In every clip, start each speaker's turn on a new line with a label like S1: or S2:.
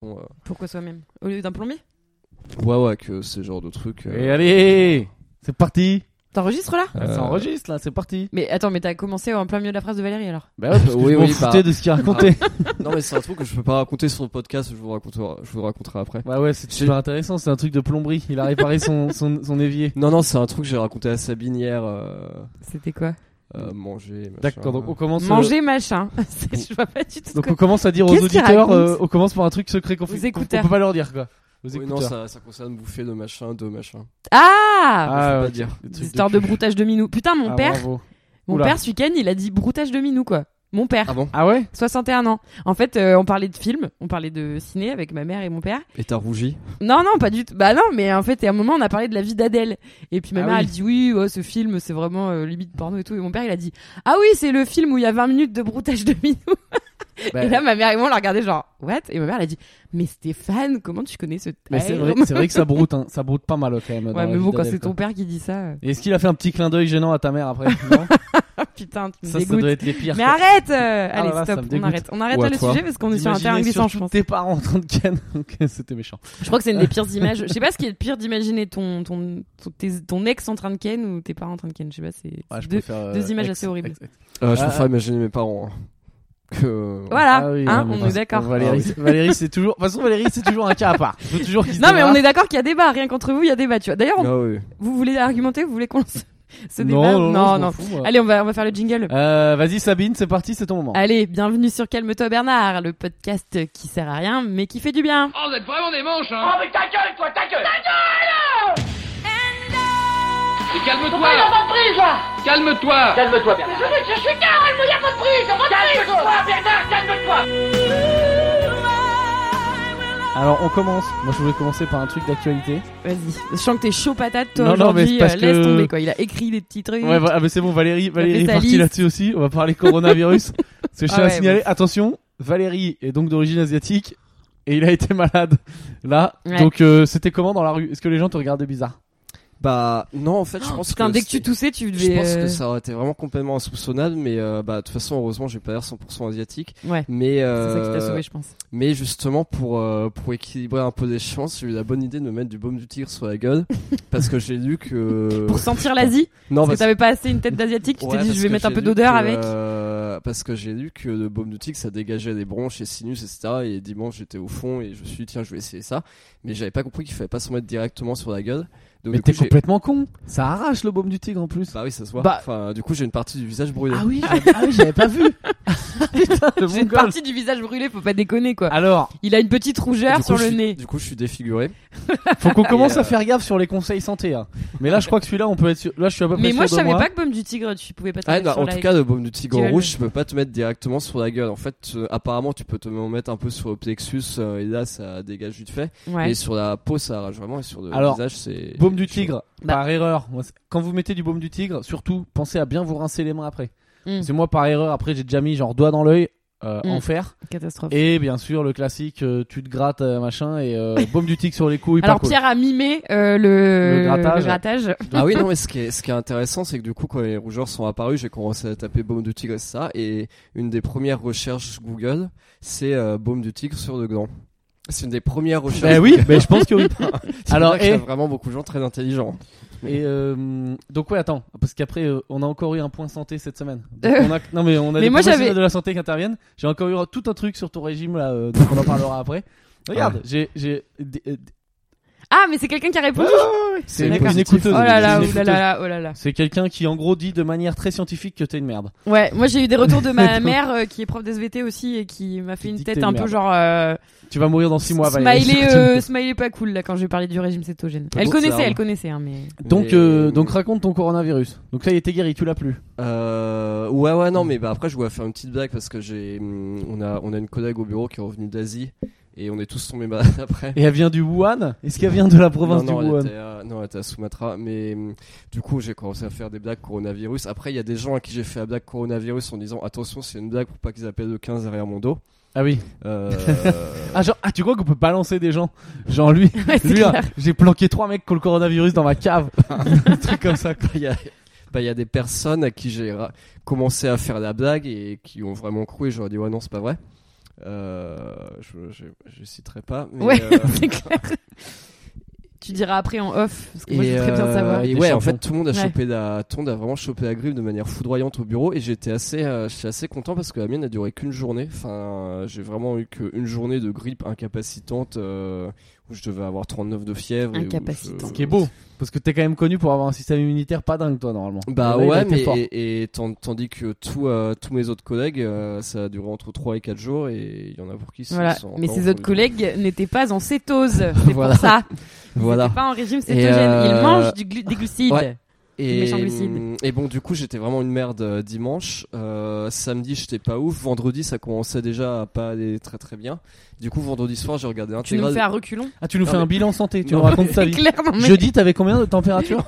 S1: font. euh,
S2: Pourquoi soi-même Au lieu d'un plombier
S1: Ouais, ouais, que ce genre de truc. euh,
S3: Et allez C'est parti
S2: T'enregistres là
S1: Euh,
S3: Ça enregistre là, c'est parti
S2: Mais attends, mais t'as commencé en plein milieu de la phrase de Valérie alors
S3: Bah ouais, parce que
S1: oui,
S3: je m'en
S1: oui,
S3: foutais
S1: bah.
S3: de ce qu'il racontait.
S1: non, mais c'est un truc que je peux pas raconter sur le podcast, je vous raconterai, je vous raconterai après.
S3: bah ouais, c'est
S1: J'ai-
S3: super intéressant, c'est un truc de plomberie. Il a réparé son, son, son évier.
S1: Non, non, c'est un truc que j'ai raconté à Sabine hier. euh,
S2: C'était quoi
S1: euh, manger. machin.
S3: D'accord, donc on commence... euh,
S2: Manger machin. C'est- Je vois pas du tout. ce
S3: donc
S2: que-
S3: on commence à dire aux
S2: Qu'est-ce qu'il
S3: auditeurs,
S2: raconte
S3: euh, on commence par un truc secret qu'on
S2: Aux
S3: fait- qu'on- qu'on
S2: écouteurs.
S3: peut pas leur dire quoi. Aux
S1: Oui, non,
S3: écouteurs.
S1: ça, ça concerne bouffer de machin, de machin.
S2: Ah,
S1: je peux
S3: ah,
S1: pas
S3: ok.
S1: dire.
S3: Des trucs
S2: Des histoires de
S3: cul.
S2: broutage de minou. Putain, mon
S3: Ah,
S2: père,
S3: bravo.
S2: mon
S3: Oula.
S2: père ce week-end, il a dit broutage de minou quoi. Mon père,
S1: Ah bon
S3: Ah ouais
S2: 61 ans. En fait, euh, on parlait de films, on parlait de ciné avec ma mère et mon père.
S1: Et t'as rougi
S2: Non, non, pas du tout. Bah non, mais en fait, à un moment, on a parlé de la vie d'Adèle. Et puis ma
S3: Ah
S2: mère,
S3: oui.
S2: elle dit oui, ouais, ce film, c'est vraiment euh, limite porno et tout. Et mon père, il a dit ah oui, c'est le film où il y a 20 minutes de broutage de minou.
S3: Bah,
S2: Et là, ma mère et moi, on l'a regardé genre what Et ma mère, elle a dit mais Stéphane, comment tu connais ce
S3: Mais c'est
S2: terme
S3: vrai, c'est vrai que ça broute, hein. ça broute pas mal quand même. dans
S2: bah, Ouais,
S3: la
S2: mais
S3: vie
S2: bon, quand
S3: d'Adèle,
S2: c'est
S3: quoi.
S2: ton père qui dit ça, euh,
S3: Et Est-ce qu'il a fait un petit clin d'œil gênant à ta mère après Non
S2: putain, tu me
S3: Ça, ça
S2: dégoûtes.
S3: doit être les pires.
S2: Mais
S3: quoi.
S2: arrête euh,
S3: Ah
S2: Allez,
S3: là là, ça
S2: stop,
S3: me
S2: on
S3: dégoûte.
S2: arrête. On arrête
S1: Ou à
S2: là le
S1: toi.
S2: sujet parce qu'on est sur un terrain
S3: D'imaginer
S2: glissant, je
S3: surtout
S2: pense.
S3: Tes parents en train de ken, donc c'était méchant.
S2: Je crois que c'est une des pires images. Je sais pas ce qui est le pire d'imaginer ton, ton, ton, tes- ton ex en train de ken ou tes parents en train de ken. Je sais pas, c'est
S3: Ouais,
S2: c'est
S3: je
S2: deux.
S3: préfère, euh,
S2: deux images
S3: ex-
S2: assez horribles.
S3: ex- ex-
S1: Euh, Je
S3: Ah,
S1: préfère
S3: ah.
S1: imaginer mes parents. hein. Que.
S2: Voilà,
S3: Ah oui,
S2: hein,
S3: ouais, mais
S2: on est
S3: bon,
S2: d'accord.
S3: Valérie, Valérie, c'est toujours. De toute façon, Valérie, c'est toujours un cas à part. Il faut toujours qu'il se
S2: Non, mais on
S3: démarre.
S2: est d'accord qu'il y a débat, rien qu'entre vous, il y a débat, tu vois. D'ailleurs, on-
S1: Ah oui.
S2: vous voulez argumenter, vous voulez qu'on lance ce
S3: Non,
S2: débat
S3: non, non, je m'en fous, moi.
S2: Allez, on va, on va faire le jingle.
S3: Euh, Vas-y, Sabine, c'est parti, c'est ton moment.
S2: Allez, bienvenue sur Calme-toi Bernard, le podcast qui sert à rien mais qui fait du bien.
S4: Oh, vous êtes vraiment des manches, hein
S5: Oh, mais ta gueule, toi, ta gueule Ta
S4: Mais
S5: gueule, y a
S4: calme-toi
S5: pas de prise, là
S4: Calme-toi
S5: Calme-toi, Bernard. Je, je, je suis calme, y a pas de prise, y a pas de prise Calme-toi, Bernard, calme-toi
S3: Alors, on commence. Moi, je voulais commencer par un truc d'actualité.
S2: Vas-y. Je sens que t'es chaud patate, toi,
S3: Non, non, mais
S2: aujourd'hui.
S3: c'est parce
S2: euh, laisse
S3: que-
S2: tomber, quoi. Il a écrit des petits trucs.
S3: Ouais, voilà, mais c'est bon, Valérie, Valérie
S2: fait
S3: est
S2: sa
S3: partie
S2: liste.
S3: là-dessus aussi. On va parler coronavirus. Parce que je
S2: Ah
S3: tiens à
S2: ouais,
S3: signaler,
S2: bon.
S3: attention, Valérie est donc d'origine asiatique et il a été malade là.
S2: Ouais.
S3: Donc, euh, c'était comment dans la rue Est-ce que les gens te regardaient bizarre
S1: Bah, non, en fait, je pense
S2: Oh, Putain,
S1: que.
S2: dès que tu
S1: c'était-
S2: toussais, tu devais.
S1: Je pense
S2: euh,
S1: que ça aurait été vraiment complètement insoupçonnable, mais euh, bah, de toute façon, heureusement, j'ai pas l'air 100% asiatique.
S2: Ouais.
S1: Mais,
S2: C'est
S1: euh,
S2: ça qui t'a sauvé, je pense.
S1: mais justement, pour, euh, pour équilibrer un peu les chances, j'ai eu la bonne idée de me mettre du baume du tigre sur la gueule, parce que j'ai lu que.
S2: Pour sentir l'Asie, parce
S1: non,
S2: que
S1: parce-
S2: t'avais pas assez une tête d'asiatique, tu
S1: ouais,
S2: t'es dit
S1: parce
S2: je vais
S1: que
S2: mettre un
S1: j'ai
S2: peu
S1: lu
S2: d'odeur
S1: que,
S2: avec.
S1: euh, parce que j'ai lu que le baume du tigre, ça dégageait les bronches et sinus, etc. Et dimanche, j'étais au fond et je me suis dit, tiens, je vais essayer ça. Mais j'avais pas compris qu'il fallait pas s'en mettre directement sur la gueule. Donc,
S3: Mais
S1: du coup,
S3: t'es
S1: j'ai-
S3: complètement con. Ça arrache le baume du tigre en plus.
S1: Bah oui, ça se voit.
S3: Bah-
S1: Enfin, du coup, j'ai une partie du visage brûlé.
S3: Ah oui, j'avais ah oui, j'avais pas vu. Putain, le
S2: J'ai une
S3: mongol.
S2: partie du visage brûlé, faut pas déconner quoi.
S3: Alors,
S2: Il a une petite rougeur
S1: Ah. Du coup,
S2: sur
S1: je
S2: le
S1: suis-
S2: nez.
S1: Du coup, je suis défiguré.
S3: faut qu'on commence
S1: Et, euh,
S3: à faire gaffe sur les conseils santé. hein. Mais là, je crois que celui-là, on peut être sûr. Là, je suis à peu près
S2: Mais moi je
S3: sûr de
S2: savais
S3: moi.
S2: pas que Baume du Tigre, tu pouvais pas te
S1: Ah,
S2: mettre
S1: non,
S2: sur
S1: en
S2: la-
S1: tout cas, le baume du tigre
S2: Tu vas le-
S1: rouge, tu peux pas te mettre directement sur la gueule. En fait, euh, apparemment, tu peux te mettre un peu sur le plexus euh, et là, ça dégage vite fait.
S2: Ouais.
S1: Et sur la peau, ça arrache vraiment. Et sur le
S3: Alors,
S1: visage, c'est.
S3: Baume du
S1: chaud.
S3: tigre,
S2: Bah.
S3: par erreur. Moi, c'est- Quand vous mettez du baume du tigre, surtout, pensez à bien vous rincer les mains après.
S2: Mm.
S3: Parce que moi, par erreur, après, j'ai déjà mis genre doigt dans l'œil, euh,
S2: Mm.
S3: enfer.
S2: Catastrophe.
S3: Et bien sûr, le classique, euh, tu te grattes, euh, machin, et euh, baume du tigre sur les couilles.
S2: Alors
S3: pas cool.
S2: Pierre a mimé euh, le...
S3: Le grattage.
S2: grattage.
S1: Ah oui, non, mais ce qui est, ce qui est intéressant, c'est que du coup, quand les rougeurs sont apparus, j'ai commencé à taper baume du tigre et ça. Et une des premières recherches Google, c'est euh, baume du tigre sur le gland. C'est une des premières recherches.
S3: Eh oui, mais je pense que oui. Alors,
S1: Alors, il y a
S3: eh.
S1: vraiment beaucoup de gens très intelligents.
S3: Et euh, donc ouais, attends, parce qu'après euh, on a encore eu un point santé cette semaine. Donc,
S2: Euh.
S3: on a- non mais on a
S2: Mais
S3: des
S2: moi,
S3: professionnels
S2: j'avais-
S3: de la santé qui interviennent. J'ai encore eu tout un truc sur ton régime là, euh, donc on en parlera après. Regarde,
S1: Ouais.
S3: j'ai j'ai d- euh, d-
S2: Ah, mais c'est quelqu'un qui a répondu.
S3: c'est une,
S2: D'accord.
S3: une écouteuse.
S2: Oh là là,
S3: une
S2: oh là
S3: écouteuse.
S2: là, oh là là.
S3: C'est quelqu'un qui en gros dit de manière très scientifique que t'es une merde.
S2: Ouais, moi j'ai eu des retours de ma mère euh, qui est prof d'SVT aussi et qui m'a fait une
S3: Dictée
S2: tête
S3: de
S2: un peu
S3: merde.
S2: genre euh,
S3: Tu vas mourir dans 6 mois. Valérie.
S2: smiley, euh, smiley pas cool là quand j'ai parlé du régime cétogène.
S1: Bon,
S2: Elle
S1: ça
S2: connaissait,
S1: va.
S2: elle connaissait, hein, mais
S3: Donc
S1: Mais-
S3: euh, donc raconte ton coronavirus. Donc ça il était guéri, tu l'as plus.
S1: Euh, ouais, ouais, non, mais bah, après, je voulais faire une petite blague parce que j'ai, hum, on a, on a une collègue au bureau qui est revenue d'Asie et on est tous tombés malades après.
S3: Et elle vient du Wuhan. Est-ce qu'elle vient de la province
S1: non,
S3: du
S1: non,
S3: Wuhan
S1: elle était à, non, elle était à Sumatra, mais hum, du coup, j'ai commencé à faire des blagues coronavirus. Après, il y a des gens à qui j'ai fait la blague coronavirus en disant attention, c'est une blague pour pas qu'ils appellent le 15 derrière mon dos.
S3: Ah oui.
S1: Euh,
S3: Ah, genre, ah, tu crois qu'on peut balancer des gens Genre lui,
S2: Ouais, c'est
S1: hein.
S3: lui
S2: clair.
S3: là, j'ai planqué trois mecs qui ont le coronavirus dans ma cave. un truc comme ça. quoi.
S1: il y a, bah, il y a des personnes à qui j'ai ra- commencé à faire la blague et qui ont vraiment cru et j'aurais dit ouais, non, c'est pas vrai. Euh, je, je, je citerai pas. Mais
S2: Ouais,
S1: euh,
S2: c'est clair. tu diras après en off, parce que moi je
S1: et,
S2: voudrais bien
S1: euh,
S2: savoir.
S1: et
S3: Des
S1: ouais, en
S3: champions.
S1: fait, tout le monde a
S2: Ouais.
S1: chopé la, tout le monde a vraiment chopé la grippe de manière foudroyante au bureau. Et j'étais assez, euh, j'étais assez content parce que la mienne a duré qu'une journée. Enfin, euh, j'ai vraiment eu qu'une journée de grippe incapacitante euh, où je devais avoir 39 de fièvre. et où je-
S2: Incapacitante.
S3: Ce qui est beau, parce que t'es quand même connu pour avoir un système immunitaire pas dingue, toi, normalement.
S1: Bah
S3: Là, il a
S1: ouais,
S3: été
S1: mais
S3: fort.
S1: et, et tand- tandis que tout, euh, tous mes autres collègues, euh, ça a duré entre 3 et 4 jours et il y en a pour qui c'est-
S2: Voilà.
S1: c'est
S2: Mais
S1: encore
S2: ces autres
S1: aujourd'hui.
S2: collègues n'étaient pas en cétose. C'est
S3: Voilà.
S2: pour ça. Ils
S1: Voilà.
S2: n'étaient pas en régime cétogène. Ils
S1: euh,
S2: mangent du glu- des glucides.
S1: ouais. Et,
S2: méchant glucide.
S1: et bon, du coup, j'étais vraiment une merde euh, dimanche. Euh, samedi, j'étais pas ouf. Vendredi, ça commençait déjà à pas aller très très bien. Du coup, vendredi soir, j'ai regardé
S2: Tu nous
S1: l'intégrale.
S2: fais un reculon.
S3: Ah, tu nous
S1: Non,
S3: fais
S1: mais-
S3: un bilan santé, tu
S1: Non,
S3: nous racontes ta
S2: C'est
S3: vie.
S2: clair, non, mais-
S3: Jeudi, t'avais combien de température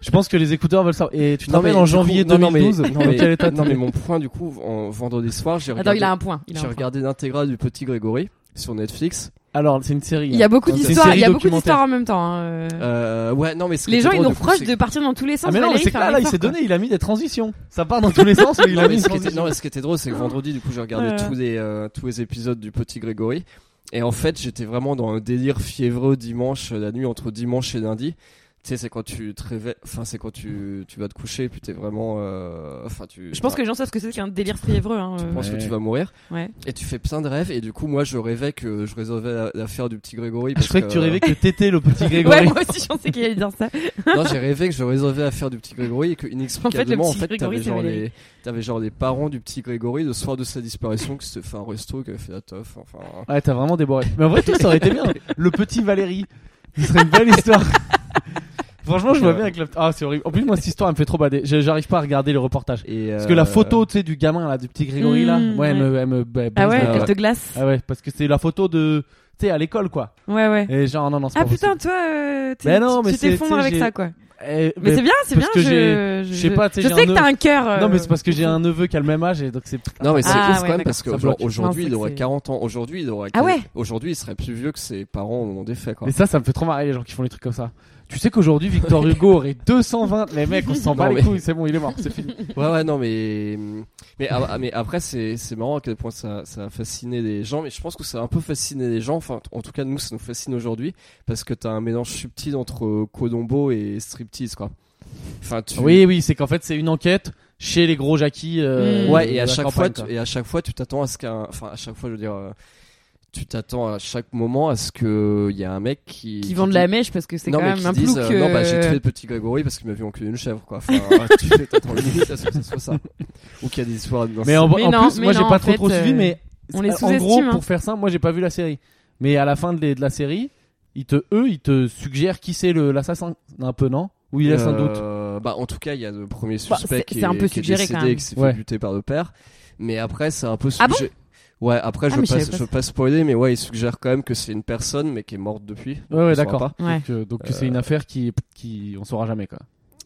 S3: Je pense que les écouteurs veulent savoir. Et tu te
S1: Non,
S3: rappelles
S1: mais
S3: en
S1: du coup-
S3: janvier
S1: non, non, mais-
S3: 2012
S1: non,
S3: dans
S1: mais-
S3: quel état
S1: non,
S3: t'étais
S1: mais mon point, du coup, en, vendredi soir, j'ai
S2: Attends,
S1: regardé,
S2: il a un point. Il a
S1: j'ai
S2: un point.
S1: regardé l'intégrale du Petit Grégory sur Netflix.
S3: Alors, c'est une série. hein.
S2: Il y a beaucoup
S3: C'est une
S2: d'histoires.
S3: série
S2: Il y a beaucoup
S3: documentaire.
S2: d'histoires en même temps. hein, euh.
S1: Euh, ouais, non, mais ce qui
S2: Les
S1: était
S2: gens, ils
S1: drôle,
S2: nous
S1: du coup,
S2: reprochent
S1: c'est
S2: de partir dans tous les sens.
S3: Ah mais non, mais
S2: Valérie,
S3: c'est que
S2: faire
S3: là,
S2: un
S3: il s'est
S2: effort, quoi.
S3: donné, il a mis des transitions. Ça part dans tous les sens, mais il
S1: Non,
S3: a
S1: mais
S3: mis une
S1: ce qui était-
S3: transition.
S1: non, mais ce qui était drôle, c'est que vendredi, du coup, j'ai regardé
S2: Ouais.
S1: tous, les, euh, tous les épisodes du Petit Grégory. Et en fait, j'étais vraiment dans un délire fiévreux dimanche, euh, la nuit entre dimanche et lundi. Tu sais, c'est quand tu te réveilles, enfin, c'est quand tu, tu vas te coucher, et puis t'es vraiment. euh, Enfin, tu.
S2: Je pense que les gens savent ce que c'est qu'un délire fiévreux. hein,
S1: tu
S2: euh.
S1: penses
S3: Ouais.
S1: que tu vas mourir.
S2: Ouais.
S1: Et tu fais plein de rêves. Et du coup, moi, je rêvais que je résolvais la- l'affaire du petit Grégory.
S3: Ah,
S1: parce
S3: Je
S1: euh,
S3: croyais que tu rêvais que t'étais le petit
S2: Ouais,
S3: Grégory.
S2: moi aussi, je pensais qu'il allait dire ça.
S1: Non, j'ai rêvé que je résolvais l'affaire du petit Grégory et que inexplicablement,
S2: En
S1: en
S2: fait, le
S1: fait,
S2: petit Grégory,
S1: t'avais
S2: c'est
S1: genre
S2: Valérie.
S1: les, t'avais genre les parents du petit Grégory le soir de sa disparition qui s'était fait un resto, qui avait fait la teuf, enfin.
S3: Ouais, t'as vraiment déboré. Mais en vrai, tout ça aurait été bien. Le petit Valérie. Ce serait une belle histoire. Franchement, je vois bien avec la. Ah, c'est horrible. En plus, moi, cette histoire, elle me fait trop bader. Je- J'arrive pas à regarder le reportage.
S1: Et, euh,
S3: Parce que la photo, tu sais, du gamin, là, du petit Grégory, là,
S2: Mmh,
S3: ouais, elle
S2: ouais.
S3: me. Elle me bah, brise
S2: Ah ouais,
S3: la-
S1: ouais.
S2: elle te glace.
S3: Ah ouais, parce que c'est la photo de. Tu sais, à l'école, quoi.
S2: Ouais, ouais.
S3: Et genre, non, non, c'est
S2: Ah
S3: pas
S2: putain,
S3: possible.
S2: toi, euh, t'es-
S3: Mais non, mais
S2: tu
S3: c'est- tu
S2: t'effondres
S3: sais,
S2: avec
S3: j'ai-
S2: ça, quoi.
S3: Eh,
S2: Mais
S3: mais-
S2: c'est bien, c'est bien.
S3: parce que
S2: je-
S3: j'ai-
S2: je
S3: je sais pas, tu
S2: Je
S3: sais, j'ai
S2: sais
S3: un
S2: que t'as un cœur. euh,
S3: Non, mais c'est parce que j'ai un neveu qui a le même âge et donc c'est.
S1: Non, mais c'est
S2: Ah,
S1: ouf
S2: ouais,
S1: quand même
S2: d'accord.
S1: parce que
S3: Ça
S1: genre,
S3: bloque.
S1: aujourd'hui,
S2: Non, c'est
S1: il
S2: que
S1: aurait
S2: c'est-
S1: 40 ans. Aujourd'hui, il aurait.
S2: Ah ouais
S1: Aujourd'hui, il serait plus vieux que ses parents au moment des faits, quoi.
S3: Mais Ah. ça, ça me fait trop marrer les gens qui font les trucs comme ça. Tu sais qu'aujourd'hui, Victor Hugo aurait 220. Les mecs, on s'en bat
S1: Non,
S3: les
S1: mais-
S3: couilles, c'est bon, il est mort, c'est fini.
S1: Ouais, ouais, non, mais. Mais, ah, mais après, c'est c'est marrant à quel point ça, ça a fasciné les gens. Mais je pense que ça a un peu fasciné les gens. Enfin, en tout cas, nous, ça nous fascine aujourd'hui. Parce que t'as un mélange subtil entre Kodombo et striptease, quoi. Enfin, tu.
S3: Oui, oui, c'est qu'en fait, c'est une enquête chez les gros Jackie. euh,
S2: Mm.
S1: Ouais,
S3: de
S1: et à
S3: la
S1: chaque
S3: campagne,
S1: fois,
S3: quoi.
S1: tu, et à chaque fois, tu t'attends à ce qu'un, enfin, à chaque fois, je veux dire, euh, tu t'attends à chaque moment à ce que il y a un mec qui
S2: Qui vend de
S1: dit-
S2: la mèche parce que c'est
S1: non,
S2: quand
S1: mais
S2: même
S1: qui
S2: un
S1: disent,
S2: plouc.
S1: euh, non, bah, j'ai
S2: euh,
S1: tué le petit Grégory parce qu'il m'a vu enculer une chèvre, quoi. Enfin, tu fais- t'attends limite à ce que ce soit ça. Ou qu'il y a des histoires dans
S3: Mais en,
S2: Mais
S3: en
S2: non,
S3: plus,
S2: mais
S3: moi j'ai
S2: non,
S3: pas
S2: en
S3: trop,
S2: fait,
S3: trop suivi,
S2: euh,
S3: mais
S2: on les
S3: en gros,
S2: sous-estime, hein.
S3: pour faire ça, moi j'ai pas vu la série. Mais à la fin de, les- de la série, ils te, eux, ils te suggèrent qui c'est le- l'assassin, un peu, non Ou il laissent un doute.
S1: Euh, Bah, en tout cas, il y a le premier
S2: Bah,
S1: suspect
S2: c'est-
S1: qui,
S2: c'est
S1: est,
S2: un peu
S1: qui est
S2: suggéré,
S1: décédé
S2: quand même.
S1: et qui s'est
S3: Ouais.
S1: fait buter par le père. Mais après, c'est un peu
S2: Ah bon
S1: suggé- Ouais, après,
S2: Ah,
S1: je,
S2: mais
S1: veux
S2: je
S1: pas,
S2: savais pas
S1: je veux pas spoiler, mais ouais, il suggère quand même que c'est une personne, mais qui est morte depuis. Donc,
S3: ouais,
S1: on saura
S3: d'accord.
S1: pas.
S2: Ouais.
S3: Donc, euh, donc c'est une affaire qui, qui on saura jamais quoi.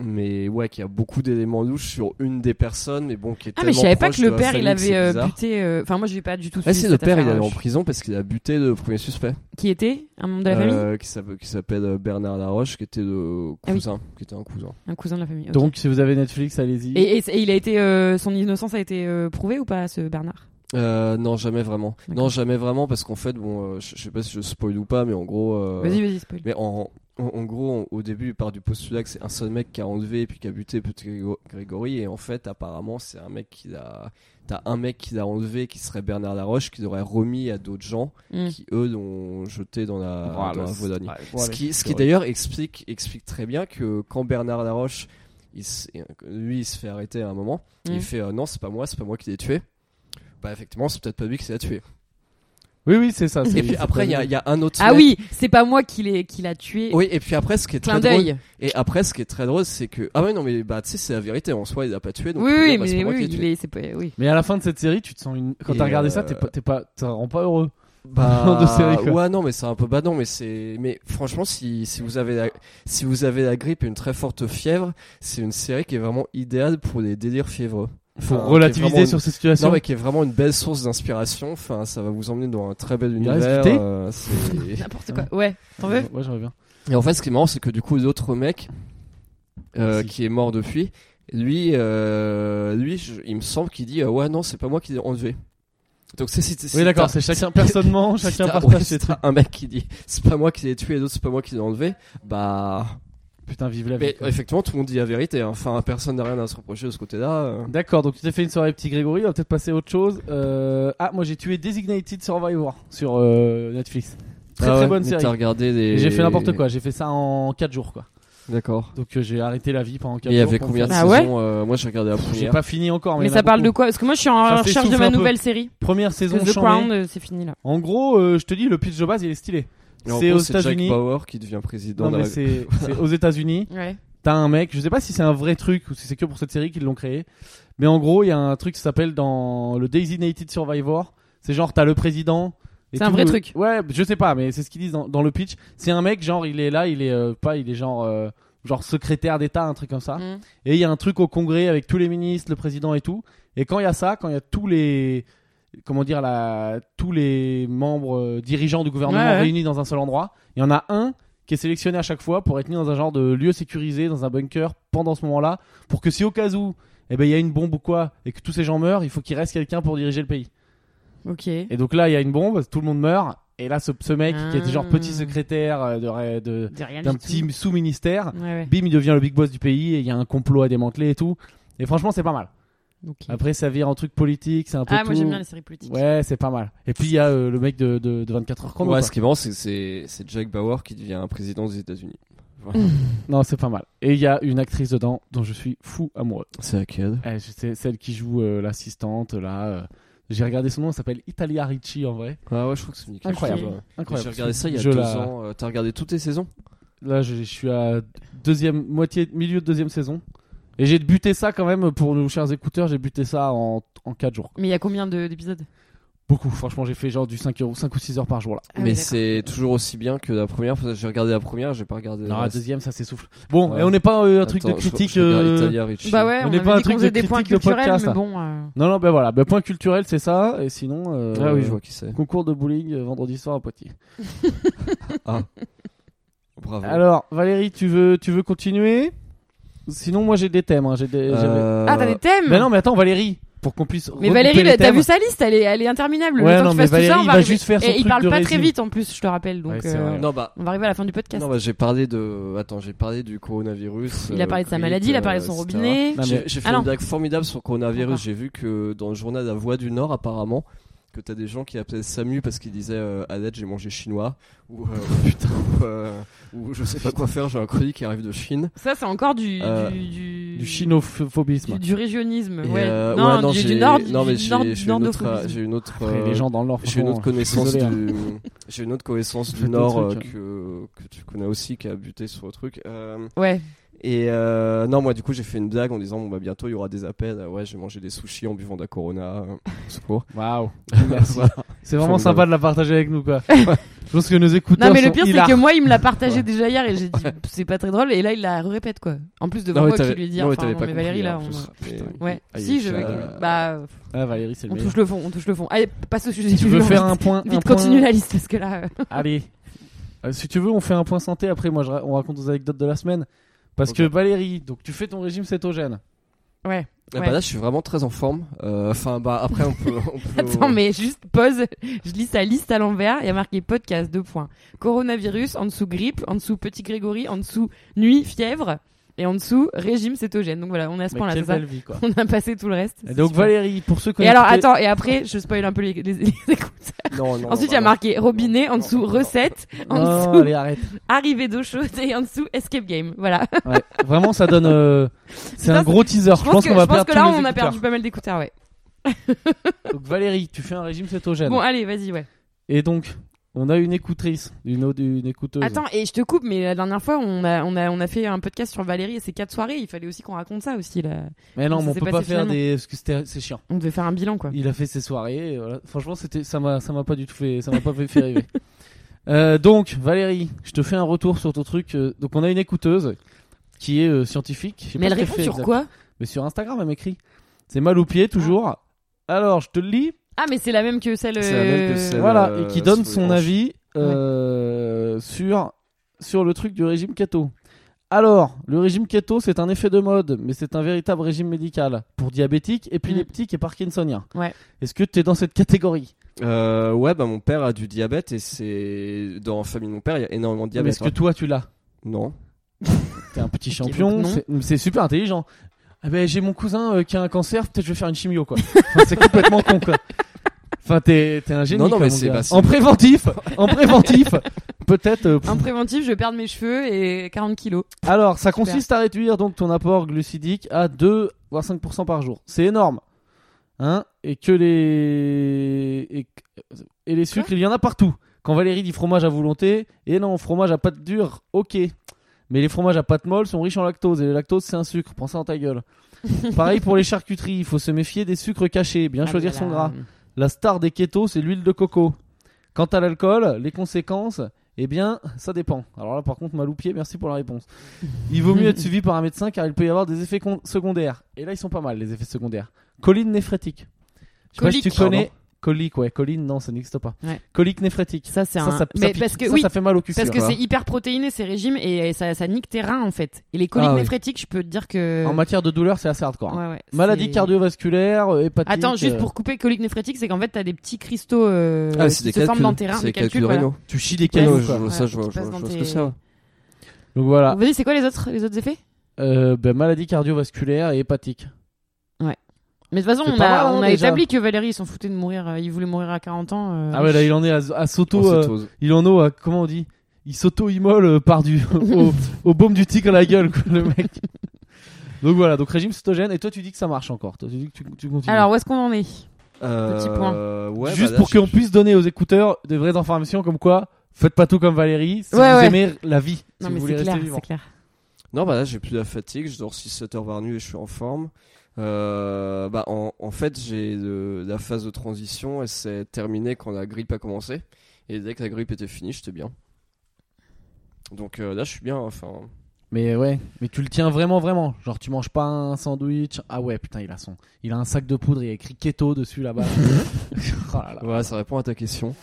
S1: mais ouais qu'il y a beaucoup d'éléments louches sur une des personnes mais bon qui est
S2: Ah mais je
S1: tellement
S2: savais pas
S1: proche
S2: que le
S1: de la
S2: père il
S1: famille que
S2: avait
S1: c'est
S2: euh,
S1: bizarre.
S2: buté. euh, Enfin moi j'ai pas du tout.
S1: ah
S2: suivi
S1: si le
S2: cette
S1: père il
S2: affaire,
S1: allait
S2: euh,
S1: en prison parce qu'il a buté le premier suspect
S2: Qui était un membre de la famille,
S1: euh, qui s'appelle qui s'appelle euh, Bernard Laroche qui était le
S2: Ah oui.
S1: cousin qui était un cousin
S2: un cousin de la famille. ok.
S3: Donc si vous avez Netflix, allez-y.
S2: Et, et- et il a été euh, son innocence a été euh, prouvée ou pas ce Bernard
S1: euh, non jamais vraiment
S2: D'accord.
S1: non jamais vraiment parce qu'en fait bon euh, je je sais pas si je spoil ou pas mais en gros euh,
S2: Vas-y vas-y spoil.
S1: mais en en, en gros, en- au début, il part du postulat que c'est un seul mec qui a enlevé et puis qui a buté Petit Grégo- Grégory. Et en fait, apparemment, c'est un mec qui l'a. T'as un mec qui l'a enlevé qui serait Bernard Laroche qui l'aurait remis à d'autres gens.
S2: Mm.
S1: qui eux l'ont jeté dans
S3: Ah,
S1: la, dans la Vaudogne.
S3: Euh, Ouais,
S1: ce
S3: voilà.
S1: qui, ce
S3: c'est
S1: qui
S3: vrai.
S1: d'ailleurs explique, explique très bien que quand Bernard Laroche, il s- lui, il se fait arrêter à un moment,
S2: Mm.
S1: il fait euh, non, c'est pas moi, c'est pas moi qui l'ai tué. Bah effectivement, c'est peut-être pas lui qui l'a tué.
S3: Oui, oui, c'est ça. c'est-
S1: Et puis
S3: c'est
S1: après, il y, a-
S3: très-
S1: il y a un autre.
S2: Ah
S1: mec-
S2: oui, c'est pas moi qui l'ai qui l'a tué.
S1: Oui, et puis après, ce qui est
S2: Clin
S1: très drôle,
S2: d'œil.
S1: et après, ce qui est très drôle, c'est que ah ouais non mais bah tu sais c'est la vérité en soi, il l'a pas tué.
S2: Oui
S1: Donc il peut
S2: oui
S1: dire, bah, c'est
S2: mais
S1: pas moi
S2: oui
S1: qui l'ai
S2: il
S1: tué.
S2: est c'est pas oui.
S3: Mais à la fin de cette série, tu te sens une. Quand
S1: Et,
S3: t'as regardé ça,
S1: euh,
S3: t'es pas, t'es pas, ça rend pas heureux.
S1: Bah,
S3: de série, quoi.
S1: ouais, non, mais c'est un peu badant, mais c'est, mais franchement, si, si vous avez la, si vous avez la grippe et une très forte fièvre, c'est une série qui est vraiment idéale pour les délires fiévreux.
S3: Faut
S1: Enfin, qui est
S3: relativiser
S1: vraiment
S3: sur
S1: une-
S3: cette situation.
S1: Non, mais qui est vraiment une belle source d'inspiration. Enfin, ça va vous emmener dans un très bel
S3: Il reste
S1: univers.
S3: du thé
S1: euh, c'est-
S2: N'importe quoi. Ouais. T'en veux
S3: Ouais, j'en veux bien.
S1: et en fait, ce qui est marrant, c'est que du coup, l'autre mec, euh,
S3: Merci.
S1: qui est mort depuis, lui, euh, lui, je- il me semble qu'il dit, euh, ouais, non, c'est pas moi qui l'ai enlevé. Donc c'est si si
S3: Oui, d'accord,
S1: t'as-
S3: c'est chacun personnellement,
S1: si
S3: chacun
S1: t'as-
S3: partage
S1: ouais, si
S3: ses trucs.
S1: t'as Un mec qui dit c'est pas moi qui les ai tués, l'autre c'est pas moi qui les ai enlevés. Bah,
S3: Putain, vive la vie.
S1: mais
S3: quoi.
S1: effectivement tout le monde dit la vérité. hein. Enfin, personne n'a rien à se reprocher de ce côté-là. euh.
S3: D'accord, donc tu t'es fait une soirée petit Grégory, on va peut-être passer à autre chose. Euh, Ah, moi j'ai tué Designated Survivor sur euh, Netflix. Très
S1: Ah
S3: très
S1: ouais,
S3: bonne
S1: mais
S3: série.
S1: T'as regardé des.
S3: Et J'ai fait n'importe quoi, j'ai fait ça en 4 jours quoi.
S1: D'accord.
S3: Donc euh, j'ai arrêté la vie pendant 4
S1: Et il y
S3: jours.
S1: avait
S3: pour
S1: combien de
S3: faire-
S2: Ah ouais
S1: saisons euh, Moi j'ai regardé la
S3: Pff, J'ai
S1: première.
S3: pas fini encore. Mais,
S2: Mais
S3: il y en
S2: ça
S3: a
S2: parle de
S3: beaucoup.
S2: quoi Parce que moi, je suis en
S3: Ça
S2: recherche de
S3: s'essouffle
S2: ma
S3: un peu.
S2: nouvelle série.
S3: Première saison
S2: The
S3: chamée.
S2: Crown, euh, c'est fini là.
S3: En gros, euh, je te dis, le pitch de base il est stylé.
S1: Et en
S3: C'est
S1: gros,
S3: aux
S1: Jack
S3: États-Unis.
S1: Bauer qui devient président.
S3: Non,
S1: de
S3: mais
S1: la-
S3: c'est c'est aux États-Unis.
S2: Ouais.
S3: T'as un mec, je sais pas si c'est un vrai truc ou si c'est que pour cette série qu'ils l'ont créé, mais en gros, il y a un truc qui s'appelle dans le Designated Survivor. C'est genre, t'as le président. et
S2: C'est un
S3: tout.
S2: vrai truc.
S3: Ouais, je sais pas, mais c'est ce qu'ils disent dans, dans le pitch. C'est un mec, genre, il est là, il est euh, pas, il est genre, euh, genre secrétaire d'État, un truc comme ça.
S2: Mm.
S3: Et il y a un truc au Congrès avec tous les ministres, le président et tout. Et quand il y a ça, quand il y a tous les, comment dire, la, tous les membres euh, dirigeants du gouvernement
S2: Ouais, ouais.
S3: réunis dans un seul endroit, il y en a un qui est sélectionné à chaque fois pour être mis dans un genre de lieu sécurisé, dans un bunker, pendant ce moment-là, pour que si au cas où, eh ben, il y a une bombe ou quoi, et que tous ces gens meurent, il faut qu'il reste quelqu'un pour diriger le pays.
S2: Ok.
S3: Et donc là, il y a une bombe, tout le monde meurt, et là, ce, ce mec, qui était genre
S2: Ah.
S3: petit secrétaire euh, de- de-
S2: Dis rien
S3: d'un
S2: du
S3: petit
S2: tout.
S3: sous-ministère,
S2: Ouais, ouais.
S3: bim, il devient le big boss du pays, et il y a un complot à démanteler et tout. Et franchement, c'est pas mal.
S2: Ok.
S3: Après, ça vire en truc politique, c'est un peu
S2: Ah, moi
S3: tout.
S2: j'aime bien les séries politiques.
S3: Ouais, c'est pas mal. Et puis il y a euh, le mec de, de, de 24 heures chrono.
S1: Ouais,
S3: quoi.
S1: ce qui est marrant, c'est que c'est c'est Jack Bauer qui devient un président des États-Unis. Voilà.
S3: Non, c'est pas mal. Et il y a une actrice dedans dont je suis fou amoureux.
S1: C'est laquelle
S3: Elle, c'est Eh, celle qui joue euh, l'assistante là. euh, J'ai regardé son nom, elle s'appelle Italia Ricci en vrai.
S1: Ah ouais, je trouve que c'est nickel.
S3: Incroyable.
S1: Ouais.
S3: Incroyable.
S1: J'ai regardé ça il y a
S3: Je
S1: deux
S3: la-
S1: ans. euh, T'as regardé toutes les saisons
S3: Là, je, je suis à deuxième moitié, milieu de deuxième saison. Et j'ai buté ça quand même pour nos chers écouteurs. J'ai buté ça en, en 4 jours.
S2: Mais il y a combien de- d'épisodes
S3: Beaucoup. Franchement, j'ai fait genre du 5, euros- 5 ou 6 heures par jour là.
S2: Ah oui,
S1: Mais
S2: d'accord.
S1: c'est toujours aussi bien que la première. parce que J'ai regardé la première, j'ai pas regardé.
S3: Non,
S1: la
S3: la
S1: reste.
S3: Ah, deuxième, ça s'essouffle. Bon,
S1: Ouais.
S3: et on n'est pas euh, un truc
S1: Attends,
S3: de
S1: je-
S3: critique.
S1: je regarde
S3: euh,
S1: Italia Ricci.
S2: Bah ouais,
S3: On
S2: on,
S3: n'est
S2: avait
S3: pas un
S2: dit
S3: truc
S2: qu'on faisait
S3: de
S2: des points
S3: critique de
S2: culturels,
S3: podcast,
S2: mais
S3: là.
S2: bon. euh,
S3: Non, non, ben voilà, ben, point culturel, c'est ça. Et sinon, euh,
S1: Ah oui, je vois qui c'est.
S3: concours de bowling euh, vendredi soir à Poitiers.
S1: Bravo.
S3: Alors, Valérie, tu veux, tu veux continuer Sinon, moi j'ai des thèmes. hein, j'ai des, j'avais-
S1: Euh,
S2: Ah, t'as des thèmes
S3: Mais non, mais attends, Valérie, pour qu'on puisse.
S2: Mais
S3: regrouper
S2: Valérie,
S3: les
S2: là, t'as
S3: thèmes.
S2: vu sa liste, elle est, elle est interminable. Le
S3: Ouais,
S2: temps
S3: non,
S2: qu'il
S3: mais
S2: fasse tout
S3: Valérie,
S2: ça, on va
S3: il va
S2: arriver-
S3: juste faire son
S2: Et il
S3: truc
S2: parle
S3: de
S2: pas très
S3: régime.
S2: vite en plus, je te rappelle. Donc,
S3: Ouais, c'est
S2: euh,
S3: vrai.
S1: Non, bah.
S2: on va arriver à la fin du podcast.
S1: Non, bah, j'ai parlé de. Attends, j'ai parlé du coronavirus.
S2: il a
S1: euh,
S2: parlé de sa
S1: Covid,
S2: maladie, il a parlé de
S1: euh,
S2: son
S1: etc.
S2: robinet.
S3: Non, mais-
S1: J'ai j'ai fait
S2: Ah non.
S1: une blague formidable sur le
S2: Encore.
S1: coronavirus. J'ai vu que dans le journal La Voix du Nord, apparemment, que t'as des gens qui appelaient Samu parce qu'ils disaient euh, à l'aide j'ai mangé chinois ou euh, putain ou, euh, ou je sais pas quoi faire, j'ai un colis qui arrive de Chine.
S2: Ça, c'est encore du.
S1: Euh,
S2: du, du-
S3: Du chinophobisme.
S2: du- du régionisme.
S1: Et,
S2: ouais.
S1: euh,
S2: non,
S1: ouais, non,
S2: du, du
S1: j'ai-
S2: nord.
S1: non,
S2: du
S1: mais j'ai
S2: nord-
S1: j'ai une autre, euh,
S2: nordophobisme.
S1: j'ai une autre,
S3: Après,
S1: euh,
S3: les gens dans le Nord,
S1: j'ai une
S3: franchement,
S1: autre
S3: je suis
S1: connaissance
S3: désolé, hein.
S1: du, j'ai une autre connaissance
S3: Faites
S1: du
S3: d'autres
S1: nord euh,
S3: trucs,
S1: que que tu connais aussi qui a buté sur le truc. Euh,
S2: Ouais.
S1: Et euh, non, moi du coup j'ai fait une blague en disant bon bah bientôt il y aura des appels. Ah Ouais, j'ai mangé des sushis en buvant de la Corona. euh, au secours.
S3: Waouh.
S1: Voilà.
S3: C'est vraiment
S1: Formidable.
S3: sympa de la partager avec nous, quoi. Je pense que nos écouteurs.
S2: Non, mais le
S3: sont
S2: pire, c'est
S3: hilars.
S2: que moi, il me l'a partagé
S1: Ouais.
S2: déjà hier et j'ai dit, c'est pas très drôle. Et là, il la répète, quoi. En plus, devant
S1: Non, mais
S2: moi qui
S1: t'avais-
S2: lui dit,
S1: non, mais
S2: enfin,
S1: t'avais
S2: non,
S1: pas
S2: mais Valérie,
S1: compris,
S2: là,
S1: hein, en
S2: on.
S1: plus. Putain.
S2: Ouais,
S1: Ah, il
S2: si,
S1: est
S2: je vais.
S1: chat.
S2: Bah,
S3: Ah, Valérie, c'est le
S2: on
S3: meilleur.
S2: touche le fond, on touche le fond. Allez, passe au sujet
S3: Tu
S2: du
S3: veux
S2: jour.
S3: faire un point un
S2: Vite,
S3: point-
S2: continue la liste parce que là. euh,
S3: Allez. Euh, si tu veux, on fait un point santé. Après, moi, je ra- on raconte nos anecdotes de la semaine. Parce
S1: Ok.
S3: que Valérie, donc tu fais ton régime cétogène.
S2: Ouais.
S1: Ah,
S2: Ouais.
S1: bah là je suis vraiment très en forme. Euh, Enfin bah après on peut. on peut-
S3: Oh.
S2: Attends, mais juste pause. Je lis sa liste à l'envers. Il y a marqué podcast, deux points. Coronavirus, en dessous grippe, en dessous petit Grégory, en dessous nuit, fièvre, et en dessous régime cétogène. Donc voilà, on est à ce
S3: Mais
S2: point-là,
S3: quelle
S2: c'est ça
S3: belle vie, quoi.
S2: On a passé tout le reste.
S3: Et
S2: c'est
S3: donc
S2: super.
S3: Valérie, pour ceux qui
S2: Et
S3: ont
S2: alors,
S3: écouté-
S2: attends, et après, je spoil un peu les, les- les écouteurs.
S1: Non, non,
S2: Ensuite, il
S1: bah
S2: y a
S1: non.
S2: marqué robinet, en
S1: Non,
S2: dessous
S1: non, non.
S2: recette, en
S3: Non,
S2: dessous
S3: Oh, allez, arrête.
S2: arrivée d'eau chaude et en dessous escape game. Voilà.
S3: Ouais. Vraiment, ça donne. euh, C'est un
S2: ça,
S3: gros teaser. Je pense
S2: que,
S3: qu'on va
S2: je pense
S3: perdre
S2: que là,
S3: tous nos
S2: on a
S3: écouteurs.
S2: perdu pas mal d'écouteurs, ouais.
S3: Donc Valérie, tu fais un régime cétogène.
S2: Bon, allez, vas-y, ouais.
S3: Et donc, on a une écoutrice, une, autre- une écouteuse.
S2: Attends, et je te coupe, mais la dernière fois, on a, on a, on a fait un podcast sur Valérie et ses quatre soirées. Il fallait aussi qu'on raconte ça aussi. Là.
S3: Mais non,
S2: ça
S3: mais on
S2: s'est
S3: peut pas
S2: passé
S3: faire
S2: finalement.
S3: des. Parce que c'était- c'est chiant.
S2: On devait faire un bilan, quoi.
S3: Il a fait ses soirées. et voilà. Franchement, c'était ça m'a ça m'a pas du tout fait ça m'a pas fait fait rêver. Euh, donc Valérie, je te fais un retour sur ton truc. euh, Donc on a une écouteuse qui est euh, scientifique. Je sais
S2: Mais
S3: pas
S2: elle
S3: ce qu'elle
S2: répond
S3: fait
S2: sur
S3: exactement.
S2: quoi
S3: Mais sur Instagram, elle m'écrit. C'est mal au pied toujours. Alors je te le lis.
S2: Ah, mais c'est la même que celle.
S1: C'est la même que celle-
S3: voilà
S1: euh,
S3: et qui donne
S1: sur les
S3: son
S1: hanches.
S3: avis euh, sur sur le truc du régime keto. Alors, le régime keto, c'est un effet de mode, mais c'est un véritable régime médical pour diabétiques, épileptiques et parkinsoniens.
S2: Ouais.
S3: Est-ce que tu es dans cette catégorie
S1: Euh, ouais, bah mon père a du diabète et c'est dans la famille de mon père, il y a énormément de
S3: Mais
S1: diabète.
S3: Est-ce que toi, tu l'as
S1: hein. Non.
S3: T'es un petit
S2: donc
S3: champion,
S2: non.
S3: c'est- c'est super intelligent. Ah ben, j'ai mon cousin euh, qui a un cancer, peut-être je vais faire une chimio, quoi. Enfin, c'est complètement con, quoi. Enfin, t'es t'es un génie.
S1: Non, non,
S3: quoi,
S1: mais
S3: mon
S1: c'est-
S3: gars.
S1: bah, c'est-
S3: En préventif, en préventif, peut-être. euh, pff.
S2: En préventif, je perds mes cheveux et 40 kilos.
S3: Alors, ça
S2: Super.
S3: consiste à réduire donc ton apport glucidique à 2 voire 5% par jour. C'est énorme. Hein et que les et, que- et les sucres, il y en a partout. Quand Valérie dit fromage à volonté, et non, fromage à pâte dure, OK. Mais les fromages à pâte molle sont riches en lactose et le lactose c'est un sucre, prends ça dans ta gueule. Pareil pour les charcuteries, il faut se méfier des sucres cachés, bien
S2: Ah,
S3: choisir
S2: mais
S3: son
S2: là,
S3: gras. La star des kétos, c'est l'huile de coco. Quant à l'alcool, les conséquences, eh bien, ça dépend. Alors là, par contre, Maloupier, merci pour la réponse. Il vaut mieux être suivi par un médecin car il peut y avoir des effets con- secondaires. Et là, ils sont pas mal, les effets secondaires. Colline néphrétique. Je sais pas si tu
S2: Colique.
S3: connais. Colique, ouais, colline, non, ça n'existe pas.
S2: Ouais.
S3: Colique néphrétique.
S2: Ça, c'est
S3: Ça,
S2: un.
S3: ça, ça
S2: mais
S3: pique.
S2: parce que
S3: Ça,
S2: oui,
S3: ça fait mal au cul.
S2: parce que
S3: quoi.
S2: c'est hyper protéiné ces régimes et, et ça, ça nique tes reins en fait. Et les coliques
S3: Ah oui.
S2: néphrétiques, je peux te dire que.
S3: En matière de douleur, c'est assez hardcore. hein.
S2: euh, Ouais, ouais,
S3: Maladie
S2: c'est-
S3: cardiovasculaire, euh, hépatique.
S2: Attends, juste
S3: euh,
S2: pour couper colique néphrétique, c'est qu'en fait, t'as des petits cristaux euh,
S1: Ah,
S2: qui
S1: c'est des
S2: se forment
S1: calculs.
S2: dans tes reins,
S1: C'est
S2: des
S1: des
S2: calculs.
S1: calculs
S2: voilà.
S1: rénaux.
S3: Tu chies des
S1: Ouais,
S3: canons,
S1: non, je-
S3: quoi.
S1: je-
S2: Ouais,
S1: Ça, je vois
S2: qui
S1: je
S2: passe
S1: vois- je
S2: dans
S1: vois ce
S2: tes-
S1: que c'est. ouais.
S3: Donc voilà.
S2: Vas-y, c'est quoi les autres, les autres effets
S3: Euh, ben, maladie cardiovasculaire et hépatique.
S2: Mais de toute façon,
S3: C'est
S2: on a,
S3: pas mal, hein,
S2: on a
S3: déjà.
S2: établi que Valérie, il s'en foutait de mourir. euh, Il voulait mourir à 40 ans. euh,
S3: Ah ouais, là, il en est à, à
S2: Oh,
S3: Soto.
S1: En
S3: euh,
S1: cétose.
S3: il en est à, comment on dit Il s'auto-immole euh, par du. au, au baume du tigre à la gueule, quoi, le mec. Donc voilà, donc régime cétogène. Et toi, tu dis que ça marche encore. Toi, tu dis que tu, tu continues.
S2: Alors, où est-ce qu'on en est
S1: Euh, ouais, bah
S3: juste
S1: là,
S3: pour
S1: je-
S3: qu'on puisse donner aux écouteurs des vraies informations comme quoi, faites pas tout comme Valérie si
S2: Ouais,
S3: vous
S2: ouais.
S3: aimez la vie. si
S2: Non,
S3: vous
S2: mais
S3: voulez
S2: c'est
S3: rester
S2: clair,
S3: vivant.
S2: c'est clair.
S1: Non, bah là, j'ai plus la fatigue, je dors 6-7 heures par nuit et je suis en forme. Euh, bah, en, en fait, j'ai de- la phase de transition, elle s'est terminée quand la grippe a commencé. Et dès que la grippe était finie, j'étais bien. Donc euh, là, je suis bien. Enfin,
S3: Mais ouais, mais tu le tiens vraiment, vraiment. Genre, tu manges pas un sandwich. Ah ouais, putain, il a son. Il a un sac de poudre, il y a écrit keto dessus là-bas. oh là là.
S1: Voilà, ça répond à ta question.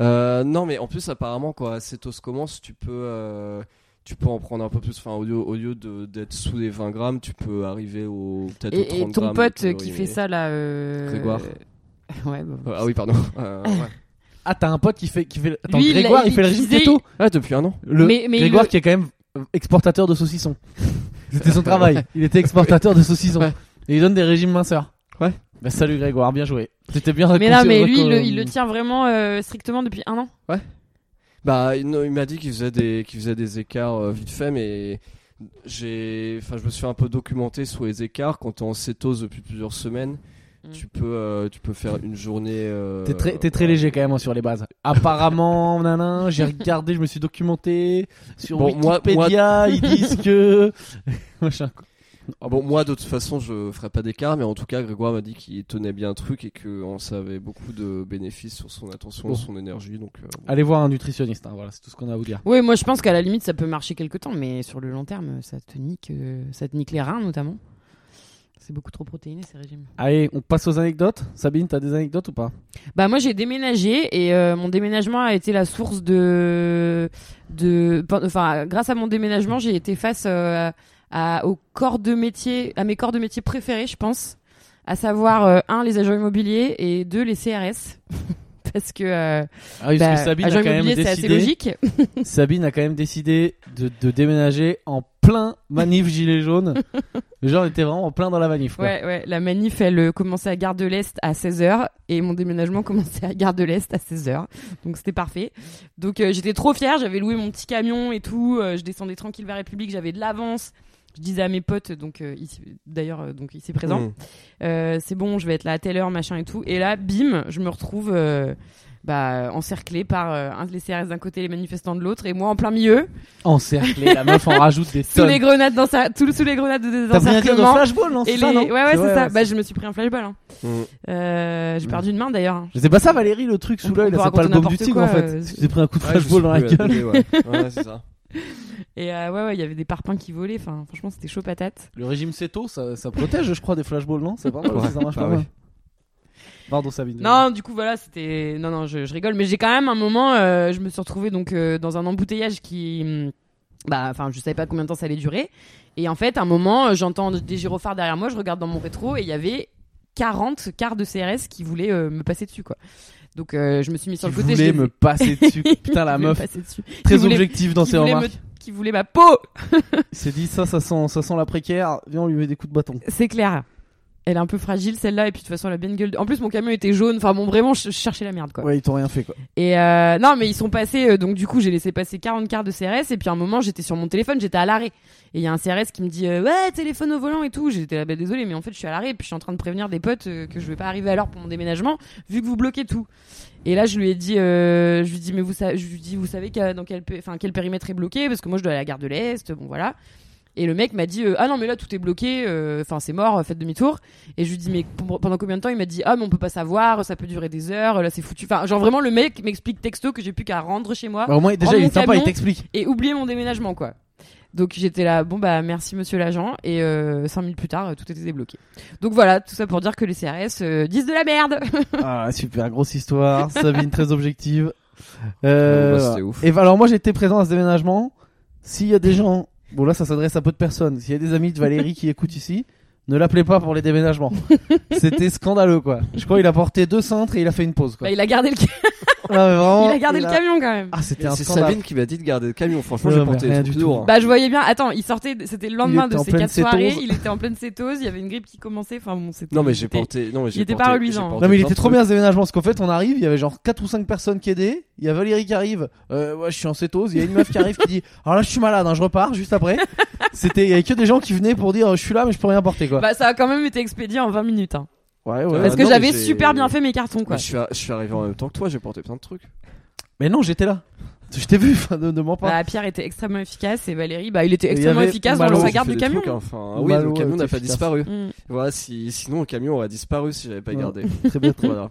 S1: Euh, non, mais en plus, apparemment, quand Acetos commence, tu peux, euh, tu peux en prendre un peu plus. Enfin, au lieu, au lieu de- d'être sous les 20 grammes, tu peux arriver au peut-être aux
S2: Et,
S1: 30
S2: et ton
S1: grammes
S2: pote
S1: de
S2: qui
S1: calories.
S2: fait ça là. euh,
S1: Grégoire.
S2: Ouais, bah,
S1: Euh, ah oui, pardon. Euh, ouais.
S3: Ah, t'as un pote qui fait. Qui fait... Attends,
S2: Lui, il
S3: Grégoire,
S2: l'a-
S3: il, fait le régime
S2: il disait-
S3: keto.
S1: Ouais, Ah, depuis un an.
S3: Le...
S2: Mais- mais il
S3: Grégoire
S2: le-
S3: qui est quand même euh, exportateur de saucissons. C'était son travail. Il était exportateur de saucissons.
S1: Ouais.
S3: Et il donne des régimes minceurs.
S1: Ouais.
S3: Bah, salut Grégoire, bien joué. C'était bien
S2: Mais là,
S3: reconnu-
S2: mais lui, il, le-
S3: recon-
S2: il le tient vraiment euh, strictement depuis un an.
S1: Bah, il, non, il m'a dit qu'il faisait des, qu'il faisait des écarts euh, vite fait, mais j'ai, enfin, je me suis un peu documenté sur les écarts. Quand t'es en cétose depuis plusieurs semaines,
S2: Mm.
S1: tu peux, euh, tu peux faire une journée. euh,
S3: T'es très, t'es très
S1: ouais.
S3: léger quand même hein, sur les bases. Apparemment, nanan, j'ai regardé, je me suis documenté sur
S1: Bon, moi-
S3: Wikipédia, ils disent que machin. quoi.
S1: Ah bon, moi, de toute façon, je ferai pas d'écart, mais en tout cas, Grégoire m'a dit qu'il tenait bien le truc et qu'on savait beaucoup de bénéfices sur son attention,
S3: Bon.
S1: son énergie. Donc, euh, bon.
S3: Allez voir un nutritionniste, hein, voilà, c'est tout ce qu'on a à vous dire.
S2: Oui, moi je pense qu'à la limite ça peut marcher quelque temps, mais sur le long terme ça te nique, euh, ça te nique les reins notamment. C'est beaucoup trop protéiné ces régimes.
S3: Allez, on passe aux anecdotes. Sabine, t'as des anecdotes ou pas
S2: Bah moi j'ai déménagé et euh, mon déménagement a été la source de, de, enfin grâce à mon déménagement j'ai été face euh, à, au corps de métier, à mes corps de métier préférés je pense, à savoir euh, un les agents immobiliers et deux les CRS parce que, euh,
S3: Ah oui,
S2: bah,
S3: parce que Sabine a
S2: agent
S3: quand même
S2: immobilier c'est assez
S3: décidé.
S2: logique.
S3: Sabine a quand même décidé de, de déménager en plein manif gilet jaune. Genre, elle était vraiment en plein dans la manif. Quoi.
S2: Ouais, ouais, la manif, elle euh, commençait à Gare de l'Est à 16h et mon déménagement commençait à Gare de l'Est à 16h. Donc c'était parfait. Donc euh, j'étais trop fière, j'avais loué mon petit camion et tout, euh, je descendais tranquille vers République, j'avais de l'avance. Je disais à mes potes, donc euh, ici- d'ailleurs, euh, donc ici présent,
S3: Mmh.
S1: Mm.
S2: euh, c'est bon, je vais être là à telle heure, machin et tout. Et là, bim, je me retrouve euh, bah, encerclée par euh, un- les CRS d'un côté, les manifestants de l'autre, et moi en plein milieu,
S3: Encerclée, la meuf en rajoute des
S2: sous
S3: tonnes.
S2: les grenades, dans sa, tout, sous les grenades de
S3: T'as pris un tir de
S2: désencerclement.
S3: flashball, non
S2: Et
S3: C'est Mm. ça,
S2: les-
S3: non
S2: ouais, ouais, c'est ça.
S3: ouais,
S2: Bah, je me suis pris un flashball. hein.
S1: Mm.
S2: Euh, j'ai perdu une main d'ailleurs. hein.
S3: Je sais pas ça, Valérie, le truc
S2: On
S3: sous
S2: peut-
S3: l'œil,
S2: on
S3: là,
S2: peut
S3: c'est pas le
S2: raconter
S3: baume
S2: n'importe
S3: du tigre
S2: quoi,
S3: en fait.
S2: euh,
S3: Tu t'es pris un coup de
S1: Ouais, je
S3: flashball dans la
S1: sais plus,
S3: gueule.
S1: ouais, ouais. Ouais, c'est ça.
S2: Et euh, ouais, ouais, il y avait des parpaings qui volaient. Enfin, franchement, c'était chaud patate.
S3: Le régime CETO, ça, ça protège, je crois, des flashballs, non C'est pas mal,
S1: Ouais.
S3: ça marche pas
S1: Ah ouais.
S3: mal. Pardon, Sabine.
S2: Non, du coup, voilà, c'était. Non, non, je, je rigole. Mais j'ai quand même un moment, euh, je me suis retrouvée donc, euh, dans un embouteillage qui. hum, bah enfin je savais pas combien de temps ça allait durer et en fait à un moment euh, j'entends des gyrophares derrière moi je regarde dans mon rétro et il y avait 40 quarts de CRS qui voulaient euh, me passer dessus quoi donc euh, je me suis mis sur
S3: Qui
S2: le côté je les-
S3: voulait me passer dessus. Putain, la
S2: qui voulaient
S3: meuf,
S2: me passer dessus.
S3: très
S2: voulait-
S3: objective dans
S2: qui
S3: ses
S2: voulait me-
S3: remarques.
S2: qui voulait ma peau
S3: Il s'est dit, ça, ça sent, ça sent la précaire. Viens, on lui met des coups de bâton.
S2: c'est clair elle est un peu fragile celle-là et puis de toute façon elle a bien une gueule de- en plus mon camion était jaune enfin bon vraiment je je cherchais la merde quoi
S3: Ouais, ils t'ont rien fait, quoi.
S2: Et euh, non, mais ils sont passés. euh, donc du coup, j'ai laissé passer 40 quarts de CRS. Et puis à un moment, j'étais sur mon téléphone, j'étais à l'arrêt. Et il y a un CRS qui me dit euh, ouais, téléphone au volant et tout. J'étais là, bah, désolé, mais en fait, je suis à l'arrêt. Et puis je suis en train de prévenir des potes euh, que je vais pas arriver à l'heure pour mon déménagement, vu que vous bloquez tout. Et là, je lui ai dit, euh, je lui dis mais vous, sa- je lui dis vous savez qu'à- dans quel, pé- enfin quel périmètre est bloqué parce que moi je dois aller à la gare de l'Est. Bon voilà. Et le mec m'a dit euh, ah non mais là tout est bloqué, euh, enfin c'est mort, faites demi-tour. Et je lui dis mais p- pendant combien de temps Il m'a dit ah mais on peut pas savoir, ça peut durer des heures, là c'est foutu. Enfin genre vraiment le mec m'explique texto que j'ai plus qu'à rendre chez moi
S3: Bah, au moins, déjà,
S2: Prends
S3: il
S2: mon
S3: est sympa,
S2: camion.
S3: il t'explique.
S2: et oublier mon déménagement quoi. Donc j'étais là bon bah merci monsieur l'agent et euh, cinq minutes plus tard euh, tout était débloqué. Donc voilà tout ça pour dire que les CRS euh, disent de la merde.
S3: Ah, super, grosse histoire. Sabine, très objective. Euh,
S1: Bon, bah,
S3: voilà.
S1: c'était ouf.
S3: Et bah, alors, moi, j'étais présent à ce déménagement. S'il y a des gens, bon, là, ça s'adresse à peu de personnes. S'il y a des amis de Valérie qui écoutent ici, ne l'appelez pas pour les déménagements. C'était scandaleux, quoi. Je crois qu'il a porté deux cintres et il a fait une pause, quoi.
S2: Bah, il a gardé le ca-
S3: Ah, mais vraiment,
S2: il a gardé le camion quand même.
S3: Ah, c'était un
S1: C'est
S3: scandale.
S1: Sabine qui m'a dit de garder le camion. Franchement,
S3: Ouais,
S1: j'ai
S3: mais
S1: porté
S3: rien
S1: des
S3: du
S1: trucs
S3: tout.
S1: lourds. hein.
S2: Bah je voyais bien. Attends, il sortait, c'était le lendemain
S3: Il
S2: de
S3: était en
S2: ces
S3: pleine
S2: quatre soirées.
S3: cétose.
S2: Il était en pleine cétose. Il y avait une grippe qui commençait. Enfin bon, c'était.
S1: Non, mais j'ai
S2: c'était-
S1: porté. Non, mais j'ai
S2: était
S1: porté-
S2: pas
S1: j'ai
S2: reluisant.
S1: porté
S3: Non mais il
S1: plein de
S3: était trop
S1: trucs.
S3: bien ce déménagement parce qu'en fait on arrive, il y avait genre 4 ou 5 personnes qui aidaient, il y a Valérie qui arrive, euh, ouais je suis en cétose, il y a une meuf qui arrive qui dit alors là je suis malade, hein, je repars juste après. C'était il y avait que des gens qui venaient pour dire je suis là mais je peux rien porter quoi.
S2: Bah ça a quand même été expédié en 20 minutes. hein.
S3: ouais ouais.
S1: Euh,
S2: Parce que
S1: non,
S2: j'avais
S1: mais j'ai-
S2: super bien fait mes cartons quoi.
S1: Mais Je suis, je suis arrivé en même temps que toi, j'ai porté plein de trucs.
S3: Mais non, j'étais là. Je t'ai vu, enfin ne, ne mens pas.
S2: Bah, Pierre était extrêmement efficace et Valérie, bah il était
S3: il y
S2: extrêmement
S3: avait
S2: efficace
S3: Malo
S2: dans sa
S1: Bah J'ai
S2: garde
S1: fait
S2: du
S1: des
S2: camion.
S3: hein.
S1: trucs, enfin, ah oui,
S3: Malo
S1: le camion
S3: était
S1: n'a pas
S3: Bah efficace.
S1: disparu.
S2: Mm.
S1: Voilà, si, sinon le camion aurait disparu si j'avais pas
S3: Ouais.
S1: gardé.
S3: Très bien. très bien.
S1: Voilà.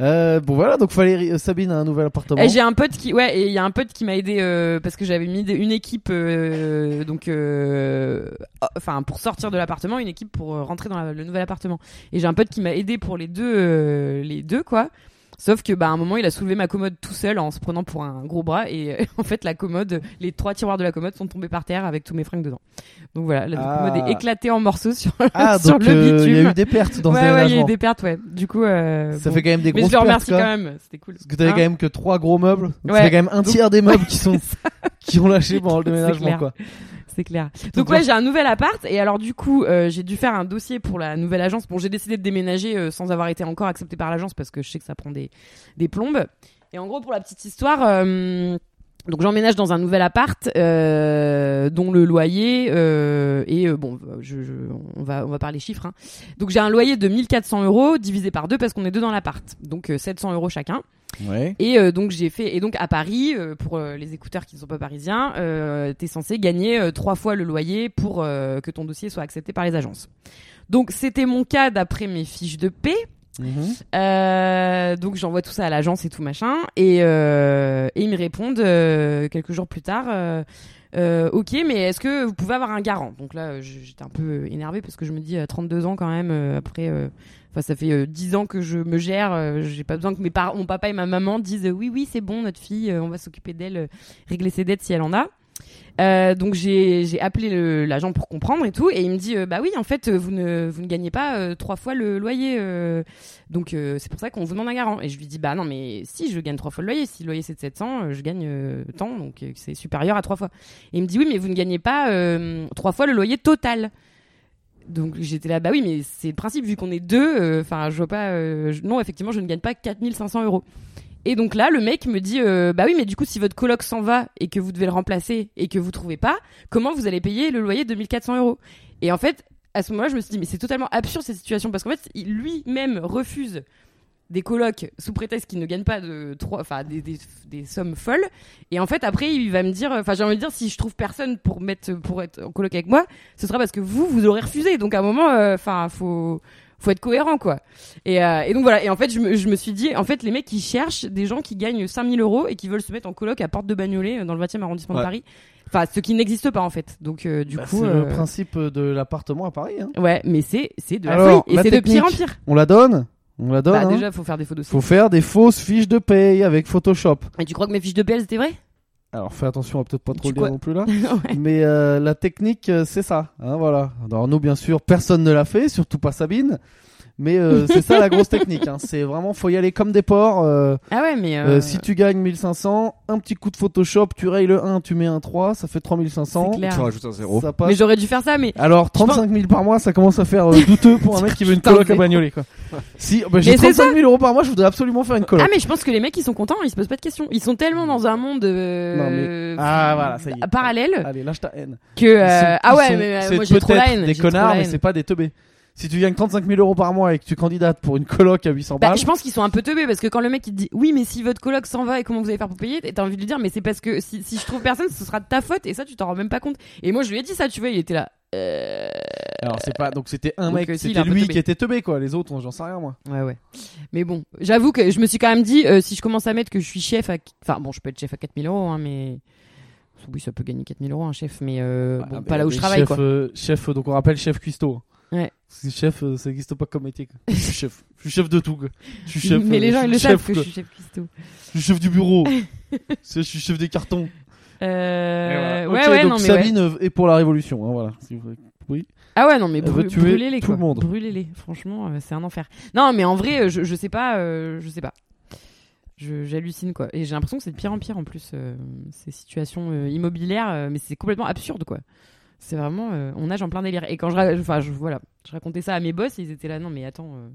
S3: Euh, bon voilà, donc Valérie euh, Sabine a un nouvel appartement.
S2: Et j'ai un pote qui, ouais, et il y a un pote qui m'a aidé euh, parce que j'avais mis des- une équipe, euh, donc, euh, oh, enfin, pour sortir de l'appartement, une équipe pour euh, rentrer dans la- le nouvel appartement. Et j'ai un pote qui m'a aidé pour les deux, euh, les deux quoi. Sauf que, bah, à un moment, il a soulevé ma commode tout seul en se prenant pour un gros bras et euh, en fait, la commode, les trois tiroirs de la commode sont tombés par terre avec tous mes fringues dedans. Donc voilà, la
S3: Ah.
S2: commode est éclatée en morceaux sur,
S3: Ah
S2: sur
S3: donc
S2: le
S3: euh, il y
S2: bitume.
S3: a eu des pertes dans ce
S2: ouais, ouais, il y a eu
S3: déménagement.
S2: des pertes, ouais. Du coup, euh,
S3: Ça
S2: bon.
S3: fait quand même des
S2: mais
S3: grosses
S2: je le
S3: pertes
S2: remercie
S3: quoi.
S2: quand même, c'était cool.
S3: Parce que t'avais
S2: Hein
S3: quand même que trois gros meubles. Donc
S2: Ouais.
S3: Ça fait quand même un tiers des meubles qui sont
S2: C'est
S3: qui ont lâché pendant le
S2: C'est
S3: déménagement
S2: clair.
S3: quoi.
S2: C'est clair.
S3: Tout
S2: Donc ouais,
S3: dire.
S2: j'ai un nouvel appart et alors du coup, euh, j'ai dû faire un dossier pour la nouvelle agence. Bon, j'ai décidé de déménager euh, sans avoir été encore accepté par l'agence parce que je sais que ça prend des des plombes. Et en gros, pour la petite histoire, euh, donc j'emménage dans un nouvel appart euh, dont le loyer euh, est euh, bon, je, je- on va on va parler chiffres. hein. Donc j'ai un loyer de 1400 euros divisé par deux parce qu'on est deux dans l'appart, donc euh, 700 euros chacun.
S3: Ouais.
S2: Et euh, donc j'ai fait et donc à Paris euh, pour euh, les écouteurs qui ne sont pas parisiens, euh, t'es censé gagner euh, trois fois le loyer pour euh, que ton dossier soit accepté par les agences. Donc c'était mon cas d'après mes fiches de paie.
S3: Mhm.
S2: Euh, donc j'envoie tout ça à l'agence et tout machin et, euh, et ils me répondent euh, quelques jours plus tard euh, euh, ok mais est-ce que vous pouvez avoir un garant donc là euh, j- j'étais un peu énervée parce que je me dis à 32 ans quand même euh, après euh, enfin ça fait euh, 10 ans que je me gère euh, j'ai pas besoin que mes parents mon papa et ma maman disent euh, oui oui c'est bon notre fille euh, on va s'occuper d'elle euh, régler ses dettes si elle en a euh, donc j'ai j'ai appelé le- l'agent pour comprendre et tout et il me dit euh, bah oui en fait euh, vous ne vous ne gagnez pas euh, trois fois le loyer euh, donc euh, c'est pour ça qu'on vous demande un garant. Et je lui dis bah non mais si je gagne trois fois le loyer, si le loyer c'est de 700, euh, je gagne euh, tant, donc euh, c'est supérieur à trois fois. Et il me dit oui mais vous ne gagnez pas euh, trois fois le loyer total. Donc j'étais là bah oui mais c'est le principe vu qu'on est deux, enfin je vois pas, euh, je- non effectivement je ne gagne pas 4500 euros. Et donc là, le mec me dit, euh, bah oui, mais du coup, si votre coloc s'en va et que vous devez le remplacer et que vous trouvez pas, comment vous allez payer le loyer de 1400 euros Et en fait, à ce moment-là, je me suis dit, mais c'est totalement absurde cette situation parce qu'en fait, il lui-même refuse des colocs sous prétexte qu'il ne gagne pas de trois, enfin des, des, des sommes folles. Et en fait, après, il va me dire, euh, enfin, j'ai envie de dire, si je trouve personne pour mettre, pour être en coloc avec moi, ce sera parce que vous, vous aurez refusé. Donc à un moment, euh, enfin, faut faut être cohérent quoi. Et, euh, et donc voilà. Et en fait, je me, je me suis dit, en fait, les mecs, ils cherchent des gens qui gagnent 5000 euros et qui veulent se mettre en coloc à Porte de Bagnolet euh, dans le 20e arrondissement
S1: Ouais.
S2: de Paris. Enfin, ce qui n'existe pas en fait. Donc euh, du
S3: Bah,
S2: coup,
S3: c'est
S2: euh,
S3: le principe de l'appartement à Paris. hein.
S2: ouais, mais c'est c'est de la
S3: Alors,
S2: folie et
S3: la
S2: c'est de pire en
S3: technique.
S2: pire.
S3: On la donne, on la donne.
S2: Bah,
S3: hein.
S2: déjà, faut faire des photos.
S3: Faut faire des fausses fiches de paye avec Photoshop.
S2: Et tu crois que mes fiches de paie, elles étaient vraies
S3: Alors fais attention à peut-être pas trop
S2: Tu
S3: le dire
S2: quoi-
S3: non plus là.
S2: Ouais.
S3: Mais euh, la technique, euh, c'est ça. hein, voilà. Alors nous, bien sûr, personne ne l'a fait, surtout pas Sabine. Mais euh, c'est ça la grosse technique. hein. C'est vraiment, faut y aller comme des porcs. euh,
S2: Ah ouais, mais.
S3: euh,
S2: euh,
S3: si tu gagnes 1500, un petit coup de Photoshop, tu rayes le 1, tu mets un 3, ça fait 3500.
S2: C'est clair.
S1: Tu rajoutes un zéro.
S3: Ça
S2: Mais
S3: passe.
S2: j'aurais dû faire ça, mais.
S3: Alors 35 000 par mois, ça commence à faire euh, douteux pour un mec qui veut une
S2: Putain,
S3: coloc à
S2: mais-
S3: bagnolet. Quoi. Si, bah, j'ai
S2: Mais c'est
S3: 35 000 euros par mois, je voudrais absolument faire une
S2: Ah,
S3: coloc.
S2: mais je pense que les mecs, ils sont contents, ils se posent pas de questions. Ils sont tellement dans un monde. euh,
S3: Non, mais- Ah, voilà, ça y est.
S2: Parallèle
S3: Allez, lâche ta haine.
S2: que.
S3: Ils
S2: euh,
S3: sont-
S2: ah
S3: ils
S2: ouais,
S3: sont-
S2: mais euh,
S3: c'est
S2: moi j'ai trop la
S3: peut-être
S2: haine.
S3: Des
S2: j'ai trop la
S3: connards, mais
S2: haine.
S3: c'est pas des teubés. Si tu gagnes 35 000 euros par mois et que tu candidates pour une coloc à 800
S2: Bah,
S3: balles,
S2: je pense qu'ils sont un peu teubés parce que quand le mec il te dit oui mais si votre coloc s'en va et comment vous allez faire pour payer t'as envie de lui dire mais c'est parce que si, si je trouve personne ce sera de ta faute et ça tu t'en rends même pas compte et moi je lui ai dit ça tu vois il était là euh...
S3: alors c'est pas. Donc c'était un
S2: Donc,
S3: mec,
S2: euh, si, il est
S3: c'était
S2: un peu
S3: lui
S2: teubé.
S3: qui était teubé quoi. Les autres, j'en sais rien moi.
S2: ouais ouais mais bon j'avoue que je me suis quand même dit euh, si je commence à mettre que je suis chef à enfin bon je peux être chef à 4000 euros hein, mais oui ça peut gagner 4000 euros un chef mais euh,
S3: Ah,
S2: bon, pas là où je travaille
S3: chef,
S2: quoi
S3: euh, chef, donc on rappelle chef cuistot.
S2: Ouais.
S3: Parce que Chef, euh, ça existe pas comme métier. quoi. Je suis chef. Je suis chef de tout. quoi. Je suis chef.
S2: mais
S3: euh,
S2: les gens
S3: je
S2: ils
S3: suis
S2: le savent
S3: chef,
S2: que je
S3: quoi.
S2: suis chef cuistot
S3: Je suis chef du bureau. je suis chef des cartons.
S2: euh...
S3: Et voilà.
S2: ouais
S3: Ok,
S2: ouais
S3: donc
S2: non mais ouais.
S3: Sabine euh, est pour la révolution. hein, voilà. Si vous-
S2: Ah ouais, non, mais
S3: Elle veut
S2: brû-
S3: tuer
S2: brûlez-les,
S3: tout
S2: quoi.
S3: le monde.
S2: Brûlez-les, franchement, euh, c'est un enfer. Non, mais en vrai, euh, je, je sais pas, euh, je sais pas. Je- J'hallucine, quoi. Et j'ai l'impression que c'est de pire en pire, en plus, euh, ces situations euh, immobilières, euh, mais c'est complètement absurde, quoi. C'est vraiment, euh, on nage en plein délire. Et quand je, ra- enfin, je, voilà, je racontais ça à mes boss, ils étaient là, non, mais attends. euh,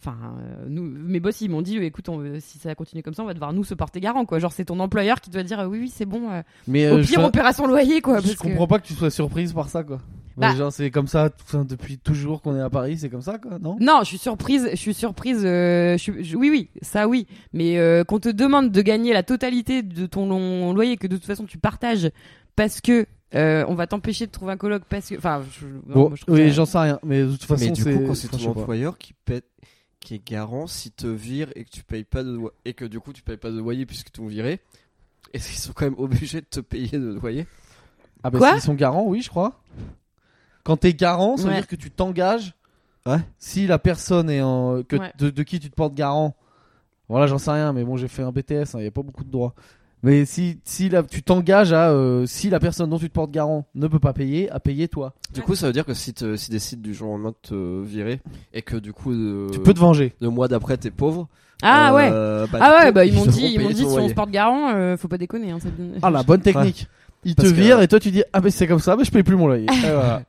S2: Enfin, euh, nous, mes boss, ils m'ont dit, euh, écoute, on, veut- si ça continue comme ça, on va devoir nous se porter garant, quoi. Genre, c'est ton employeur qui doit dire, euh, oui, oui, c'est bon. euh,
S3: Mais
S2: au
S3: euh,
S2: pire,
S3: je-
S2: on paiera son loyer, quoi.
S3: je
S2: parce que-
S3: comprends pas que tu sois surprise par ça quoi.
S2: Bah.
S3: Ouais, genre c'est comme ça tout- enfin, depuis toujours qu'on est à Paris, c'est comme ça quoi, non
S2: Non, je suis surprise, je suis surprise. euh, je suis- je- oui, oui, ça, oui. Mais euh, qu'on te demande de gagner la totalité de ton long loyer que de toute façon tu partages parce que euh, on va t'empêcher de trouver un coloc parce que. Enfin, je, non,
S3: Bon,
S2: moi, je trouve
S3: oui,
S2: ça-
S3: j'en sais rien, mais de toute façon
S1: mais du
S3: c'est
S1: coup, quand c'est
S3: enfin, je
S1: ton
S3: sais pas.
S1: employeur qui pète, qui est garant, si te vire et que tu payes pas de loi- et que du coup tu payes pas de loyer puisque t'ont viré, est-ce qu'ils sont quand même obligés de te payer de loyer
S3: Ah bah
S2: Quoi
S3: s'ils sont garants, oui, je crois. Quand t'es garant, ça veut
S2: Ouais.
S3: dire que tu t'engages.
S1: Ouais.
S3: Si la personne est en que
S2: Ouais.
S3: de, de qui tu te portes garant. Voilà, j'en sais rien, mais bon, j'ai fait un BTS, il hein, y a pas beaucoup de droits. Mais si si la, tu t'engages à euh, si la personne dont tu te portes garant ne peut pas payer, à payer toi.
S1: Du coup, ça veut dire que si te, si décident du jour au lendemain de te virer et que du coup euh,
S3: Tu peux te venger.
S1: le mois d'après t'es pauvre.
S2: Ah ouais.
S1: euh, bah, du
S2: Ah ouais,
S1: coup,
S2: bah ils m'ont
S1: devront
S2: dit, ils m'ont
S1: payer
S2: dit
S1: ton
S2: si on
S1: loyer.
S2: se porte garant, euh, faut pas déconner. Hein, ça donne-
S3: Ah la bonne technique. Ils
S1: Parce
S3: te
S1: que-
S3: virent et toi tu dis ah mais c'est comme ça, mais je paye plus mon loyer. Et voilà.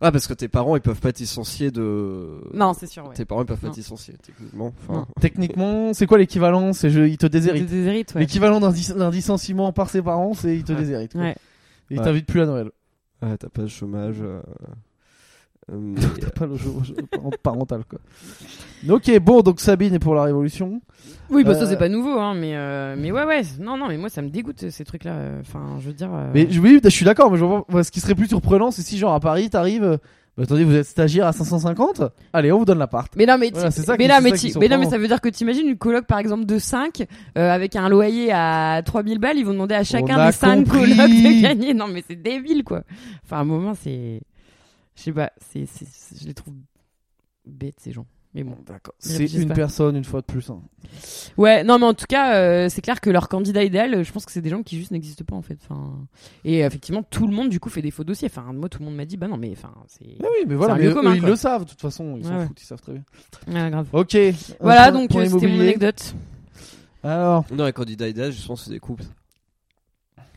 S1: Ah parce que tes parents ils peuvent pas te licencier de.
S2: Non, c'est sûr. Ouais.
S1: Tes parents ils peuvent pas
S2: Non.
S1: te licencier techniquement. Enfin,
S2: Non.
S3: Techniquement, c'est quoi l'équivalent C'est je, il te
S2: Des-
S3: déshérite.
S2: des hérites, ouais.
S3: L'équivalent d'un, dis- d'un licenciement par ses parents, c'est il te
S1: Ouais.
S3: déshérite. quoi.
S2: Ouais.
S3: Et il
S1: Ouais.
S3: t'invite plus à Noël.
S1: ouais, t'as pas de chômage. euh, euh, mais,
S3: T'as pas le jour parental quoi. Ok, bon donc Sabine est pour la révolution.
S2: Oui, bah ça
S3: Euh,
S2: c'est pas nouveau, hein, mais euh, mais ouais, ouais. Non, non, mais moi ça me dégoûte ces trucs-là. euh, Enfin, je veux dire. euh,
S3: Mais je, oui, je suis d'accord, mais je vois pas- moi, ce qui serait plus surprenant, c'est si genre à Paris t'arrives, euh, bah, attendez vous êtes stagiaire à 550, allez on vous donne l'appart.
S2: Mais non, mais, ti-
S3: Voilà, c'est ça qui-
S2: mais, non,
S3: c'est
S2: mais,
S3: ça
S2: ti-
S3: qui
S2: mais non, mais
S3: surprend.
S2: ça veut dire que t'imagines une coloc par exemple de 5 avec un loyer à 3000 balles, ils vont demander à
S3: On
S2: chacun
S3: a
S2: des 5
S3: compris.
S2: colocs de gagner. Non, mais c'est débile quoi. Enfin, à un moment, c'est. Je sais pas, c'est, c'est- c'est- je les trouve bêtes ces gens. Mais bon.
S3: D'accord.
S2: Ils
S3: C'est
S2: réfléchissent
S3: une
S2: pas.
S3: personne une fois de plus. hein.
S2: Ouais, non, mais en tout cas, euh, c'est clair que leur candidat idéal, euh, je pense que c'est des gens qui juste n'existent pas en fait. Enfin, et euh, effectivement, tout le monde du coup fait des faux dossiers. Enfin, moi, tout le monde m'a dit, bah non, mais enfin, c'est.
S3: Ah oui, mais voilà,
S2: un
S3: mais
S2: lieu
S3: eux,
S2: commun,
S3: ils
S2: quoi.
S3: le savent de toute façon, ils s'en
S2: Ouais, ouais.
S3: foutent, ils savent très bien.
S2: Ouais, grave.
S3: Ok.
S2: Voilà,
S3: point-
S2: donc
S3: point
S2: euh, c'était mon
S3: immobilier.
S2: anecdote.
S3: Alors,
S1: Non, les candidats idéal, je pense, c'est des couples.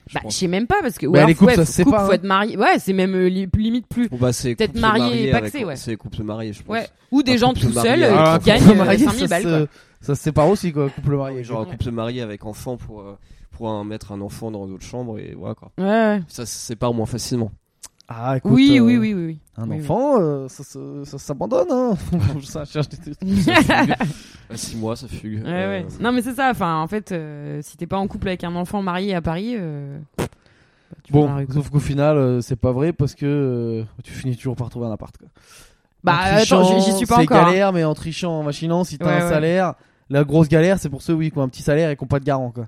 S1: Je
S2: Bah, je
S1: pense.
S2: sais même pas parce que. ou
S3: Bah,
S2: alors,
S3: les couples,
S2: ouais,
S3: ça
S2: faut-
S3: se sépare,
S2: couple, faut
S3: hein.
S2: être marié. Ouais, c'est même euh, li- limite plus.
S1: Bon, bah, c'est
S2: Peut-être
S1: couple
S2: marié
S1: marié
S2: et paxé,
S1: avec-
S2: ouais.
S1: C'est les couples mariés, je pense.
S2: Ouais. Ou des
S1: Un
S2: gens
S1: couple
S2: tout
S1: marié
S2: seuls
S1: avec-
S2: euh,
S3: alors,
S2: qui
S1: un
S2: gagnent
S1: couple
S2: euh,
S1: marié,
S2: 5000
S3: ça,
S2: balles.
S3: se,
S2: Quoi.
S3: ça se sépare aussi quoi, couple marié.
S1: Genre un
S2: Ouais.
S1: couple marié avec enfant pour, euh, pour un- mettre un enfant dans l'autre chambre et voilà quoi.
S2: Ouais.
S1: Ça se sépare moins facilement.
S3: Ah, écoute,
S2: Oui,
S3: euh,
S2: oui, oui, oui, oui.
S3: Un
S2: Oui, oui.
S3: enfant, euh, ça, se- ça s'abandonne. Hein. ça cherche des trucs.
S1: À 6 mois, ça fugue.
S2: Ouais,
S1: Euh,
S2: ouais. Non, mais c'est ça. Enfin, en fait, euh, si t'es pas en couple avec un enfant marié à Paris, euh, bah, tu vas dans la
S3: Bon,
S2: rue, quoi.
S3: sauf qu'au final, euh, c'est pas vrai parce que euh, tu finis toujours par trouver un appart. Quoi.
S2: Bah,
S3: En trichant,
S2: attends, j'y- j'y suis pas
S3: c'est
S2: encore, hein.
S3: galère, mais en trichant, en machinant, si t'as
S2: Ouais,
S3: un
S2: ouais.
S3: salaire, la grosse galère, c'est pour ceux oui, qui ont un petit salaire et qui ont pas de garant. Quoi.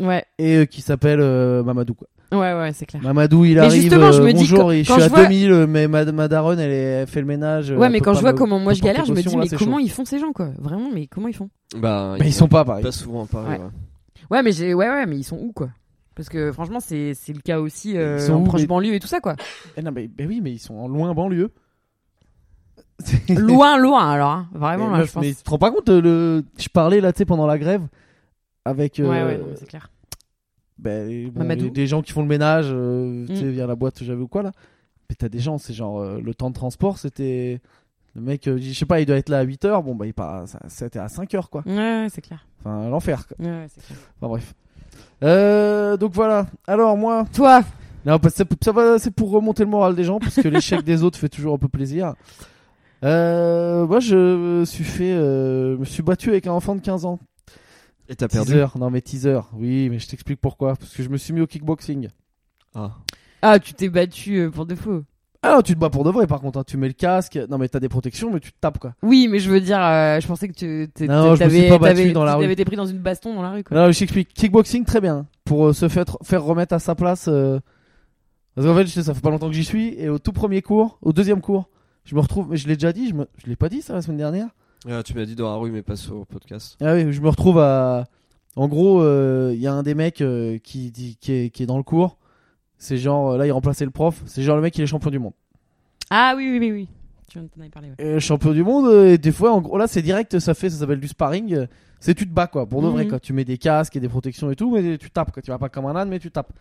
S2: ouais,
S3: Et euh, qui s'appelle euh, Mamadou. Quoi.
S2: ouais, ouais, c'est clair.
S3: Mamadou, il
S2: Mais
S3: arrive.
S2: justement, je
S3: euh,
S2: me dis
S3: bonjour,
S2: que-
S3: et je
S2: quand
S3: suis
S2: je
S3: à
S2: vois-
S3: 2000, euh, mais ma, ma daronne, elle, est- elle fait le ménage. euh,
S2: ouais,
S3: elle
S2: mais
S3: peut
S2: quand
S3: pas
S2: je vois
S3: me-
S2: comment moi je
S3: porter
S2: galère, je me
S3: caution,
S2: dis
S3: là,
S2: mais
S3: c'est
S2: comment
S3: chaud.
S2: ils font ces gens quoi Vraiment, mais comment ils font
S1: Bah,
S3: Mais ils sont pas pareils.
S1: pas souvent pareil.
S2: Ouais.
S1: ouais.
S2: Ouais, mais j'ai, ouais, ouais, mais ils sont où quoi Parce que franchement, c'est, c'est le cas aussi euh,
S3: Ils sont
S2: en
S3: où,
S2: proche
S3: mais-
S2: banlieue et tout ça quoi.
S3: Eh non, mais, mais oui, mais ils sont en loin banlieue.
S2: loin, loin alors, hein.
S3: mais,
S2: vraiment là,
S3: meuf,
S2: je pense.
S3: mais tu te rends pas compte, euh, le... je parlais là, tu sais, pendant la grève, avec euh,
S2: Ouais, ouais, non, mais c'est clair.
S3: ben, bon,
S2: Mamadou.
S3: les- des gens qui font le ménage, euh, tu sais,
S2: Mm.
S3: via la boîte que j'avais ou quoi là. Mais t'as des gens, c'est genre euh, le temps de transport, c'était. Le mec, euh, je sais pas, il doit être là à 8h, bon bah il part à, c'était à 5h quoi.
S2: Ouais, ouais, c'est clair.
S3: Enfin, l'enfer quoi.
S2: Ouais, ouais, c'est clair.
S3: Enfin bref. Euh, donc voilà. Alors moi,
S2: Toi,
S3: non, parce que ça, ça va, c'est pour remonter le moral des gens, parce que l'échec des autres fait toujours un peu plaisir. Euh, moi, je me suis fait, euh, je me suis battu avec un enfant de 15 ans.
S1: Et t'as perdu.
S3: Teaser, non mais teaser. Oui, mais je t'explique pourquoi. Parce que je me suis mis au kickboxing.
S1: Ah.
S2: ah, tu t'es battu euh, pour de faux.
S3: Ah, tu te bats pour de vrai. Par contre, hein. tu mets le casque. Non mais t'as des protections, mais tu te tapes quoi.
S2: Oui, mais je veux dire, euh, je pensais que tu t'es-
S3: Non, je me suis
S2: t'avais
S3: pas battu
S2: t'avais-
S3: dans la
S2: t'avais
S3: rue. Ah.
S2: été pris dans une baston dans la rue quoi.
S3: Non, je t'explique. Kickboxing, très bien. Pour euh, se faire, faire remettre à sa place. euh, Parce qu'en fait, je sais, ça fait pas longtemps que j'y suis. Et au tout premier cours, au deuxième cours, je me retrouve. Mais je l'ai déjà dit. Je, me... je l'ai pas dit ça la semaine dernière.
S1: Ah, tu m'as dit dans la rue, mais pas sur podcast.
S3: Ah oui, je me retrouve à. En gros, euh, il y a un des mecs euh, qui, dit, qui, est, qui est dans le cours. C'est genre, euh, là, il remplaçait le prof. C'est genre le mec, il est champion du monde.
S2: Ah oui, oui, oui, oui. Tu en avais parlé. Ouais.
S3: Euh, champion du monde, euh, et des fois, en gros, là, c'est direct, ça fait, ça s'appelle du sparring. euh, C'est tu te bats, quoi, pour de vrai,
S2: Mhm.
S3: quoi. Tu mets des casques et des protections et tout, mais tu tapes, quoi. Tu vas pas comme un âne, mais tu tapes.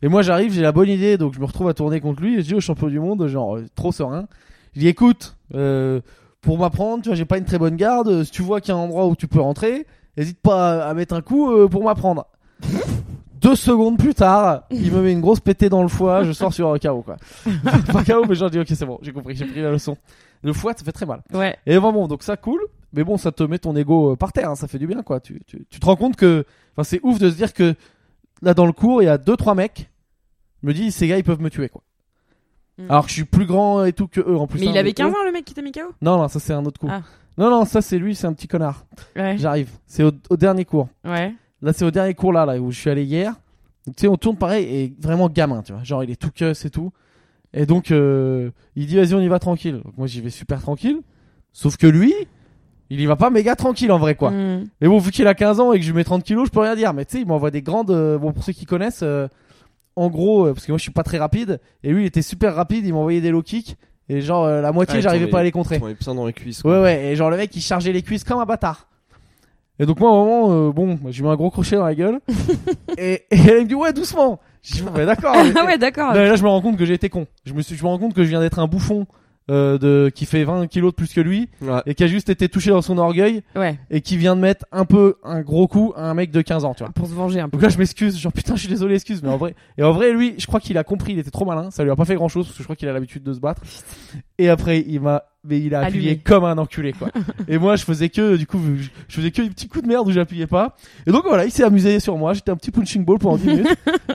S3: Et moi, j'arrive, j'ai la bonne idée, donc je me retrouve à tourner contre lui, et je dis au champion du monde, genre, euh, trop serein. Je dis, écoute, euh, pour m'apprendre, tu vois, j'ai pas une très bonne garde. euh, Si tu vois qu'il y a un endroit où tu peux rentrer, hésite pas à à mettre un coup euh, pour m'apprendre. Deux secondes plus tard, il me met une grosse pétée dans le foie, je sors sur un KO, quoi. pas KO, mais genre, je dis, ok, c'est bon, j'ai compris, j'ai pris la leçon. Le foie, ça fait très mal.
S2: Ouais.
S3: Et vraiment, bon, donc ça cool, mais bon, ça te met ton ego euh, par terre, hein, ça fait du bien quoi. Tu, tu, tu te rends compte que, enfin, c'est ouf de se dire que là dans le cours, il y a deux trois mecs. Je me dis, ces gars, ils peuvent me tuer quoi.
S2: Mm.
S3: Alors que je suis plus grand et tout que eux en plus.
S2: Mais
S3: hein,
S2: il avait
S3: eux-
S2: 15 ans le mec qui t'a mis KO
S3: Non, non, ça c'est un autre coup.
S2: Ah.
S3: Non, non, ça c'est lui, c'est un petit connard.
S2: Ouais.
S3: J'arrive, c'est au, au dernier cours.
S2: Ouais.
S3: Là, c'est au dernier cours là, là où je suis allé hier. Donc, Tu sais, on tourne pareil et vraiment gamin, tu vois. Genre, il est tout cuss et tout. Et donc, euh, il dit, vas-y, on y va tranquille. Donc, moi, j'y vais super tranquille. Sauf que lui, il y va pas méga tranquille en vrai, quoi.
S2: Mm.
S3: Mais bon, vu qu'il a 15 ans et que je lui mets 30 kilos, je peux rien dire. Mais tu sais, il m'envoie des grandes. euh, bon, pour ceux qui connaissent, euh, en gros, euh, parce que moi, je suis pas très rapide. Et lui, il était super rapide. Il m'envoyait des low kicks. Et genre, euh, la moitié,
S1: Ah,
S3: j'arrivais
S1: attends,
S3: pas à
S1: mais-
S3: les contrer.
S1: Tu m'en mets plein dans les cuisses. quoi.
S3: Ouais, ouais, et genre le mec il chargeait les cuisses comme un bâtard. Et donc moi, à un moment, euh, bon, j'ai mis un gros crochet dans la gueule. et, et elle me dit, ouais, doucement. Je dis, bon, bah, d'accord.
S2: Ah ouais, d'accord.
S3: Non, mais là, je me rends compte que j'ai été con. Je me, suis, je me rends compte que je viens d'être un bouffon euh, de, qui fait 20 kilos de plus que lui
S1: Ouais.
S3: et qui a juste été touché dans son orgueil
S2: Ouais.
S3: et qui vient de mettre un peu un gros coup à un mec de 15 ans, tu vois.
S2: Pour se venger un peu.
S3: Donc là, je m'excuse, genre putain, je suis désolé, excuse, mais en vrai, et en vrai, lui, je crois qu'il a compris, il était trop malin, ça lui a pas fait grand chose parce que je crois qu'il a l'habitude de se battre. Et après, il m'a, mais il a appuyé
S2: Allumé.
S3: comme un enculé, quoi. et moi, je faisais que, du coup, je je faisais que des petits coups de merde où j'appuyais pas. Et donc voilà, il s'est amusé sur moi, j'étais un petit punching ball pendant 10 minutes.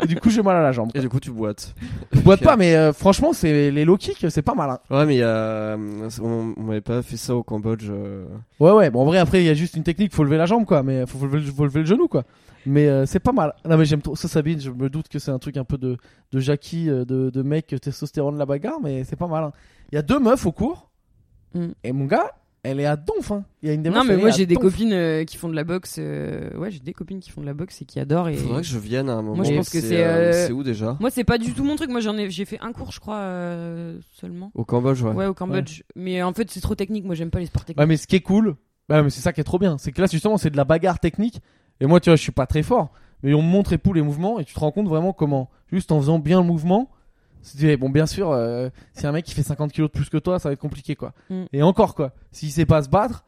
S3: et du coup, j'ai mal à la jambe.
S1: Et du coup, tu boites.
S3: Je boite pas, mais euh, franchement, c'est les low kicks, c'est pas malin.
S1: Ouais, mais il y a, euh, on, on m'avait pas fait ça au Cambodge. euh.
S3: Ouais, ouais, bon, en vrai, après, il y a juste une technique, faut lever la jambe, quoi, mais faut, faut lever, le- faut lever le genou, quoi. Mais euh, c'est pas mal. Non, mais j'aime trop ça, Sabine, je me doute que c'est un truc un peu de, de Jackie, euh, de, de mec euh, testostérone la bagarre, mais c'est pas mal. hein. Il y a deux meufs au cours,
S2: Mm.
S3: et mon gars, elle est à donf, hein. Il y a une des
S2: Non,
S3: meufs,
S2: mais
S3: elle
S2: moi
S3: est à
S2: j'ai des
S3: donf.
S2: copines euh, qui font de la boxe. euh, Ouais, j'ai des copines qui font de la boxe et qui adorent. Et...
S1: Faudrait que je vienne à un moment.
S2: Moi, je pense que c'est,
S1: euh,
S2: euh,
S1: C'est où déjà
S2: Moi, c'est pas du tout mon truc. Moi, j'en ai, j'ai fait un cours, je crois, euh, seulement.
S1: Au Cambodge, ouais.
S2: Ouais, au Cambodge. Mais en fait, c'est trop technique. Moi, j'aime pas les sports techniques.
S3: Ouais, mais ce qui est cool, bah, mais c'est ça qui est trop bien, c'est que là, justement, c'est de la bagarre technique, et moi, tu vois, je suis pas très fort, mais on me montre et tous les mouvements, et tu te rends compte vraiment comment, juste en faisant bien le mouvement, tu te dis, eh, bon, bien sûr, euh, si un mec qui fait 50 kilos de plus que toi, ça va être compliqué, quoi.
S2: Mm.
S3: Et encore, quoi, s'il sait pas se battre,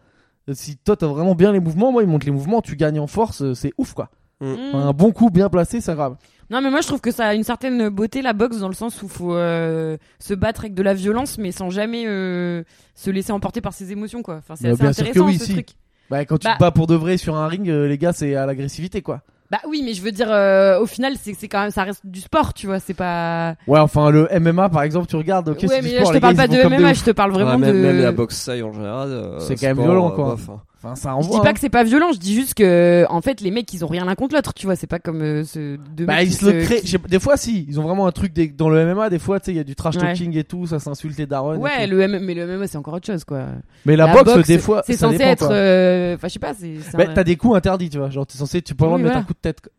S3: euh, si toi, t'as vraiment bien les mouvements, moi, il montre les mouvements, tu gagnes en force, euh, c'est ouf, quoi.
S2: Mm.
S3: Enfin, un bon coup bien placé, ça grave.
S2: Non, mais moi, je trouve que ça a une certaine beauté la boxe dans le sens où faut euh, se battre avec de la violence, mais sans jamais euh, se laisser emporter par ses émotions, quoi. Enfin, c'est
S3: Mais
S2: assez
S3: Bah, bien sûr que
S2: intéressant
S3: oui,
S2: ce
S3: si.
S2: truc.
S3: Bah, quand tu
S2: Bah.
S3: te bats pour de vrai sur un ring, euh, les gars, c'est à l'agressivité, quoi.
S2: Bah oui, mais je veux dire, euh, au final, c'est c'est quand même, ça reste du sport, tu vois. C'est pas.
S3: Ouais, enfin, le MMA, par exemple, tu regardes, euh, ok,
S2: ouais,
S3: c'est du
S2: mais là,
S3: sport,
S2: je te
S3: les
S2: parle
S3: gars, ils
S2: pas
S3: y vont
S2: de
S3: comme des
S2: MMA,
S3: oufs.
S2: je te parle vraiment
S1: Ouais, même,
S2: de.
S1: même la boxe taille en général. euh,
S3: C'est quand même
S1: sport,
S3: violent,
S1: euh,
S3: quoi.
S1: bof, hein.
S3: Enfin, ça
S2: Je
S3: envoie.
S2: dis pas
S3: hein.
S2: que c'est pas violent, je dis juste que en fait les mecs ils ont rien l'un contre l'autre, tu vois, c'est pas comme euh, ce deux
S3: Bah,
S2: mecs
S3: ils
S2: qui
S3: se le
S2: se-
S3: créent. Je sais pas, Des fois, si. Ils ont vraiment un truc des- dans le MMA. Des fois, tu sais, il y a du trash
S2: Ouais.
S3: talking et tout. Ça s'insulte les darons. et
S2: Ouais,
S3: tout.
S2: le M... mais le MMA c'est encore autre chose quoi.
S3: Mais la,
S2: La
S3: boxe, des fois,
S2: c'est
S3: ça
S2: censé
S3: dépend,
S2: être
S3: quoi.
S2: euh, enfin je sais pas, c'est c'est
S3: Bah,
S2: un-
S3: t'as des coups interdits, tu vois. Genre, t'es censé, tu peux pas le droit
S2: Oui,
S3: de mettre un
S2: voilà.
S3: coup de tête. quoi.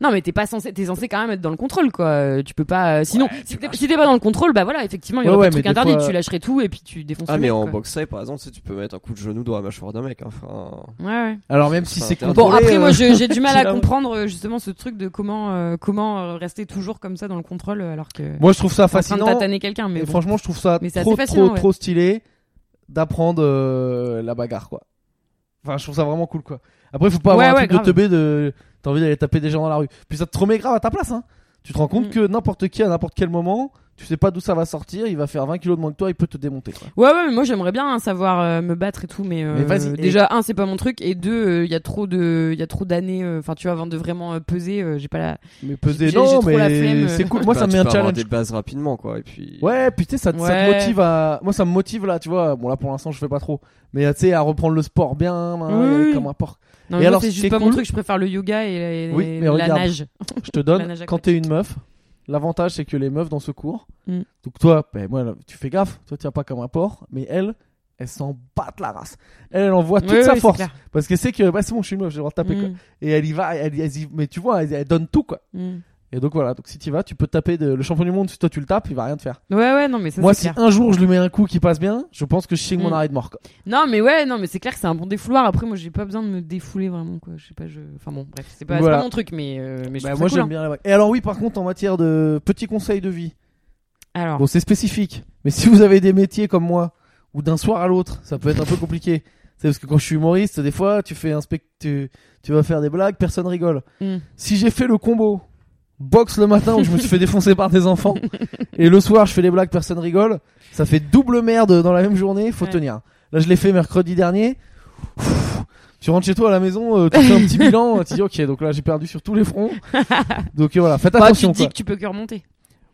S2: Non, mais t'es pas censé, t'es censé quand même être dans le contrôle, quoi. Euh, Tu peux pas. euh, sinon, si t'es si t'es pas dans le contrôle, bah voilà, effectivement, il y
S3: Ouais,
S2: aurait pas
S3: ouais,
S2: de
S3: mais
S2: truc
S3: des
S2: interdit.
S3: fois-
S2: Tu lâcherais tout et puis tu défonces.
S1: Ah
S2: le
S1: mais
S2: mec,
S1: en
S2: quoi.
S1: boxe thaï, par exemple, tu sais, tu peux mettre un coup de genou dans la mâchoire d'un mec. hein. Enfin,
S2: Ouais, ouais.
S3: Alors, même si
S1: Enfin,
S3: c'est
S1: t'as-
S2: Bon,
S3: contrôlé,
S2: après,
S3: euh,
S2: moi, je- j'ai du mal
S3: tu
S2: à
S3: l'as-
S2: comprendre euh, justement ce truc de comment euh, comment euh, rester toujours comme ça dans le contrôle euh, alors que.
S3: Moi, je trouve
S2: t'es
S3: ça
S2: en train de
S3: fascinant.
S2: tataner quelqu'un, mais
S3: Et
S2: bon.
S3: franchement, je trouve ça
S2: Mais c'est
S3: trop,
S2: assez fascinant,
S3: trop,
S2: ouais.
S3: trop stylé d'apprendre euh, la bagarre, quoi. Enfin, je trouve ça vraiment cool, quoi. Après, faut pas
S2: Ouais,
S3: avoir
S2: ouais,
S3: un truc
S2: grave.
S3: de teubé de. T'as envie d'aller taper des gens dans la rue. Puis ça te remet grave à ta place, hein. Tu te rends compte
S2: Mm.
S3: que n'importe qui, à n'importe quel moment, tu sais pas d'où ça va sortir, il va faire 20 kilos de moins que toi, il peut te démonter, quoi.
S2: Ouais, ouais, mais moi j'aimerais bien hein, savoir euh, me battre et tout, mais, euh,
S3: Mais vas-y, et-
S2: déjà un c'est pas mon truc et deux euh, il y a trop de il y a trop d'années, euh, enfin tu vois avant de vraiment euh, peser, euh, j'ai pas la.
S3: Mais peser,
S2: J'ai- j'ai
S3: non,
S2: trop la flemme,
S3: mais
S2: euh.
S3: c'est cool. Moi,
S1: bah,
S3: ça me
S1: tu
S3: met un
S1: peux avoir
S3: challenge.
S1: des bases rapidement, quoi. Et puis.
S3: Ouais, puis tu sais, ça, ça te
S2: Ouais.
S3: motive à. Moi, ça me motive là, tu vois. Bon, là, pour l'instant, je fais pas trop. Mais euh, tu sais, à reprendre le sport bien, hein,
S2: Oui.
S3: comme un porc.
S2: Non,
S3: Et
S2: mais moi,
S3: alors,
S2: c'est
S3: ce qui
S2: juste
S3: est
S2: pas mon
S3: cool-
S2: truc, je préfère le yoga et, et
S3: Oui, mais
S2: la
S3: regarde.
S2: nage.
S3: Je te
S2: La
S3: donne,
S2: nage
S3: quand t'es une meuf, l'avantage c'est que les meufs dans ce cours,
S2: Mm.
S3: donc toi, ben, moi, là, tu fais gaffe, toi tu as pas comme un porc, mais elle, elle s'en battent la race. Elle, elle envoie Ah, toute
S2: Oui,
S3: sa
S2: oui, c'est
S3: force.
S2: clair.
S3: Parce que c'est que, bah, c'est bon, je suis une meuf, j'ai le droit de taper quoi.
S2: Mm,
S3: Et elle y va, elle, elle y- mais tu vois, elle, elle donne tout quoi.
S2: mm.
S3: Et donc voilà, donc si tu vas, tu peux taper de- le champion du monde, si toi tu le tapes, il va rien te faire.
S2: Ouais, ouais, non, mais ça,
S3: moi,
S2: c'est
S3: si
S2: clair.
S3: un jour je lui mets un coup qui passe bien, je pense que je signe mon
S2: Mm.
S3: arrêt de mort quoi.
S2: Non, mais ouais, non, mais c'est clair que c'est un bon défouloir. Après, moi, j'ai pas besoin de me défouler vraiment, quoi. Je sais pas, je. Enfin bon, bref, c'est pas, c'est
S3: Voilà.
S2: pas mon truc, mais, euh, mais je
S3: Bah,
S2: trouve
S3: moi
S2: ça cool,
S3: j'aime bien la Et alors, oui, par contre, en matière de petits conseils de vie,
S2: hein. Alors,
S3: Bon, c'est spécifique. Mais si vous avez des métiers comme moi, ou d'un soir à l'autre, ça peut être un peu compliqué. C'est parce que quand je suis humoriste, des fois, tu fais un spect... tu, tu vas faire des blagues, personne rigole.
S2: Mm.
S3: Si j'ai fait le combo, boxe le matin où je me suis fait défoncer par des enfants, et le soir je fais des blagues, personne rigole, ça fait double merde dans la même journée, faut
S2: Ouais.
S3: tenir. Là, je l'ai fait mercredi dernier. Ouf. Tu rentres chez toi à la maison, euh, tu fais un petit bilan, tu dis ok, donc là j'ai perdu sur tous les fronts. Donc euh, voilà, faites
S2: bah, tu
S3: attention.
S2: te dis
S3: quoi.
S2: que tu peux que remonter.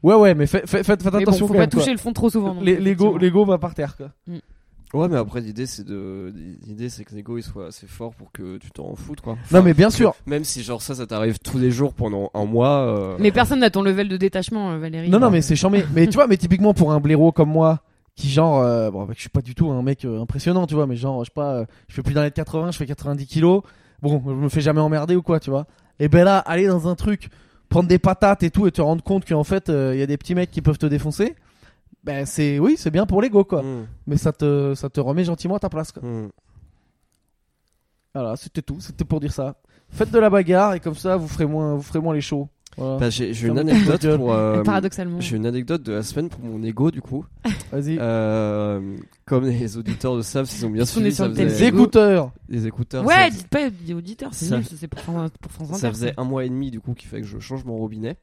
S3: Ouais, ouais, mais faites, faites, faites
S2: Mais bon,
S3: attention
S2: faut
S3: quand
S2: pas
S3: même, quoi.
S2: toucher le fond trop souvent. non,
S3: Les- L'ego,
S2: effectivement.
S3: l'ego va par terre, quoi.
S1: Ouais, mais après l'idée c'est de l'idée c'est que l'ego il soit assez fort pour que tu t'en foutes quoi. Enfin,
S3: Non, mais bien sûr.
S1: Même si genre ça ça t'arrive tous les jours pendant un mois. euh,
S2: Mais personne n'a ton level de détachement, euh, Valérie.
S3: Non, non, mais c'est chambé. mais tu vois, mais typiquement pour un blaireau comme moi, qui genre, euh, bon, bah, je suis pas du tout un mec euh, impressionnant, tu vois, mais genre, je sais pas, euh, je fais plus d'un mètre 80, je fais 90 kilos. Bon, je me fais jamais emmerder ou quoi, tu vois. Et ben là, aller dans un truc, prendre des patates et tout, et te rendre compte qu'en fait, euh, il y a des petits mecs qui peuvent te défoncer. Ben c'est, oui, c'est bien pour l'ego,
S2: Mm.
S3: quoi.
S1: hmm,
S3: Mais ça te, ça te remet gentiment à ta place, quoi.
S1: hmm.
S3: Voilà, c'était tout, c'était pour dire ça. Faites de la bagarre et comme ça, vous ferez moins, vous ferez moins les shows. Voilà.
S1: Bah, j'ai j'ai une
S3: Ferme ta
S1: anecdote
S3: gueule.
S1: pour. euh,
S2: Paradoxalement.
S1: j'ai une anecdote de la semaine pour mon ego du coup.
S3: Vas-y.
S1: Euh, comme les auditeurs le savent, ils ont bien
S2: Parce qu'on est
S1: suivi.
S2: sur
S1: Ça
S2: le
S1: faisait,
S2: thème.
S3: Les écouteurs.
S1: les écouteurs. ça
S2: Ouais,
S1: faisait-
S2: dites pas des auditeurs, c'est
S1: Ça-
S2: nul, ça, c'est pour France pour France
S1: ça
S2: Inter.
S1: faisait un mois et demi du coup qui fait que je change mon robinet.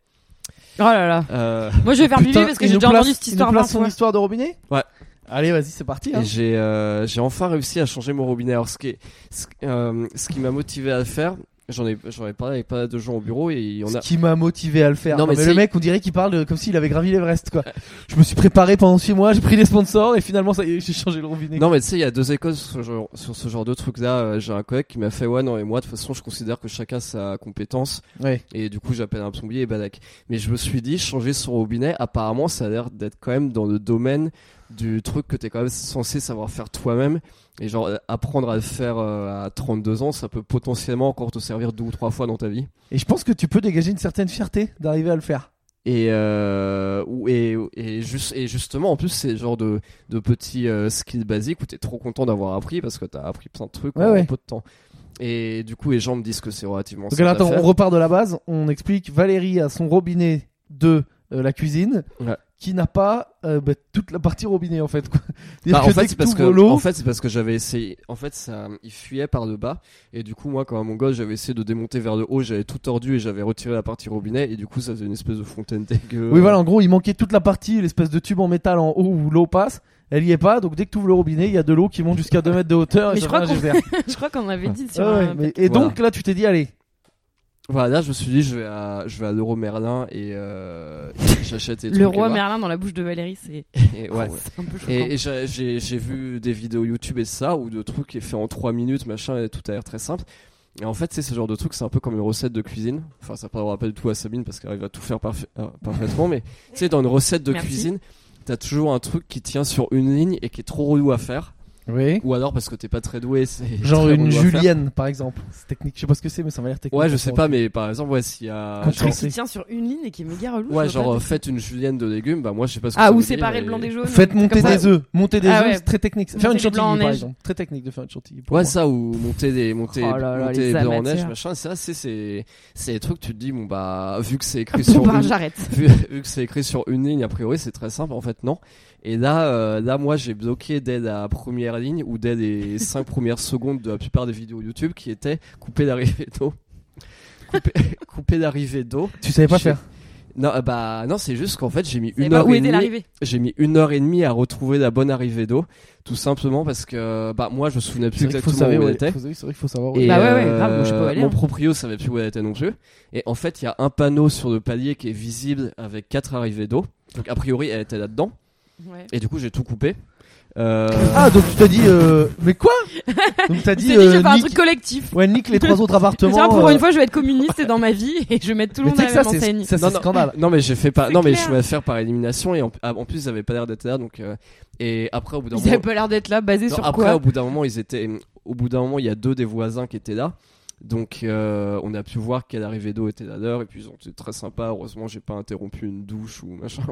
S2: Oh là là.
S1: Euh,
S2: Moi, je vais faire pipi
S3: Putain,
S2: parce que
S3: il
S2: j'ai
S3: nous
S2: déjà
S3: place-
S2: entendu cette
S3: il nous
S2: histoire
S3: place
S2: 20
S3: son
S2: fois.
S3: histoire de robinet
S1: Ouais.
S3: Allez, vas-y, c'est parti. hein.
S1: Et j'ai euh, j'ai enfin réussi à changer mon robinet. Alors, ce qui, est- ce, euh, ce qui m'a motivé à le faire, j'en ai, j'en ai parlé avec pas mal de gens au bureau et il y en
S3: Ce
S1: a.
S3: qui m'a motivé à le faire.
S1: Non,
S3: Non, mais,
S1: mais
S3: le
S1: c'est-
S3: mec, on dirait qu'il parle comme s'il avait gravi l'Everest, quoi. Je me suis préparé pendant 6 mois, j'ai pris des sponsors et finalement, ça y est, j'ai changé le robinet.
S1: Non, mais tu sais, il y a deux écoles sur ce genre, sur ce genre de truc là. Euh, J'ai un collègue qui m'a fait Ouais, non, et moi, de toute façon, je considère que chacun a sa compétence
S3: Ouais.
S1: et du coup, j'appelle un plombier et badac. Mais je me suis dit, changer son robinet, apparemment, ça a l'air d'être quand même dans le domaine du truc que t'es quand même censé savoir faire toi-même. Et genre, euh, apprendre à le faire euh, à 32 ans, ça peut potentiellement encore te servir deux ou trois fois dans ta vie.
S3: Et je pense que tu peux dégager une certaine fierté d'arriver à le faire.
S1: Et, euh, ou- et, et, juste, et justement, en plus, c'est le genre de, de petits euh, skills basiques où t'es trop content d'avoir appris parce que t'as appris plein de trucs
S3: Ouais,
S1: en
S3: ouais.
S1: peu de temps. Et du coup, les gens me disent que c'est relativement
S3: Donc
S1: simple.
S3: alors,
S1: à
S3: attends,
S1: faire.
S3: on repart de la base. On explique Valérie a son robinet de euh, la cuisine
S1: Ouais.
S3: qui n'a pas euh, bah, toute la partie robinet en fait. Quoi. C'est-à-dire
S1: Bah, en
S3: que dès
S1: fait, c'est parce
S3: tout
S1: que,
S3: volo-
S1: en fait, c'est parce que j'avais essayé. En fait, ça, il fuyait par le bas. Et du coup, moi, quand à mon gosse, j'avais essayé de démonter vers le haut, j'avais tout tordu et j'avais retiré la partie robinet. Et du coup, ça faisait une espèce de fontaine dégueu.
S3: Oui, voilà, en gros, il manquait toute la partie, l'espèce de tube en métal en haut où l'eau passe. Elle y est pas, donc dès que tu ouvres le robinet, il y a de l'eau qui monte jusqu'à 2 mètres de hauteur.
S2: Mais
S3: et
S2: je
S3: ça
S2: crois
S3: fait un
S2: qu'on-
S3: geyser.
S2: Je crois qu'on avait dit sur
S3: Ah ouais,
S2: un-
S3: mais- Et donc là, tu t'es dit, allez,
S1: Voilà, là, je me suis dit, je vais à, je vais à Leroy Merlin et euh, j'achète des trucs.
S2: Le roi
S1: là-bas.
S2: Merlin dans la bouche de Valérie, c'est
S1: Et,
S3: Ah
S1: ouais.
S2: c'est un peu choquant.
S1: Et, et j'ai- j'ai j'ai vu des vidéos YouTube et ça, ou de trucs qui est fait en 3 minutes, machin, et tout a l'air très simple. Et en fait, c'est ce genre de truc, c'est un peu comme une recette de cuisine. Enfin, ça parlera pas du tout à Sabine parce qu'elle arrive à tout faire parfa- euh, parfaitement, mais tu sais, dans une recette de
S2: Merci.
S1: cuisine, t'as toujours un truc qui tient sur une ligne et qui est trop relou à faire.
S3: Oui.
S1: Ou alors parce que t'es pas très doué, c'est.
S3: Genre
S1: très
S3: une
S1: relou à faire.
S3: julienne, par exemple. C'est technique. Je sais pas ce que c'est, mais ça m'a l'air technique.
S1: Ouais, je sais pas, mais par exemple, ouais, s'il y a.
S3: Contre-
S1: Genre,
S2: Qui tient sur une ligne et qui est méga relou.
S1: ouais,
S2: je vois
S1: genre,
S2: pas.
S1: euh, faites une julienne de légumes, bah moi je sais pas ce que
S2: Ah,
S1: ça
S2: ou
S1: veut dire,
S2: séparer
S1: et-
S2: le blanc des jaunes.
S3: Faites
S2: un truc
S3: monter
S2: comme ça.
S3: des œufs. Monter des
S2: Ah
S3: œufs,
S2: ouais.
S3: c'est très technique. Faire
S2: Monter
S3: une
S2: des blancs en
S3: chantilly, par
S2: neige.
S3: exemple. Très technique de faire une chantilly. pour
S1: Ouais,
S3: moi.
S1: ça, ou monter des, monter,
S2: Oh là là,
S1: monter
S2: les
S1: des blancs en
S2: amateurs.
S1: neige, machin, ça, c'est, c'est, c'est des trucs, tu te dis, bon, bah, vu que c'est écrit
S2: Bon,
S1: sur
S2: bah,
S1: une,
S2: j'arrête.
S1: vu, vu que c'est écrit sur une ligne, a priori, c'est très simple, en fait, non. Et là, euh, là, moi, j'ai bloqué dès la première ligne, ou dès les cinq premières secondes de la plupart des vidéos YouTube, qui étaient coupé d'arrivée d'eau. Coupé, coupé d'arrivée d'eau.
S3: Tu savais pas
S1: Je sais-
S3: faire.
S1: Non, euh, bah, non, c'est juste qu'en fait, j'ai mis
S2: C'est
S1: une
S2: pas
S1: heure
S2: où
S1: et
S2: était
S1: demie
S2: l'arrivée.
S1: j'ai mis une heure et demie à retrouver la bonne arrivée d'eau, tout simplement parce que bah moi je me souvenais plus
S3: C'est vrai qu'il faut
S1: exactement
S3: savoir
S1: où
S3: où
S1: elle était.
S3: faut- C'est vrai qu'il faut savoir où
S1: Et euh,
S2: Bah ouais, ouais, grave, je peux aller, hein.
S1: mon proprio savait plus où elle était non plus. Et en fait, il y a un panneau sur le palier qui est visible avec quatre arrivées d'eau. Donc a priori, elle était là-dedans.
S2: Ouais.
S1: Et du coup, j'ai tout coupé. Euh,
S3: Ah, donc tu t'as dit, euh, mais quoi? Donc t'as
S2: Il
S3: dit,
S2: s'est dit, je
S3: euh,
S2: vais faire un
S3: nique-
S2: truc collectif.
S3: ouais, nique les trois autres appartements.
S2: Tiens, pour
S3: euh,
S2: une fois, je vais être communiste dans ma vie et je vais mettre tout le
S3: mais
S2: monde
S3: tu
S2: à
S3: sais
S2: la
S3: que ça,
S2: même
S3: c'est,
S2: enseigne.
S3: ça,
S1: Non,
S3: c'est
S1: non.
S3: scandale.
S1: Non mais j'ai fait pas.
S2: C'est
S1: Non mais
S2: clair.
S1: je vais faire par élimination et en, ah, en plus ils avaient pas l'air d'être là donc euh, et après au bout d'un
S2: Ils avaient
S1: moment
S2: pas l'air d'être là, basé
S1: Non,
S2: sur
S1: après,
S2: quoi
S1: au bout d'un moment, ils étaient. Au bout d'un moment, il y a deux des voisins qui étaient là. Donc, euh, on a pu voir qu'à l'arrivée d'eau était là l'heure. Et puis, ils ont été très sympas. Heureusement, j'ai pas interrompu une douche ou machin.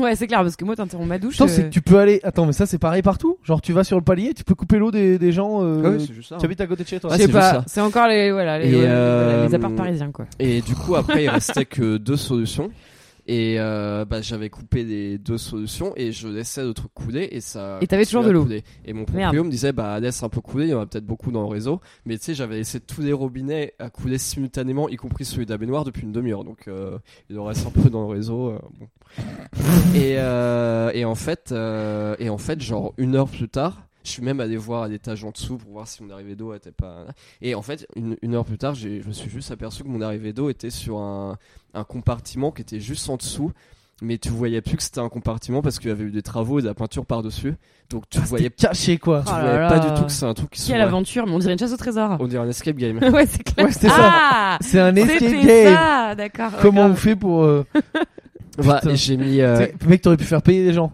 S2: Ouais, c'est clair, parce que moi, t'interromps ma douche.
S3: Attends,
S2: euh,
S3: c'est que tu peux aller. Attends, mais ça, c'est pareil partout. Genre, tu vas sur le palier, tu peux couper l'eau des, des gens. euh,
S1: juste ça.
S3: Tu habites à côté de chez toi.
S2: Je
S1: Ouais,
S2: sais
S1: Ah, c'est juste
S2: pas,
S1: ça.
S2: c'est encore les, voilà, les,
S1: Et,
S2: voilà,
S1: euh,
S2: les apparts parisiens, quoi.
S1: Et du coup, après, il restait que deux solutions. Et euh, bah, j'avais coupé les deux solutions et je laissais le truc couler et ça.
S2: Et t'avais toujours de
S1: continuait à
S2: l'eau.
S1: couler. Et mon
S2: Merde.
S1: proprio me disait bah laisse un peu couler, il y en a peut-être beaucoup dans le réseau. Mais tu sais, j'avais laissé tous les robinets à couler simultanément, y compris celui de la baignoire depuis une demi-heure. Donc euh, il en reste un peu dans le réseau. euh, bon. et, euh, et en fait, euh, et en fait, genre une heure plus tard. Je suis même allé voir à l'étage en dessous pour voir si mon arrivée d'eau était pas. Et en fait, une, une heure plus tard, j'ai- je me suis juste aperçu que mon arrivée d'eau était sur un, un compartiment qui était juste en dessous. Mais tu voyais plus que c'était un compartiment parce qu'il y avait eu des travaux et de la peinture par-dessus. Donc tu voyais, tu
S3: Caché, quoi.
S2: Ah là
S1: voyais
S2: là.
S1: pas du tout que c'est un truc qui
S2: Quelle
S1: s'ouvrait.
S2: aventure, mais on dirait une chasse au trésor.
S1: On dirait un escape game.
S2: ouais, c'est clair.
S3: Ouais, c'était ça.
S2: ah,
S3: C'est un escape
S2: c'était
S3: game.
S2: ça, d'accord. ouais,
S3: Comment
S2: grave.
S3: on fait pour. euh,
S1: Bah,
S3: Putain.
S1: j'ai mis. euh,
S3: T'sais, Mec, t'aurais pu faire payer des gens.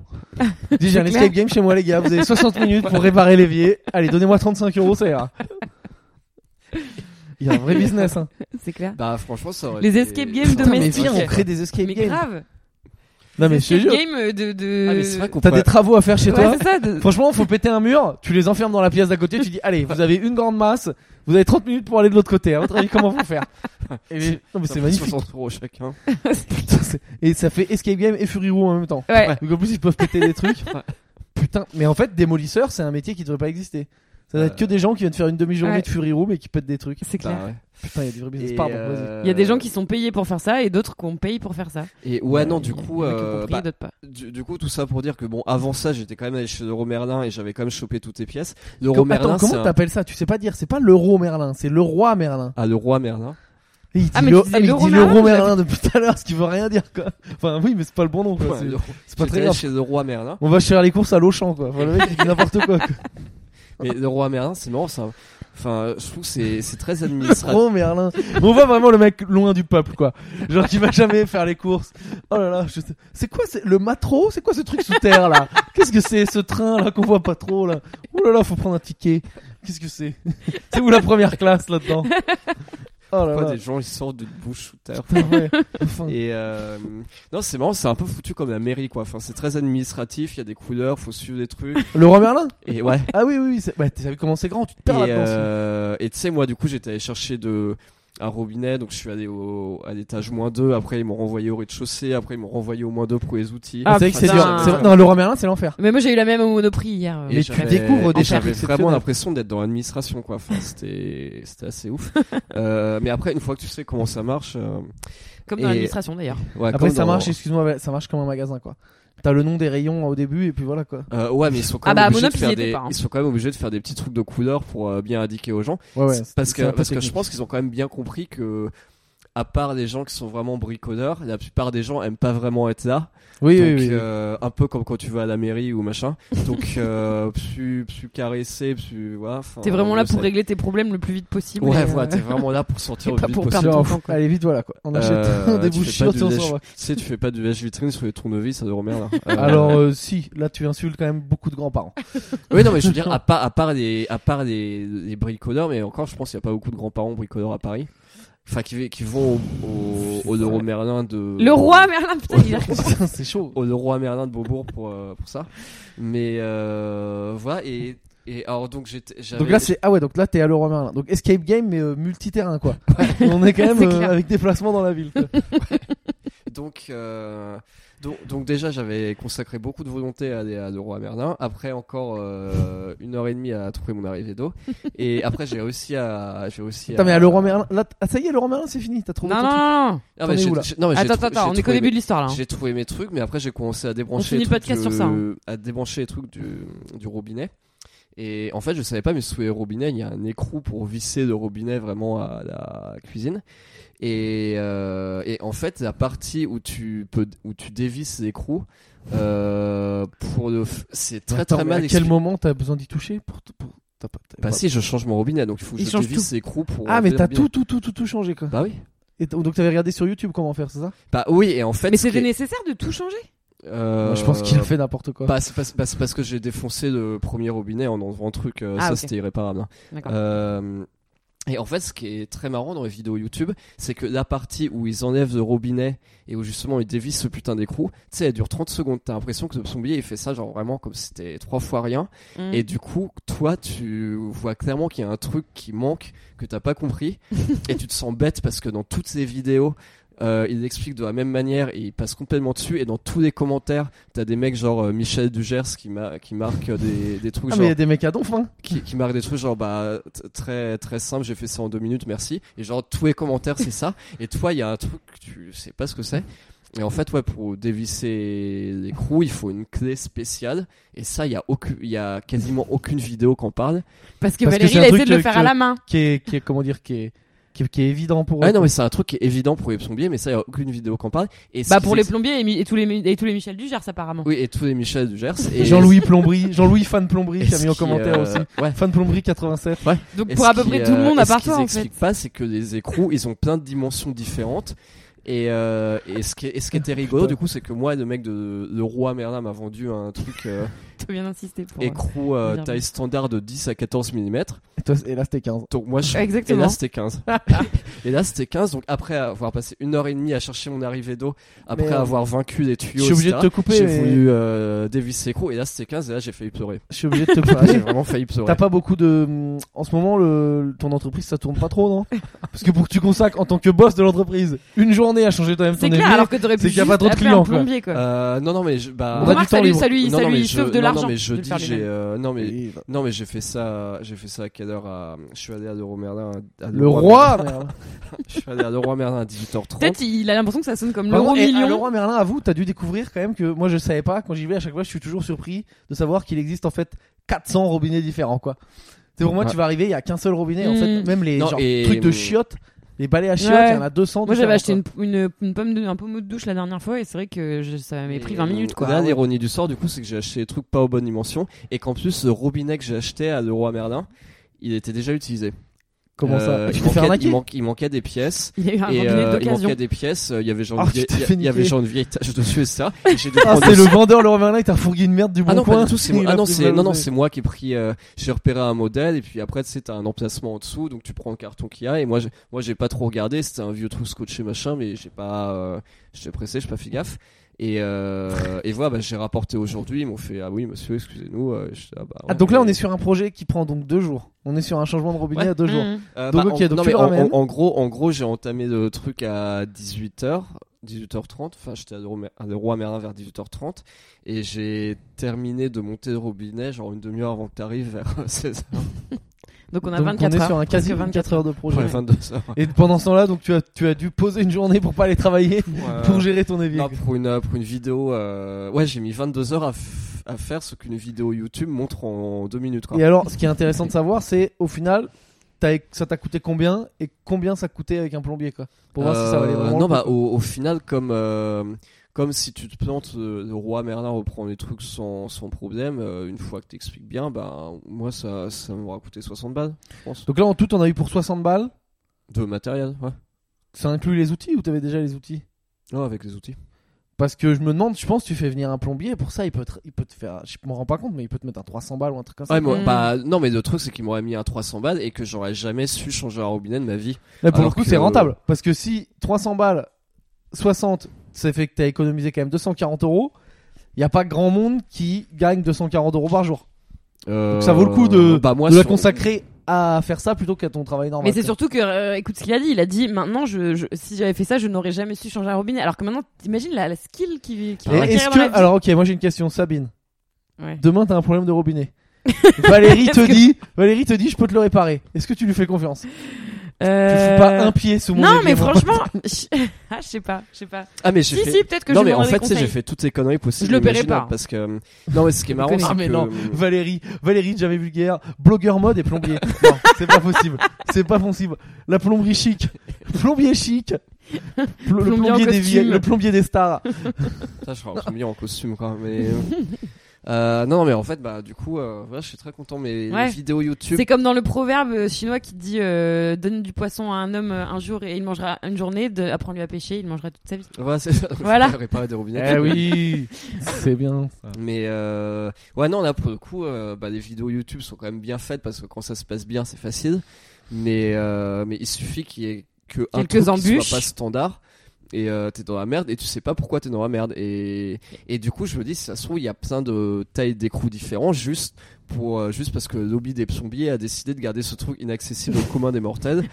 S3: Dis, j'ai un
S2: clair.
S3: escape game chez moi, les gars. Vous avez 60 minutes pour réparer l'évier. Allez, donnez-moi 35 euros, ça ira. Il y a un vrai business. Hein.
S2: C'est clair.
S1: Bah, franchement, ça aurait
S2: Les
S1: été-
S2: escape games
S3: Putain, mais
S2: domestiques.
S3: viens, on crée des escape
S2: Mais
S3: games.
S2: grave.
S3: Non, mais je te
S2: C'est
S3: jure.
S2: game de, de...
S1: Ah, mais c'est vrai qu'on
S3: T'as
S1: peut-
S3: des travaux à faire chez toi.
S2: Ouais, c'est ça. de-
S3: Franchement, faut péter un mur. Tu les enfermes dans la pièce d'à côté. Tu dis, allez, vous avez une grande masse. Vous avez 30 minutes pour aller de l'autre côté. À votre avis, comment faut faire Et les- Non, mais
S1: ça
S3: c'est
S1: fait
S3: magnifique.
S1: 60 euros chacun.
S3: Putain, c'est- Et ça fait escape game et Fury Room en même temps.
S2: Ouais.
S3: Donc en plus ils peuvent péter des trucs. Putain, mais en fait démolisseur c'est un métier qui devrait pas exister. Ça doit être
S1: Euh.
S3: que des gens qui viennent faire une demi-journée
S2: Ouais.
S3: de Fury Room et qui pètent des trucs.
S2: C'est clair.
S1: Bah, ouais.
S3: Putain, il y a du vrai business.
S1: Et,
S3: Pardon,
S1: euh,
S3: vas-y.
S2: Il y a des gens qui sont payés pour faire ça et d'autres qu'on paye pour faire ça.
S1: euh, Et ouais, non, du coup.
S2: Il y en a qui ont
S1: euh,
S2: compris,
S1: bah,
S2: d'autres pas.
S1: du, du coup, tout ça pour dire que bon, avant ça, j'étais quand même allé chez Leroy Merlin et j'avais quand même chopé toutes les pièces. Leroy
S3: Comme-
S1: Merlin,
S3: Attends,
S1: c'est.
S3: comment
S1: Un...
S3: t'appelles ça Tu sais pas dire, c'est pas l'euro Merlin, c'est le roi Merlin.
S1: Ah, le roi Merlin.
S3: Et il dit
S2: Ah, mais
S3: le-
S2: tu disais
S3: ah, mais il
S2: l'euro
S3: dit
S2: Merlin,
S3: l'euro
S2: mais
S3: Merlin depuis tout à l'heure, ce qui veut rien dire quoi. Enfin oui, mais c'est pas le bon nom quoi.
S1: Ouais,
S3: c'est-
S1: le-
S3: c'est pas
S1: j'étais
S3: très
S1: allé
S3: grave.
S1: chez le roi Merlin.
S3: On va faire les courses à l'Auchan quoi. Enfin, le mec il dit n'importe quoi. quoi.
S1: Mais le roi Merlin, c'est marrant ça. Enfin, je trouve que c'est c'est très administratif.
S3: Gros Merlin. Mais on voit vraiment le mec loin du peuple, quoi. Genre qui va jamais faire les courses. Oh là là, je sais- c'est quoi c'est le matro C'est quoi ce truc sous terre là Qu'est-ce que c'est ce train là qu'on voit pas trop là Oh là là, faut prendre un ticket. Qu'est-ce que c'est C'est où la première classe là-dedans Oh là
S1: Pourquoi
S3: là.
S1: des gens ils sortent d'une bouche sous terre
S3: Putain, ouais. Enfin,
S1: Et euh, non, c'est marrant, c'est un peu foutu comme la mairie quoi. Enfin, c'est très administratif, il y a des couleurs, faut suivre des trucs.
S3: Le roi Merlin
S1: Et ouais.
S3: Ah oui oui, oui c'est- bah, t'as vu comment c'est grand, tu te
S1: Et
S3: perds là-dedans.
S1: euh, et tu sais, moi du coup, j'étais allé chercher de un robinet, donc je suis allé au, à l'étage moins 2. Après, ils m'ont renvoyé au rez-de-chaussée. Après, ils m'ont renvoyé au moins 2 pour les outils.
S2: Ah,
S3: c'est vrai que c'est
S2: putain.
S3: dur. C'est vrai- Non, le roi Merlin, c'est l'enfer.
S2: Mais moi j'ai eu la même au Monoprix hier. euh.
S1: Et
S3: mais tu
S1: j'avais-
S3: découvres des
S1: et
S3: choses
S1: J'avais vraiment
S3: exceptionnelles.
S1: l'impression d'être dans l'administration, quoi. Enfin, c'était, c'était assez ouf. Euh, mais après, une fois que tu sais comment ça marche, euh,
S2: Comme dans
S1: et-
S2: l'administration d'ailleurs.
S1: ouais,
S3: Après
S1: comme
S3: ça
S1: dans-
S3: marche, excuse-moi, mais ça marche comme un magasin quoi. T'as le nom des rayons au début et puis voilà quoi.
S1: Euh, ouais, mais ils sont quand
S2: Ah
S1: même
S2: bah, à
S1: obligés
S2: Monop, ils
S1: de
S2: y
S1: faire
S2: étaient
S1: des,
S2: pas, hein.
S1: ils sont quand même obligés de faire des petits trucs de couleur pour euh, bien indiquer aux gens.
S3: Ouais, ouais,
S1: parce
S3: c'est
S1: que
S3: un peu
S1: parce que je
S3: technique.
S1: pense qu'ils ont quand même bien compris que à part les gens qui sont vraiment bricoleurs, la plupart des gens aiment pas vraiment être là.
S3: Oui,
S1: donc,
S3: oui, oui.
S1: euh, un peu comme quand tu vas à la mairie ou machin. Donc, euh, plus, plus caressé, plus, voilà. enfin,
S2: T'es vraiment
S1: on
S2: là
S1: le
S2: pour
S1: sait.
S2: régler tes problèmes le plus vite possible.
S1: Ouais,
S2: et,
S1: voilà,
S2: euh,
S1: t'es vraiment là pour sortir
S2: et
S1: au
S2: pas
S1: plus vite
S2: pour
S1: possible.
S2: perdre ton
S3: Genre,
S2: temps, quoi.
S3: allez vite voilà quoi. On achète
S1: Euh,
S3: un
S1: tu fais
S3: débouché
S1: pas
S3: on
S1: du
S3: s'en
S1: lèche-
S3: va.
S1: tu sais, tu fais pas du lèche-vitrine sur les tournevis, ça doit remettre là. Euh,
S3: Alors euh, si, là tu insultes quand même beaucoup de grands-parents.
S1: Oui, non, mais je veux dire, à part, à part les, à part les, les bricoleurs, mais encore, je pense qu'il n'y a pas beaucoup de grands-parents bricoleurs à Paris. Enfin, qui, qui vont au, au, au Leroy Merlin de.
S2: Le roi Merlin, putain, il arrive.
S3: Putain, c'est chaud.
S1: Au Leroy Merlin de Beaubourg pour, euh, pour ça. Mais, euh, voilà, et, et alors donc j'étais. j'avais-
S3: Donc là c'est ah ouais donc là t'es à Leroy Merlin. Donc escape game mais euh, multiterrain quoi. On est quand même
S2: C'est
S3: euh,
S2: clair.
S3: avec des placements dans la ville. quoi.
S1: Donc, euh, donc, donc déjà, j'avais consacré beaucoup de volonté à aller à Leroy Merlin. Après, encore euh, une heure et demie à trouver mon arrivée d'eau. Et après, j'ai réussi à. j'ai réussi
S3: Putain mais à Leroy Merlin là ah, ça y est Leroy Merlin c'est fini t'as trouvé
S2: Non, non,
S3: ton truc.
S2: non, non.
S1: Ah, mais
S3: T'en es
S1: j'ai-
S3: où, là
S1: j'ai- non, mais j'ai
S2: Attends,
S1: trou-
S2: attends, on
S1: j'ai
S2: est qu'au
S1: trouvé
S2: début
S1: mes-
S2: de l'histoire là. hein.
S1: J'ai trouvé mes trucs, mais après j'ai commencé à débrancher.
S2: On finit
S1: les
S2: le
S1: trucs
S2: podcast
S1: du-
S2: sur ça, hein.
S1: À débrancher les trucs du, du robinet. Et en fait, je savais pas, mais sous les robinets, il y a un écrou pour visser le robinet vraiment à la cuisine. Et, euh, et en fait, la partie où tu peux, où tu dévisses l'écrou, euh, pour le, f- c'est très
S3: Attends,
S1: très
S3: mais
S1: mal.
S3: À quel
S1: expli-
S3: moment t'as besoin d'y toucher pour t- pour t'as pas- t'as
S1: Bah
S3: pas-
S1: si, je change mon robinet, donc il faut que
S2: Il
S1: je
S2: change
S1: dévisse l'écrou pour.
S3: Ah mais
S1: enlever le
S3: t'as
S1: robinet.
S3: tout tout tout tout tout changé quoi.
S1: Bah oui.
S3: Et t- donc t'avais regardé sur YouTube comment faire c'est ça
S1: Bah oui, et en fait.
S2: Mais
S1: ce qui
S2: c'était
S1: est-
S2: nécessaire de tout changer
S1: euh,
S3: Moi, Je pense qu'il a fait n'importe quoi.
S1: Bah, c'est parce, bah, c'est parce que j'ai défoncé le premier robinet en enlevant un truc, euh,
S2: Ah,
S1: ça
S2: ok.
S1: c'était irréparable. hein.
S2: D'accord.
S1: Euh, et en fait, ce qui est très marrant dans les vidéos YouTube, c'est que la partie où ils enlèvent le robinet et où justement ils dévissent ce putain d'écrou, tu sais, elle dure 30 secondes. T'as l'impression que le plombier il fait ça genre vraiment comme si c'était trois fois rien.
S2: Mm.
S1: Et du coup, toi, tu vois clairement qu'il y a un truc qui manque, que t'as pas compris, et tu te sens bête parce que dans toutes ces vidéos, euh, il explique de la même manière, et il passe complètement dessus, et dans tous les commentaires, t'as des mecs genre euh, Michel Dugers qui, ma- qui marque euh, des, des trucs
S3: Ah mais
S1: genre,
S3: il y a des mecs à donf hein.
S1: qui, qui marque des trucs genre bah t- très très simple, j'ai fait ça en deux minutes, merci. Et genre tous les commentaires c'est ça, et toi il y a un truc que tu sais pas ce que c'est. Et en fait ouais pour dévisser l'écrou il faut une clé spéciale et ça il y a aucune il y a quasiment aucune vidéo qu'en parle.
S2: Parce que
S3: parce que
S2: Valérie,
S3: c'est un
S2: elle a
S3: truc
S2: essayé de le
S3: que-
S2: faire à la main.
S3: qui est, qui est comment dire qui est qui est, qui est évident pour eux.
S1: Ouais, non, mais c'est un truc qui est évident pour les plombiers, mais ça, il n'y a aucune vidéo qu'en parle. Et ce
S2: Bah
S1: qui
S2: pour les
S1: fait-
S2: plombiers et, mi- et tous les mi- et tous les Michel Dugers apparemment.
S1: Oui, et tous les Michel du Gers. Et
S3: Jean-Louis Plomberie, Jean-Louis fan Plomberie
S1: et
S3: qui a
S1: ce
S3: mis en
S1: qui,
S3: commentaire
S1: euh,
S3: aussi.
S1: Ouais.
S3: Fan Plomberie 87.
S2: Donc
S1: Et
S2: pour
S1: ce
S2: à peu
S1: qui,
S2: près tout le
S1: euh,
S2: monde
S1: et
S2: à
S1: ce
S2: part
S1: qu'ils
S2: toi en fait.
S1: expliquent pas, c'est que les écrous, ils ont plein de dimensions différentes. Et, euh, et, ce qui, est- et ce qui était rigolo,
S3: Putain.
S1: du coup, c'est que moi, le mec de le roi Merlin m'a vendu un truc euh,
S2: T'as bien insisté pour.
S1: écrou euh,
S2: Bien.
S1: taille standard de 10 à 14 mm.
S3: Et, toi, et là c'était 15.
S1: Donc moi, je Et
S2: Exactement.
S1: là, c'était 15. et là, c'était 15. Donc, après avoir passé une heure et demie à chercher mon arrivée d'eau, après
S2: euh,
S3: Merde.
S1: avoir vaincu les tuyaux,
S3: Je suis obligé
S1: etc.,
S3: de te couper,
S1: J'ai
S3: mais-
S1: voulu euh, dévisser l'écrou. Et là, c'était 15. Et là, j'ai failli pleurer.
S3: Je suis obligé de te
S1: Ah, j'ai
S3: parler.
S1: vraiment failli pleurer.
S3: T'as pas beaucoup de hum, en ce moment le ton entreprise ça tourne pas trop non Parce que pour que tu consacres en tant que boss de l'entreprise une journée à changer toi-même ton
S2: C'est clair
S3: email,
S2: alors que t'aurais pu
S3: c'est qu'il y a
S2: juste
S3: pas trop de
S2: appeler un
S3: clients, quoi.
S2: plombier quoi.
S1: Euh, non, non, mais je, bah.
S3: On va-
S2: Remarque,
S3: du temps
S2: ça lui, ça lui,
S3: libre.
S1: non,
S2: ça
S1: non, mais
S2: lui
S1: je-
S2: sauve de
S1: non,
S2: l'argent.
S1: non, mais
S2: de
S1: je
S2: le
S1: dis,
S2: faire
S1: j'ai,
S2: lui-même.
S1: euh, non, mais,
S3: Et-
S1: non, mais j'ai fait ça, j'ai fait ça à quelle heure à, je suis allé à Leroy Merlin, à, à
S3: le roi
S1: Merlin.
S3: merde.
S1: je suis allé à Leroy Merlin à 18h30.
S2: Peut-être il a l'impression que ça sonne comme
S3: Par
S2: l'euro
S3: contre, et à
S2: million.
S3: Leroy eh, Merlin, à vous, t'as dû découvrir quand même que moi je savais pas. Quand j'y vais à chaque fois, je suis toujours surpris de savoir qu'il existe en fait 400 robinets différents quoi. C'est pour moi,
S1: Ouais.
S3: tu vas arriver, il y a qu'un seul robinet en
S2: Mm.
S3: fait. Même les
S1: Non,
S3: genre,
S1: et- hum.
S3: trucs de chiottes, les balais à chiottes, il
S2: Ouais.
S3: y en a 200.
S2: Moi j'avais
S3: différents,
S2: acheté
S3: quoi.
S2: une, une, une pomme de, un pommeau de douche la dernière fois et c'est vrai que je- ça m'avait pris
S1: Et, euh,
S2: 20 minutes quoi. Ah
S1: Là, l'ironie du sort, du coup, c'est que j'ai acheté des trucs pas aux bonnes dimensions et qu'en plus, le robinet que j'ai acheté à Leroy Merlin, il était déjà utilisé.
S3: Comment
S1: Euh,
S3: ça Tu
S1: il,
S3: t'es
S1: manquait,
S3: fait
S1: il,
S3: arnaquer
S1: manquait, il manquait des pièces.
S2: Il y a eu Ah, un
S1: Et
S2: robinet
S1: euh, il
S2: d'occasion.
S1: manquait des pièces, euh, il y avait genre
S3: Ah,
S1: une
S3: tu
S1: vieille-
S3: t'es
S1: il y a-
S3: fait
S1: il y avait
S3: niquer.
S1: genre une vieille tâche dessus et ça. Et j'ai dû
S3: Ah,
S1: prendre
S3: c'est
S1: des-
S3: le vendeur Leroy Merlin, il t'a fourgué une merde du bon
S1: Ah non,
S3: coin.
S1: pas du tout, c'est
S3: Il
S1: moi.
S3: a
S1: Ah non,
S3: pris
S1: c'est,
S3: mal
S1: non,
S3: aux
S1: non,
S3: oreilles.
S1: c'est moi qui ai pris, euh, j'ai repéré un modèle, et puis après, tu sais, t'as un emplacement en dessous, donc tu prends le carton qu'il y a, et moi, j'ai, moi, j'ai pas trop regardé, c'était un vieux truc scotché machin, mais j'ai pas, euh, j'étais pressé, j'ai pas fait gaffe. Et, euh, et voilà, bah, j'ai rapporté aujourd'hui, ils m'ont fait, ah oui, monsieur, excusez-nous, euh, je- ah bah,
S3: Ah, donc là, on est sur un projet qui prend donc deux jours. On est sur un changement de robinet
S1: Ouais.
S3: à deux jours.
S2: Mhm.
S1: Euh,
S3: donc,
S1: bah, en,
S3: ok, donc
S1: non,
S3: tu
S1: mais
S3: le
S1: en-
S3: ramènes.
S1: en, en gros, en gros, j'ai entamé le truc à 18h, 18h30, enfin, j'étais à le Roi- à le roi Merlin vers 18h30, et j'ai terminé de monter le robinet, genre une demi-heure avant que t'arrives vers 16h.
S2: Donc on a
S3: Donc,
S2: 24
S3: on est
S2: heures.
S3: sur un
S2: presque
S3: quasi 24 heures de projet.
S1: Ouais, 22 heures.
S3: Et pendant ce temps-là, donc tu as, tu as dû poser une journée pour pas aller travailler,
S1: Ouais.
S3: pour gérer ton évier.
S1: Euh, Non, pour une, euh, pour une vidéo, euh, ouais, j'ai mis 22 heures à, f- à faire ce qu'une vidéo YouTube montre en 2 minutes, quoi.
S3: Et alors, ce qui est intéressant de savoir, c'est au final, t'as- ça t'a coûté combien et combien ça coûtait avec un plombier quoi Pour voir si ça valait
S1: Euh,
S3: vraiment.
S1: Non,
S3: le coup.
S1: bah, au, au final, comme, euh, comme si tu te plantes, euh, le roi Merlin reprend les trucs sans, sans problème. euh, une fois que t'expliques bien, bah, moi, ça, ça m'aura coûté 60 balles, je pense.
S3: Donc là, en tout, on a eu pour 60 balles.
S1: De matériel, ouais.
S3: Ça inclut les outils ou t'avais déjà les outils
S1: Non, Oh, avec les outils.
S3: Parce que je me demande, je pense, tu fais venir un plombier pour ça, il peut te, il peut te faire. Je m'en rends pas compte, mais il peut te mettre un 300 balles ou un truc comme ça.
S1: Ouais, moi,
S2: Mm.
S1: bah, non, mais le truc, c'est qu'ils m'auraient mis un 300 balles et que j'aurais jamais su changer un robinet de ma vie.
S3: Mais pour
S1: Alors
S3: le coup,
S1: que- euh,
S3: c'est rentable. Parce que si 300 balles, 60, ça fait que t'as économisé quand même 240 euros. Il n'y a pas grand monde qui gagne 240 euros par jour.
S1: Euh,
S3: Donc ça vaut le coup de,
S1: bah, moi,
S3: de la
S1: sur-
S3: consacrer à faire ça plutôt qu'à ton travail normal.
S2: Mais c'est surtout que, euh, écoute ce qu'il a dit, il a dit maintenant, je, je- si j'avais fait ça, je n'aurais jamais su changer un robinet. Alors que maintenant, t'imagines la, la skill qui, qui
S3: Et
S2: va
S3: est-ce
S2: acquérir dans la
S3: que.
S2: vie.
S3: Alors, ok, moi j'ai une question, Sabine.
S2: Ouais.
S3: Demain, t'as un problème de robinet. Valérie te dit, Valérie te dit, je peux te le réparer. Est-ce que tu lui fais confiance Tu
S2: Euh,
S3: fous pas un pied sous mon
S2: Non,
S3: évier,
S2: mais
S3: moi.
S2: franchement, je ah, je sais pas, je sais pas.
S1: Ah, mais
S2: Si,
S1: j'ai fait-
S2: si, peut-être que
S1: non
S2: je
S1: mais
S2: lui
S1: en
S2: demanderai
S1: fait
S2: des
S1: tu sais, j'ai
S2: conseils.
S1: fait toutes les conneries possibles
S2: Je le paierai
S1: imaginables
S2: pas.
S1: parce que euh, non mais ce qui est marrant
S2: connais.
S1: c'est
S3: Ah, mais
S1: que
S3: non. Valérie, Valérie Javévulgaire, blogueur mode et plombier. Non, c'est pas possible. C'est pas possible. La plomberie chic, plombier chic, Pl- le
S2: Plombier en
S3: plombier des
S2: costume.
S3: vieilles, le plombier des stars.
S1: Ça, je serais un plombier en costume, quoi. Mais euh, euh, non, non, mais en fait, bah, du coup, euh, voilà, je suis très content. Mais
S2: Ouais.
S1: les vidéos YouTube,
S2: C'est comme dans le proverbe euh, chinois qui dit euh, donne du poisson à un homme euh, un jour et il mangera une journée, de- apprends-lui à pêcher, il mangera toute sa vie.
S1: voilà, c'est ça.
S2: Voilà.
S1: Je vais réparer des robinets.
S3: Eh oui, c'est bien.
S1: Mais euh, ouais, non, là pour le coup, euh, bah, les vidéos YouTube sont quand même bien faites parce que quand ça se passe bien, c'est facile. Mais euh, mais il suffit qu'il y ait que un
S2: Quelques
S1: truc qui
S2: embûches.
S1: soit pas standard. Et euh, t'es dans la merde et tu sais pas pourquoi t'es dans la merde. Et, et du coup, je me dis, si ça se trouve, il y a plein de tailles d'écrous différents juste pour euh, juste parce que le lobby des plombiers a décidé de garder ce truc inaccessible au commun des mortels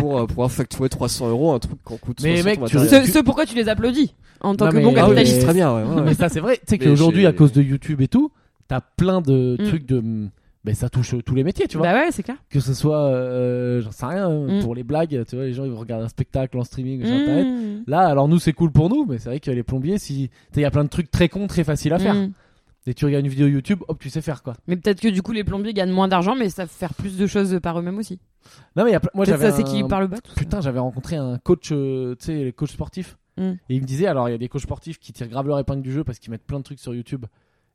S1: pour euh, pouvoir facturer 300 euros un truc qu'on coûte.
S3: Mais
S1: 60
S3: mec,
S1: au
S3: tu-
S1: matériel.
S2: Ce, ce pourquoi tu les applaudis en tant
S3: Non,
S2: que
S3: mais-
S2: bon
S1: Ah oui,
S2: capitaliste.
S1: c'est très bien. ouais, ouais, ouais.
S3: Mais ça, c'est vrai. Tu sais
S1: Mais
S3: qu'aujourd'hui,
S1: j'ai-
S3: à cause de YouTube et tout, t'as plein de
S2: Mm.
S3: trucs de. Mais ça touche tous les métiers, tu vois.
S2: Bah ouais, c'est clair.
S3: Que ce soit, euh, j'en sais rien, euh,
S2: Mm.
S3: pour les blagues, tu vois, les gens ils vont regarder un spectacle en streaming sur internet.
S2: Mmh.
S3: Là, alors nous, c'est cool pour nous, mais c'est vrai que les plombiers, si. tu sais, Il y a plein de trucs très cons, très faciles à faire.
S2: Mmh.
S3: Et tu regardes une vidéo YouTube, hop, tu sais faire quoi.
S2: Mais peut-être que du coup les plombiers gagnent moins d'argent mais savent faire plus de choses par eux-mêmes aussi.
S3: Non, mais il y a plein- moi
S2: Peut-être
S3: j'avais.
S2: ça c'est
S3: un-
S2: qui par le bas. tout ça.
S3: Putain, j'avais rencontré un coach, euh, tu sais, les coachs sportifs.
S2: Mm.
S3: Et il me disait, alors il y a des coachs sportifs qui tirent grave leur épingle du jeu parce qu'ils mettent plein de trucs sur YouTube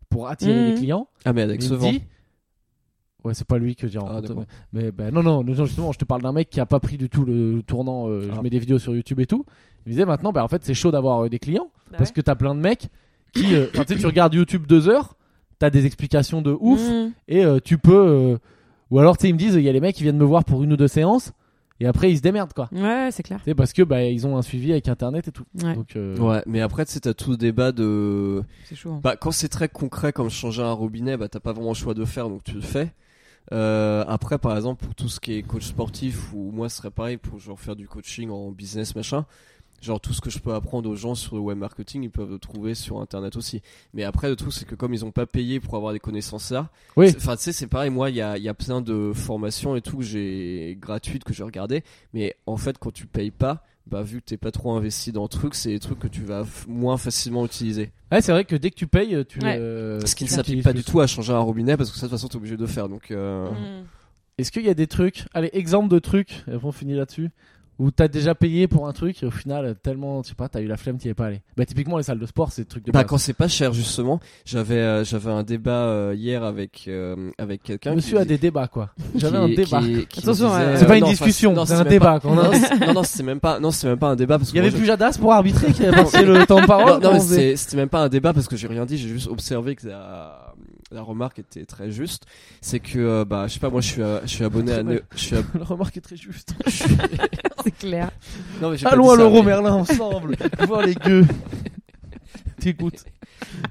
S3: pour attirer
S2: Mm.
S3: les clients.
S1: Ah, mais
S3: Et
S1: avec
S3: il
S1: ce
S3: me
S1: vent. Ah,
S3: dit- Ouais, c'est pas lui que j'ai rencontré.
S1: d'accord.
S3: mais mais, ben, non, non, non, justement, je te parle d'un mec qui a pas pris du tout le tournant. euh, Je
S1: Ah.
S3: mets des vidéos sur YouTube et tout. Il me disait maintenant, ben, en fait, c'est chaud d'avoir euh, des clients.
S2: Bah
S3: Parce
S2: ouais.
S3: que t'as plein de mecs qui, euh, enfin, tu sais, tu regardes YouTube deux heures, t'as des explications de ouf,
S2: Mmh.
S3: et euh, tu peux, euh, ou alors tu sais, ils me disent, il y a les mecs qui viennent me voir pour une ou deux séances, et après ils se démerdent quoi.
S2: Mmh. Ouais, c'est clair.
S3: Tu sais, parce que bah ils ont un suivi avec Internet et tout.
S2: Ouais.
S3: Donc, euh,
S1: Ouais, mais après, tu sais, t'as tout le débat de.
S2: C'est chaud. hein.
S1: Bah, quand c'est très concret, comme changer un robinet, bah, t'as pas vraiment le choix de faire, donc tu le fais. Euh, après, par exemple, pour tout ce qui est coach sportif, ou moi, ce serait pareil pour genre faire du coaching en business, machin. Genre, tout ce que je peux apprendre aux gens sur le web marketing, ils peuvent le trouver sur internet aussi. Mais après, le truc, c'est que comme ils ont pas payé pour avoir des connaissances là,
S3: Oui.
S1: c'est- enfin, tu sais, c'est pareil. Moi, il y a, il y a plein de formations et tout que j'ai gratuites que j'ai regardées, mais en fait, quand tu payes pas, bah, vu que t'es pas trop investi dans le truc, c'est des trucs que tu vas f- moins facilement utiliser.
S3: Ouais, c'est vrai que dès que tu payes, tu.
S2: Ouais.
S3: euh,
S1: Ce qui ne
S3: tu
S1: s'applique
S3: utilises
S1: pas
S3: plus.
S1: du tout à changer un robinet parce que ça de toute façon t'es obligé de le faire donc
S3: Mm.
S1: euh,
S2: Mmh.
S3: Est-ce qu'il y a des trucs, allez, exemple de trucs, et après on finit là-dessus, où t'as déjà payé pour un truc et au final tellement, je sais pas, t'as eu la flemme, t'y es pas allé. Bah typiquement les salles de sport, c'est des trucs de.
S1: bah
S3: base.
S1: quand c'est pas cher justement j'avais euh, j'avais un débat euh, hier avec euh, avec quelqu'un
S3: Monsieur
S1: qui
S3: a des débats quoi.
S1: qui-
S3: J'avais un
S1: qui-
S3: débat.
S1: qui- qui
S2: Attention,
S1: me disait,
S2: euh,
S1: euh,
S3: hein, C'est pas une
S1: non, enfin,
S3: discussion,
S1: non,
S3: c'est un
S1: même pas-
S3: débat. quoi. On a-
S1: non, c'est- non non c'est même pas non c'est même pas un débat parce que
S3: Il y avait
S1: moi,
S3: plus Jadas pour arbitrer qui a passé le temps de
S1: je-
S3: parole.
S1: non, non, mais
S3: on faisait-
S1: c'est- c'était même pas un débat parce que j'ai rien dit j'ai juste observé que la, la remarque était très juste c'est que euh, bah je sais pas moi je suis euh, je suis abonné à Neo- je suis ab-
S3: La remarque est très juste.
S2: C'est clair.
S1: non mais j'ai pas
S3: Allons
S1: dit
S3: à
S1: ça,
S3: l'euro
S1: mais-
S3: Merlin ensemble, voir les gueux. T'écoutes.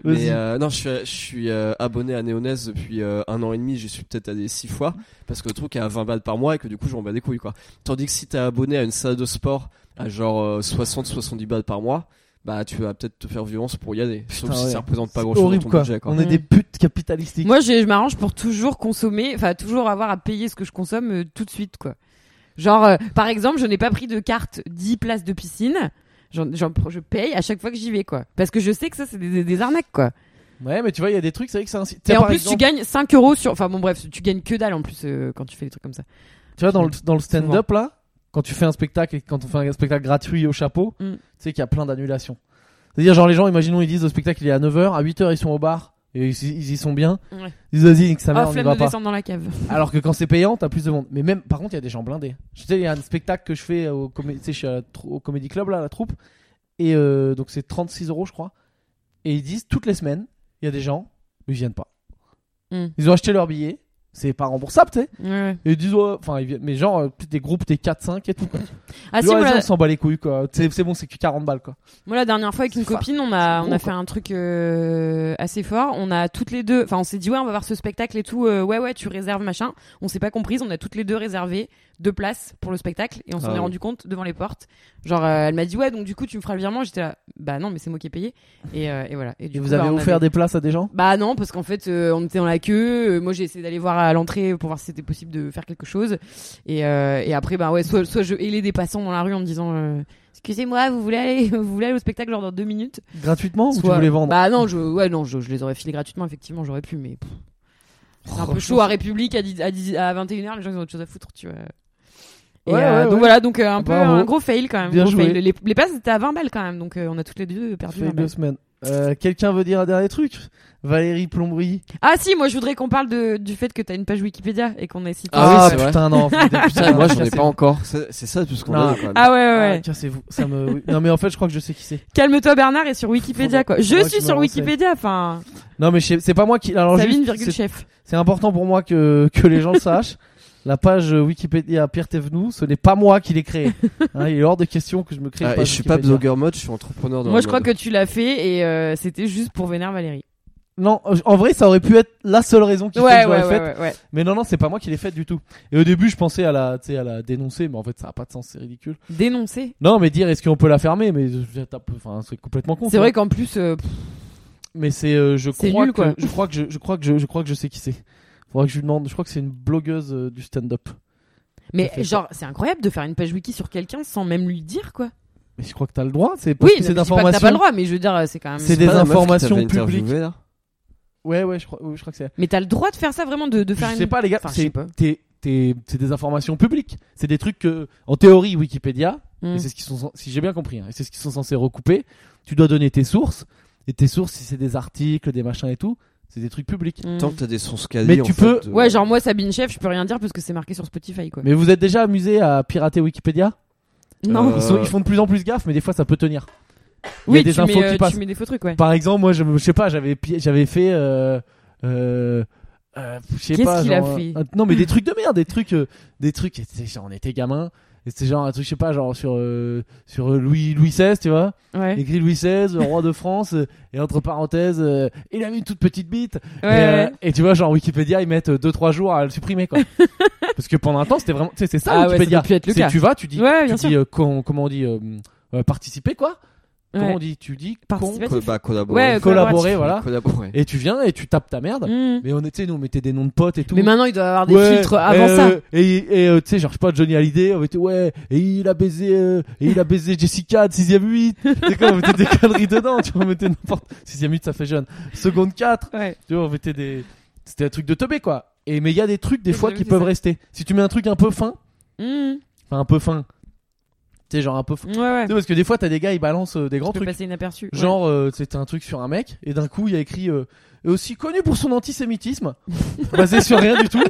S1: Mais
S3: Vas-y.
S1: euh, non, je suis, je suis euh, abonné à Néonès depuis euh, un an et demi. J'y suis peut-être allé six fois parce que le truc est à 20 balles par mois et que du coup, j'en bats des couilles quoi. Tandis que si t'es abonné à une salle de sport à genre 60-70 balles par mois, bah tu vas peut-être te faire violence pour y aller. Sauf
S3: Putain,
S1: si
S3: ouais.
S1: ça représente pas
S3: C'est
S1: grand-chose dans
S3: horrible
S1: ton
S3: quoi.
S1: budget quoi.
S3: On est des putes capitalistiques.
S2: Moi, je, je m'arrange pour toujours consommer, enfin toujours avoir à payer ce que je consomme euh, tout de suite, quoi. Genre, euh, par exemple, je n'ai pas pris de carte 10 places de piscine. J'en- j'en pr- je paye à chaque fois que j'y vais, quoi. Parce que je sais que ça, c'est des, des- des arnaques, quoi.
S3: Ouais, mais tu vois, il y a des trucs, c'est vrai que c'est un.
S2: Et en plus, tu gagnes 5 euros sur. Enfin, bon, bref, tu gagnes que dalle en plus euh, quand tu fais des trucs comme ça.
S3: Tu vois, dans le, dans le stand-up, là, quand tu fais un spectacle et quand on fait un spectacle gratuit au chapeau,
S2: Mm.
S3: tu sais qu'il y a plein d'annulations. C'est-à-dire, genre, les gens, imaginons, ils disent le spectacle il est à 9h, à 8h, ils sont au bar et ils, ils y sont bien.
S2: Ouais.
S3: Ils disent, vas-y, nique sa mère,
S2: Oh,
S3: on y
S2: flemme
S3: va
S2: de
S3: pas.
S2: descendre dans la cave.
S3: Alors que quand c'est payant, t'as plus de monde. Mais même, par contre, il y a des gens blindés. Je sais, il y a un spectacle que je fais au, comé- tu sais, je suis à la trou- au Comedy Club, là, à la troupe. Et euh, donc, c'est 36 euros, je crois. Et ils disent, toutes les semaines, il y a des gens, ils viennent pas.
S2: Mm.
S3: Ils ont acheté leur billet, c'est pas remboursable, tu sais.
S2: Ouais, ouais.
S3: Et ils disent, ouais, enfin, ils viennent- mais genre, euh, des groupes, t'es 4-5 et tout. quoi.
S2: Ah si,
S3: Tu vois,
S2: moi,
S3: les gens
S2: la,
S3: ils s'en bat les couilles, quoi. C'est c'est bon, c'est que 40 balles, quoi.
S2: moi, la dernière fois avec une
S3: C'est fa-
S2: copine, on a,
S3: c'est
S2: on a
S3: gros,
S2: fait un truc euh, assez fort. On a toutes les deux, enfin, on s'est dit ouais, on va voir ce spectacle et tout. euh, ouais, ouais, tu réserves machin. On s'est pas comprises. On a toutes les deux réservé deux places pour le spectacle et on s'en
S1: Ah
S2: est
S1: oui.
S2: rendu compte devant les portes. Genre, euh, elle m'a dit ouais, donc du coup, tu me feras le virement. J'étais là, bah non, mais c'est moi qui ai payé. Et, euh, et voilà. Et du
S3: Et
S2: coup,
S3: vous avez
S2: bah, on
S3: offert des places à des gens
S2: Bah non, parce qu'en fait, euh, on était dans la queue. euh, moi, j'ai essayé d'aller voir à l'entrée pour voir si c'était possible de faire quelque chose. Et, euh, et après, bah ouais, soit, soit je hélais des passants dans la rue en me disant euh, Excusez-moi, vous voulez aller, vous voulez aller au spectacle genre dans deux minutes
S3: Gratuitement ou tu
S2: Soit-
S3: voulais vendre
S2: Bah non, je, ouais, non, je, je les aurais filés gratuitement, effectivement, j'aurais pu, mais pff, c'est un
S3: Oh,
S2: peu
S3: je
S2: chaud à République à, 10 à, 10 à 21h, les gens ils ont autre chose à foutre, tu vois. Et,
S3: Ouais,
S2: euh,
S3: ouais,
S2: donc
S3: ouais.
S2: voilà, donc euh, un peu
S3: Bravo.
S2: un gros fail quand même.
S3: Bien
S2: gros
S3: joué.
S2: fail. Les, les passes étaient à 20 balles quand même, donc euh, on a toutes les deux
S3: Ça
S2: perdu.
S3: fait
S2: 20 balles.
S3: deux semaines. Euh, Quelqu'un veut dire un dernier truc Valérie Plomberie.
S2: Ah si, moi je voudrais qu'on parle de, du fait que t'as une page Wikipédia et qu'on ait cité.
S1: Ah oui, c'est vrai.
S3: putain, non.
S1: Putain, moi j'en ai pas encore. C'est c'est ça, tout ce qu'on
S3: Non.
S1: a quand même.
S2: Ah ouais, ouais, ouais.
S3: Cassez-vous. Ça me. oui. Non, mais en fait, je crois que je sais qui c'est.
S2: Calme-toi Bernard est sur Wikipédia
S3: Faudra-
S2: quoi. Je
S3: faudra que
S2: suis
S3: tu
S2: sur
S3: me renseignes.
S2: Wikipédia, enfin.
S3: Non, mais je sais- c'est pas moi qui. Alors,
S2: Sabine,
S3: juste,
S2: virgule
S3: c'est-
S2: chef.
S3: c'est important pour moi que, que les gens le sachent. La page euh, Wikipédia Pierre Thévenoud, ce n'est pas moi qui l'ai créée. Hein, il est hors de question que je me crée. une
S1: Ah, et
S3: page
S1: je suis pas
S3: Wikipédia.
S1: blogger mode, je suis entrepreneur euh, dans
S2: Moi
S1: le
S2: je crois
S1: mode.
S2: que tu l'as fait et euh, c'était juste pour vénère Valérie.
S3: Non, euh, en vrai, ça aurait pu être la seule raison qui fait que
S2: Ouais, ouais,
S3: je l'aurais
S2: ouais,
S3: faite.
S2: ouais, ouais.
S3: Mais non, non, c'est pas moi qui l'ai faite du tout. Et au début, je pensais à la, tu sais, à la dénoncer, mais en fait, ça a pas de sens, c'est ridicule.
S2: Dénoncer.
S3: Non, mais dire est-ce qu'on peut la fermer, mais euh, je- je tape- enfin, c'est complètement con.
S2: C'est
S3: quoi.
S2: vrai qu'en plus, euh, pff,
S3: Mais c'est, euh, je
S2: C'est
S3: crois
S2: nul,
S3: que,
S2: quoi.
S3: je crois que je, je crois que je, je crois que je sais qui c'est. Faudra que je lui demande. Je crois que c'est une blogueuse euh, du stand-up.
S2: mais
S3: Ça fait
S2: genre c'est incroyable de faire une page wiki sur quelqu'un sans même lui dire quoi.
S3: Mais je crois que t'as le droit. C'est parce
S2: Oui,
S3: que
S2: non, mais je dis
S3: c'est
S2: pas que t'as
S3: d'information.
S2: pas le droit, mais je veux dire euh, c'est quand même.
S3: C'est
S1: C'est
S3: des
S1: pas la meuf qui
S3: informations
S1: t'avait interviewé,
S3: publiques.
S1: là
S3: Ouais, ouais, je crois, oui, je crois que c'est.
S2: Mais t'as le droit de faire ça vraiment de, de faire
S3: Je
S2: une.
S3: sais pas, les gars.
S2: Enfin, je sais
S3: c'est,
S2: pas.
S3: t'es- t'es- c'est des informations publiques. C'est des trucs que, en théorie, Wikipédia,
S2: Hmm.
S3: et c'est ce qu'ils sont, si j'ai bien compris, hein, et c'est ce qu'ils sont censés recouper. Tu dois donner tes sources. Et tes sources, si c'est des articles, des machins et tout, c'est des trucs publics.
S2: Mm.
S1: Tant que t'as des sons scalés.
S3: Mais
S1: en
S3: tu
S1: fait, euh,
S3: peux-
S1: de-
S2: Ouais, genre moi Sabine chef, je peux rien dire parce que c'est marqué sur Spotify quoi.
S3: Mais vous êtes déjà amusé à pirater Wikipédia
S2: Non.
S1: Euh,
S3: ils, sont- ils font de plus en plus gaffe, mais des fois ça peut tenir. Il y
S2: oui,
S3: a des
S2: tu
S3: infos
S2: mets,
S3: qui
S2: euh,
S3: passent.
S2: tu mets des faux trucs ouais.
S3: Par exemple, moi, je, je sais pas, j'avais pi- j'avais fait. Euh, euh, euh, je sais
S2: Qu'est-ce
S3: pas,
S2: qu'il a
S3: genre,
S2: fait
S3: un- non, mais des trucs de merde, des trucs, euh, des trucs. et c'est genre, on était gamin. et C'était genre un truc, je sais pas, genre sur euh, sur euh, Louis Louis XVI, tu vois,
S2: Ouais.
S3: écrit Louis XVI, euh, roi de France, euh, et entre parenthèses, euh, il a mis une toute petite bite.
S2: Ouais,
S3: et, euh,
S2: ouais.
S3: et tu vois, genre Wikipédia, ils mettent 2-3 jours à le supprimer, quoi. Parce que pendant un temps, c'était vraiment, tu sais, c'est ça
S2: Ah ouais, ça
S3: Wikipédia.
S2: doit plus être le
S3: C'est
S2: cas.
S3: tu vas, tu dis,
S2: Ouais, bien
S3: tu
S2: sûr.
S3: dis, euh, con- comment on dit, euh, euh, participer, quoi. Comment
S2: Ouais.
S3: on dit, tu dis, con-
S2: Participer,
S1: co- bah, collaborer.
S2: Ouais,
S3: collaborer, voilà.
S1: Collaborer.
S3: Et tu viens et tu tapes ta merde.
S2: Mm.
S3: Mais on était, nous, on mettait des noms de potes et tout.
S2: Mais maintenant, il doit y avoir des
S3: Ouais,
S2: filtres avant
S3: euh,
S2: ça.
S3: Et, et, euh, tu sais, genre, je sais pas, Johnny Hallyday, on était, ouais, et il a baisé, euh, et il a baisé Jessica de 6ème 8. C'est quoi, on mettait des conneries dedans, tu vois, on mettait n'importe. 6ème 8, ça fait jeune. Seconde 4,
S2: Ouais.
S3: tu vois, on mettait des. C'était un truc de teubé, quoi. Et, mais il y a des trucs, des
S2: Oui,
S3: fois,
S2: j'ai
S3: qui
S2: vu
S3: peuvent
S2: ça.
S3: rester. Si tu mets un truc un peu fin,
S2: Mm.
S3: enfin, un peu fin, tu sais, genre, un peu fin.
S2: Ouais, ouais.
S3: Tu sais, parce que des fois, t'as des gars, ils balancent euh, des grands
S2: Tu peux
S3: trucs.
S2: passer inaperçu. ouais.
S3: Genre, euh, c'était un truc sur un mec, et d'un coup, il y a écrit euh, aussi connu pour son antisémitisme, basé sur rien du tout.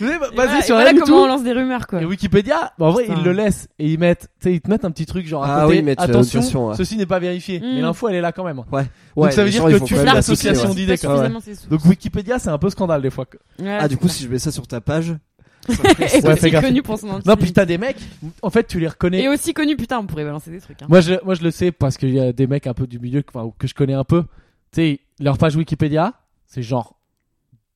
S3: Vous savez, ba-
S2: Et
S3: basé
S2: voilà- et
S3: sur
S2: voilà
S3: rien du
S2: comment on
S3: tout.
S2: lance des rumeurs quoi.
S3: Et Wikipédia, bah, en vrai,
S2: Putain.
S3: ils le laissent et ils mettent, tu sais, ils te mettent un petit truc genre à
S1: Ah
S3: côté,
S1: oui, ils mettent la
S3: attention,
S1: notation, ouais.
S3: ceci n'est pas vérifié.
S2: Mm.
S3: Mais l'info, elle est là quand même. hein.
S1: Ouais,
S3: ça veut
S1: les
S3: dire
S1: gens,
S3: que
S1: ils font
S3: tu
S1: quand
S3: fais
S1: même
S2: L'article
S1: l'associer,
S3: l'association
S1: ouais.
S2: précise
S3: d'idées,
S2: pas
S3: quoi.
S2: suffisamment ses sources.
S3: Donc Wikipédia, c'est un peu scandale des fois. quoi.
S2: Ouais.
S1: Ah, du coup, si je mets ça sur ta page.
S2: Et
S3: Ouais, fais
S2: aussi
S3: gaffe.
S2: connu pour son antisémitisme.
S3: Non, puis t'as des mecs, en fait, tu les reconnais.
S2: Et aussi connu, putain, on pourrait balancer des trucs. Hein.
S3: Moi, je, moi, je le sais parce qu'il y a des mecs un peu du milieu que, enfin, que je connais un peu. Tu sais, leur page Wikipédia, c'est genre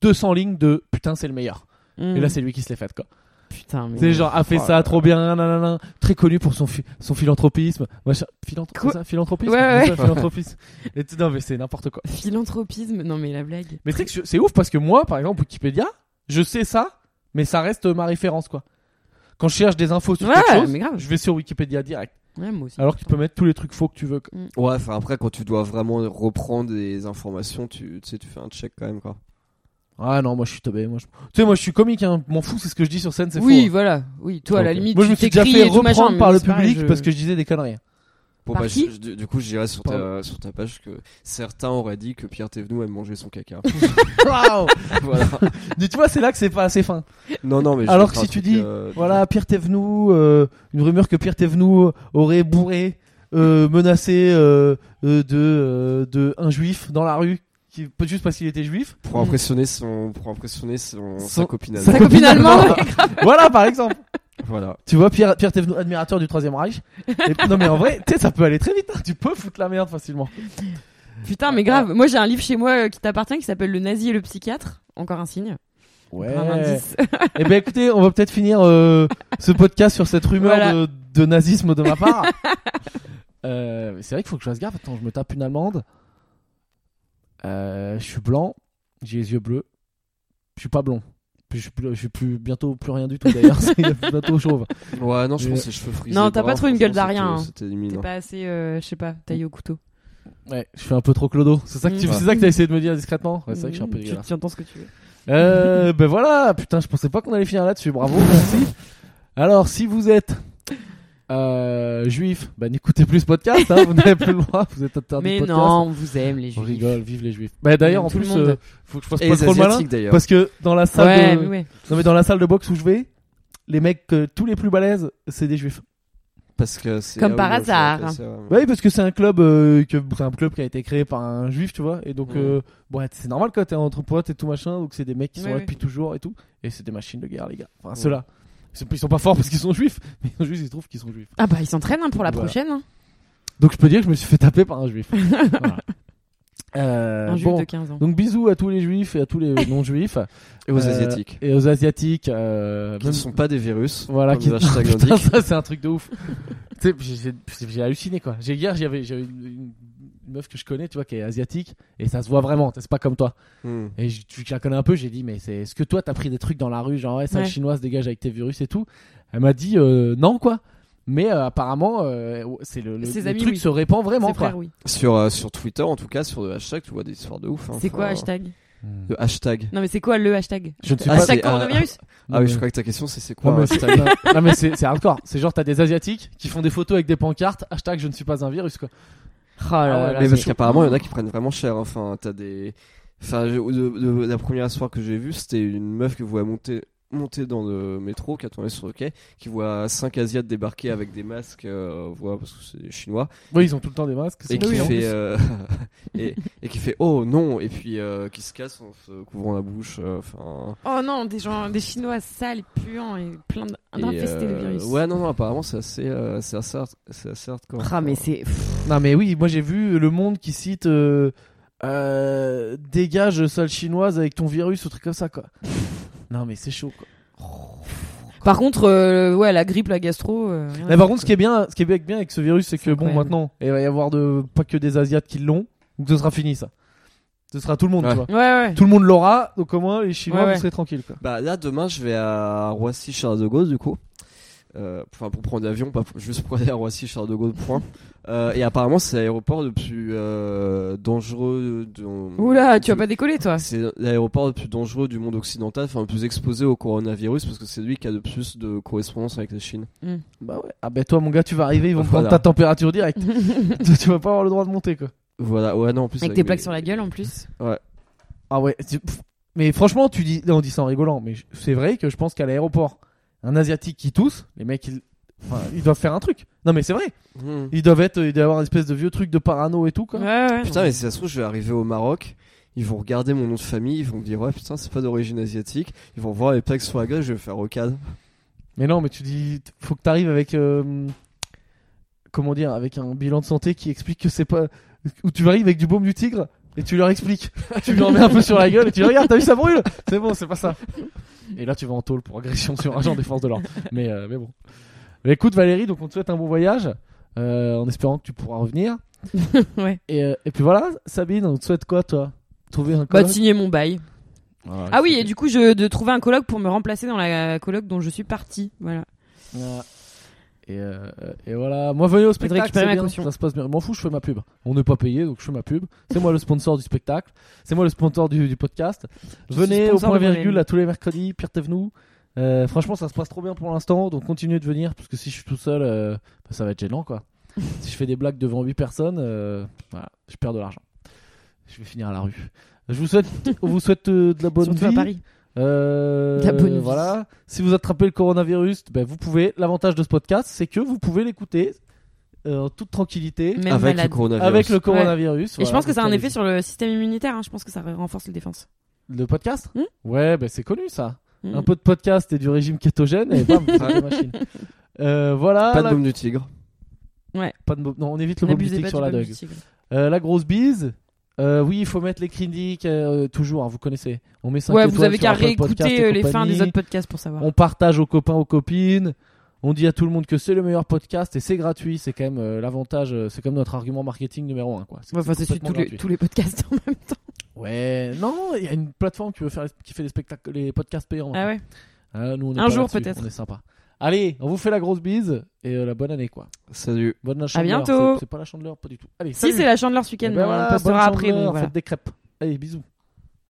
S3: 200 lignes de putain, c'est le meilleur.
S2: Mm.
S3: Et là, c'est lui qui se les fait, quoi.
S2: Putain, mais.
S3: C'est genre a fait
S1: Oh
S3: ça
S1: là
S3: trop bien, nanana, très connu pour son fi- son philanthropisme, machin, philanthro-
S2: Quoi
S3: c'est ça, philanthropisme,
S2: Ouais, ouais,
S3: C'est ça, philanthropisme. Et tu- non mais c'est n'importe quoi.
S2: Philanthropisme, non mais la blague.
S3: Mais tu sais que je- c'est ouf parce que moi, par exemple, Wikipédia, je sais ça, mais ça reste ma référence quoi. Quand je cherche des infos sur
S2: Ouais,
S3: quelque chose,
S2: mais grave.
S3: je vais sur Wikipédia direct.
S2: Ouais, moi aussi.
S3: Alors que tu peux mettre tous les trucs faux que tu veux. quoi.
S1: Ouais, enfin après, quand tu dois vraiment reprendre des informations, tu tu sais, tu fais un check quand même, quoi.
S3: Ah non, moi je suis teubé. Moi, je... Tu sais, moi je suis comique, hein. m'en fous, c'est ce que je dis sur scène, c'est
S2: Oui,
S3: faux. hein. euh,
S2: voilà. Oui, toi, à la
S1: Ok.
S2: limite,
S3: Moi je
S2: tu
S3: me suis déjà
S2: t'écris
S3: fait
S2: et tout machin,
S3: reprendre
S2: mais
S3: par
S2: moi,
S3: le
S2: c'est pareil,
S3: public
S2: je-
S3: parce que je disais des conneries.
S1: Bon,
S2: Par
S1: bah,
S2: qui
S1: je- je- du coup, je dirais sur ta, sur ta page que certains auraient dit que Pierre Thévenoud aime manger son caca.
S3: Waouh
S1: voilà.
S3: Dis-toi, c'est là que c'est pas assez fin.
S1: Non, non, mais je
S3: Alors
S1: vais
S3: que
S1: faire
S3: si
S1: un
S3: tu
S1: truc,
S3: dis,
S1: euh,
S3: Voilà, Pierre Thévenoud, euh, une rumeur que Pierre Thévenoud aurait bourré, euh, menacé euh, euh, de, euh, de un juif dans la rue, qui, juste parce qu'il était juif.
S1: Pour impressionner son, pour impressionner son, sa
S3: Son-
S1: copine.
S3: sa
S2: Sa copine allemande.
S3: voilà, par exemple.
S1: Voilà.
S3: Tu vois, Pierre, Pierre Thévenoud, admirateur du Troisième Reich. Et- non, mais en vrai, tu sais, ça peut aller très vite. hein. Tu peux foutre la merde facilement.
S2: Putain, mais grave. Moi, j'ai un livre chez moi euh, qui t'appartient qui s'appelle Le nazi et le psychiatre. Encore un signe.
S3: Ouais.
S2: Un indice.
S3: Eh ben, écoutez, on va peut-être finir euh, ce podcast sur cette rumeur
S2: Voilà.
S3: de, de nazisme de ma part. Euh, mais c'est vrai qu'il faut que je fasse gaffe. Attends, je me tape une allemande. Euh, je suis blanc, j'ai les yeux bleus. Je suis pas blond. Puis Je suis, plus, je suis plus bientôt plus rien du tout d'ailleurs. C'est bientôt chauve.
S1: Ouais, non, je
S3: Mais-
S1: pense que c'est cheveux frisés.
S2: Non, t'as
S1: bruns,
S2: pas trop une gueule
S1: franchement,
S2: d'Arien,
S1: c'était- C'était
S2: T'es
S1: limite.
S2: pas assez, euh, je sais pas, taillé au couteau.
S3: Ouais, je suis un peu trop clodo. C'est ça que tu,
S1: Mm.
S3: c'est ça que t'as essayé de me dire discrètement. Ouais, c'est vrai que je suis un peu
S2: Tu-
S3: dégueulasse.
S2: Tu entends ce que tu veux.
S3: Euh, ben voilà, putain, je pensais pas qu'on allait finir là-dessus. Bravo, merci. Alors, si vous êtes euh, juif, ben n'écoutez plus ce podcast, hein, vous n'avez plus le droit, vous êtes interdit de
S2: Mais
S3: podcast.
S2: non, on vous aime, les
S3: On
S2: juifs.
S3: rigole, vive les juifs. Ben d'ailleurs,
S2: aime
S3: en
S2: tout le
S3: plus,
S2: monde.
S3: euh, faut que je fasse
S1: Et
S3: pas
S1: les
S3: trop le malin,
S1: asiatiques d'ailleurs.
S3: parce que dans la salle,
S2: Ouais,
S3: de...
S2: mais ouais.
S3: Non, mais dans la salle de boxe où je vais, les mecs euh, tous les plus balèzes, c'est des juifs.
S1: Parce que c'est
S2: Comme
S1: ah
S2: par
S1: oui, je vais
S2: hasard.
S1: appeler ça, ouais.
S3: Bah Oui, parce que c'est un club, euh, que c'est un club qui a été créé par un juif, tu vois. Et donc,
S1: Mhm.
S3: euh, bon, ouais, c'est normal quand t'es entre potes et tout machin. Donc c'est des mecs qui sont
S2: Oui,
S3: là
S2: oui.
S3: depuis toujours et tout. Et c'est des machines de guerre, les gars. Enfin,
S1: Ouais.
S3: ceux-là, ils sont, ils sont pas forts parce qu'ils sont juifs, mais juste ils se trouvent qu'ils sont juifs.
S2: Ah bah, ils s'entraînent hein, pour la
S3: Voilà.
S2: prochaine. hein.
S3: Donc je peux dire que je me suis fait taper par un juif. Voilà. Euh,
S2: Un juif
S3: bon.
S2: de 15 ans.
S3: Donc bisous à tous les juifs et à tous les non-juifs
S1: Et aux
S3: Euh,
S1: asiatiques.
S3: et aux asiatiques. Euh,
S1: Qui ne
S3: même-
S1: sont pas des virus.
S3: Voilà,
S1: comme
S3: qui
S1: le hashtag
S3: Putain,
S1: l'indique.
S3: ça c'est un truc de ouf. tu sais, j'ai- j'ai- j'ai halluciné quoi. J'ai hier, j'avais j'avais une, une- une meuf que je connais, tu vois, qui est asiatique et ça se voit vraiment. C'est pas comme toi.
S1: Hmm.
S3: Et je, tu la connais un peu. J'ai dit, mais c'est est-ce que toi t'as pris des trucs dans la rue, genre ouais, sale
S2: Ouais.
S3: chinoise, dégage avec tes virus et tout. Elle m'a dit euh, non quoi. Mais euh, apparemment, euh, c'est le, le-
S2: Ses
S3: le
S2: amis,
S3: truc
S2: oui.
S3: se répand vraiment
S2: C'est
S3: quoi.
S2: frère, oui.
S1: Sur, euh, sur Twitter, en tout cas, sur le hashtag, tu vois des histoires de ouf. hein.
S2: C'est quoi
S1: Enfin, euh,
S2: hashtag
S1: Le hashtag.
S2: Non, mais c'est quoi le hashtag
S3: Je ne sais
S1: Ah,
S3: pas.
S1: c'est-
S2: Hashtag coronavirus
S1: Ah oui, je
S3: Non, mais-
S1: crois que ta question c'est c'est quoi
S3: Non
S1: un
S3: mais, c'est,
S1: hashtag
S3: non, mais c'est- c'est hardcore. C'est genre t'as des asiatiques qui font des photos avec des pancartes hashtag je ne suis pas un virus quoi.
S2: Oh là
S3: Ah ouais,
S2: là,
S3: mais
S1: Mais
S2: c'est-
S1: parce qu'apparemment, il y en a qui prennent vraiment cher. hein. Enfin, t'as des. Enfin, je- de- de- la première soirée que j'ai vue, c'était une meuf que voit monter monter dans le métro, qui attendait sur le quai, qui voit cinq asiates débarquer avec des masques, euh, on voit parce que c'est des chinois,
S3: Oui, ils ont tout le temps des masques.
S1: et
S3: c'est-
S1: qui
S3: Oui, en
S1: fait
S3: plus.
S1: euh, et, et qui fait oh non, et puis euh, qui se casse en se couvrant la bouche. euh, Enfin.
S2: Oh non, des gens, des Chinois sales, puants et plein
S1: et,
S2: d'infestés de
S1: euh,
S2: virus.
S1: Ouais, non, non. Apparemment, c'est assez, euh, c'est assez, hard- c'est assez hardcore.
S2: Ah mais c'est
S3: Non mais oui, moi j'ai vu le monde qui cite euh, euh, dégage sale chinoise avec ton virus ou truc comme ça quoi. non mais c'est chaud quoi.
S2: Par contre, euh, ouais, la grippe, la gastro. euh, rien à
S3: Mais par
S2: faire,
S3: contre, ce
S2: quoi.
S3: qui est bien, ce qui est bien bien avec ce virus, c'est que
S2: C'est
S3: bon
S2: incroyable.
S3: maintenant, il va y avoir de pas que des asiates qui l'ont, donc ce sera fini ça. Ce sera tout le monde,
S1: Ouais.
S3: tu vois.
S2: Ouais, ouais.
S3: Tout le monde l'aura, donc au moins les Chinois
S2: Ouais,
S3: vous
S2: ouais.
S3: serez tranquilles quoi.
S1: Bah là demain je vais à Roissy Charles de Gaulle du coup. Euh, Enfin pour prendre l'avion, pas pour- juste pour aller à Roissy Charles de Gaulle point. Euh, et apparemment c'est l'aéroport le plus euh, dangereux. De...
S2: Oula, tu vas
S1: du-
S2: pas décoller, toi.
S1: C'est l'aéroport le plus dangereux du monde occidental, enfin le plus exposé au coronavirus parce que c'est lui qui a le plus de correspondance avec la Chine.
S3: Bah ouais. Ah ben toi mon gars, tu vas arriver, ils vont
S1: Bah Voilà.
S3: prendre ta température directe. tu tu vas pas avoir le droit de monter quoi.
S1: Voilà, ouais non en plus.
S2: Avec des plaques sur la gueule en plus.
S3: Ah ouais. c'est- pff. Mais franchement, tu dis, là, on dit ça en rigolant, mais je- c'est vrai que je pense qu'à l'aéroport, un asiatique qui tousse, les mecs, ils, enfin, ils doivent faire un truc. Non mais c'est vrai.
S1: Hmm.
S3: Ils doivent être, euh, ils doivent avoir une espèce de vieux truc de parano et tout
S2: Ouais,
S3: quoi.
S2: ouais.
S1: Putain mais si ça se trouve je vais arriver au Maroc. Ils vont regarder mon nom de famille, ils vont me dire ouais putain c'est pas d'origine asiatique, ils vont voir les plaques sur la gueule, je vais faire rocade.
S3: Mais non, mais tu dis, faut que t'arrives avec, euh, comment dire, avec un bilan de santé qui explique que c'est pas, où tu arrives avec du baume du tigre. Et tu leur expliques, tu leur mets un peu sur la gueule et tu dis, regarde, t'as vu ça brûle C'est bon, c'est pas ça. Et là, tu vas en tôle pour agression sur agent des forces de l'ordre. Mais, euh, mais bon. Mais écoute, Valérie, donc on te souhaite un bon voyage, euh, en espérant que tu pourras revenir.
S2: Ouais.
S3: Et, euh, et puis voilà, Sabine, on te souhaite quoi, toi Trouver un
S2: Bah,
S3: coloc
S2: de signer mon bail. Ah oui, et du coup, je de trouver un colloque pour me remplacer dans la colloque dont je suis partie. Voilà.
S3: Et, euh, et voilà, moi venez au spectacle,
S2: récupérer
S3: c'est
S2: ma
S3: bien,
S2: caution.
S3: ça se passe bien. Je M'en fous, je fais ma pub. On n'est pas payé, donc je fais ma pub. C'est moi le sponsor du spectacle. C'est moi le sponsor du, du podcast.
S2: Je suis
S3: venez au
S2: sponsor
S3: point
S2: de mon
S3: virgule
S2: ami.
S3: à tous les mercredis, Pierre Thévenoud. Euh, franchement, ça se passe trop bien pour l'instant, donc continuez de venir parce que si je suis tout seul, euh, bah, ça va être gênant quoi. si je fais des blagues devant 8 personnes, euh, voilà, je perds de l'argent. Je vais finir à la rue. Je vous souhaite, on vous souhaite euh, de la bonne
S2: Surtout
S3: vie.
S2: à Paris.
S3: Euh,
S2: La bonne vie.
S3: Voilà. Si vous attrapez le coronavirus, ben vous pouvez. L'avantage de ce podcast, c'est que vous pouvez l'écouter euh, en toute tranquillité
S2: Même
S1: Avec le
S2: malade.
S1: coronavirus.
S3: avec le coronavirus. euh,
S2: Et je pense que ça a un effet sur
S3: sur
S2: le système immunitaire. hein. Je pense que ça renforce les défenses.
S3: le podcast.
S2: Hmm
S3: ouais, ben c'est connu ça.
S2: Mm.
S3: Un peu de podcast et du régime kétogène et bam, vous avez des machines. Euh, voilà.
S1: Pas de
S3: la-
S1: boum du tigre.
S3: pas de bo- Non, on évite le
S2: N'abusez
S3: mobilitique
S2: pas
S3: sur
S2: du
S3: la
S2: pomme
S3: dog.
S2: du tigre.
S3: Euh, la grosse bise. Euh, oui, il faut mettre les critiques euh, toujours. hein, vous connaissez. On met 5
S2: Ouais, vous avez qu'à réécouter euh, les fins des autres podcasts pour savoir.
S3: On partage aux copains, aux copines. On dit à tout le monde que c'est le meilleur podcast et c'est gratuit. C'est quand même euh, l'avantage. euh, c'est comme notre argument marketing numéro un, quoi. C'est
S2: Ouais,
S3: que
S2: Enfin,
S3: c'est
S2: c'est tous
S3: complètement
S2: les, tous les podcasts hein. en même temps.
S3: gratuit. Ouais. Non, il y a une plateforme qui veut faire qui fait des spectacles, les podcasts payants.
S2: Ah ouais.
S3: Ah, nous, on est
S2: Un
S3: pas
S2: jour,
S3: là-dessus,
S2: peut-être.
S3: On est sympa. Allez, on vous fait la grosse bise et euh, la bonne année, quoi.
S1: Salut.
S3: Bonne la chandeleur.
S2: bientôt.
S3: C'est- C'est pas la chandeleur, pas du tout. Allez, Eh
S2: Si,
S3: ben
S2: c'est la Chandeleur ce week-end, mais on le postera après. donc voilà.
S3: Faites des crêpes. Allez, bisous.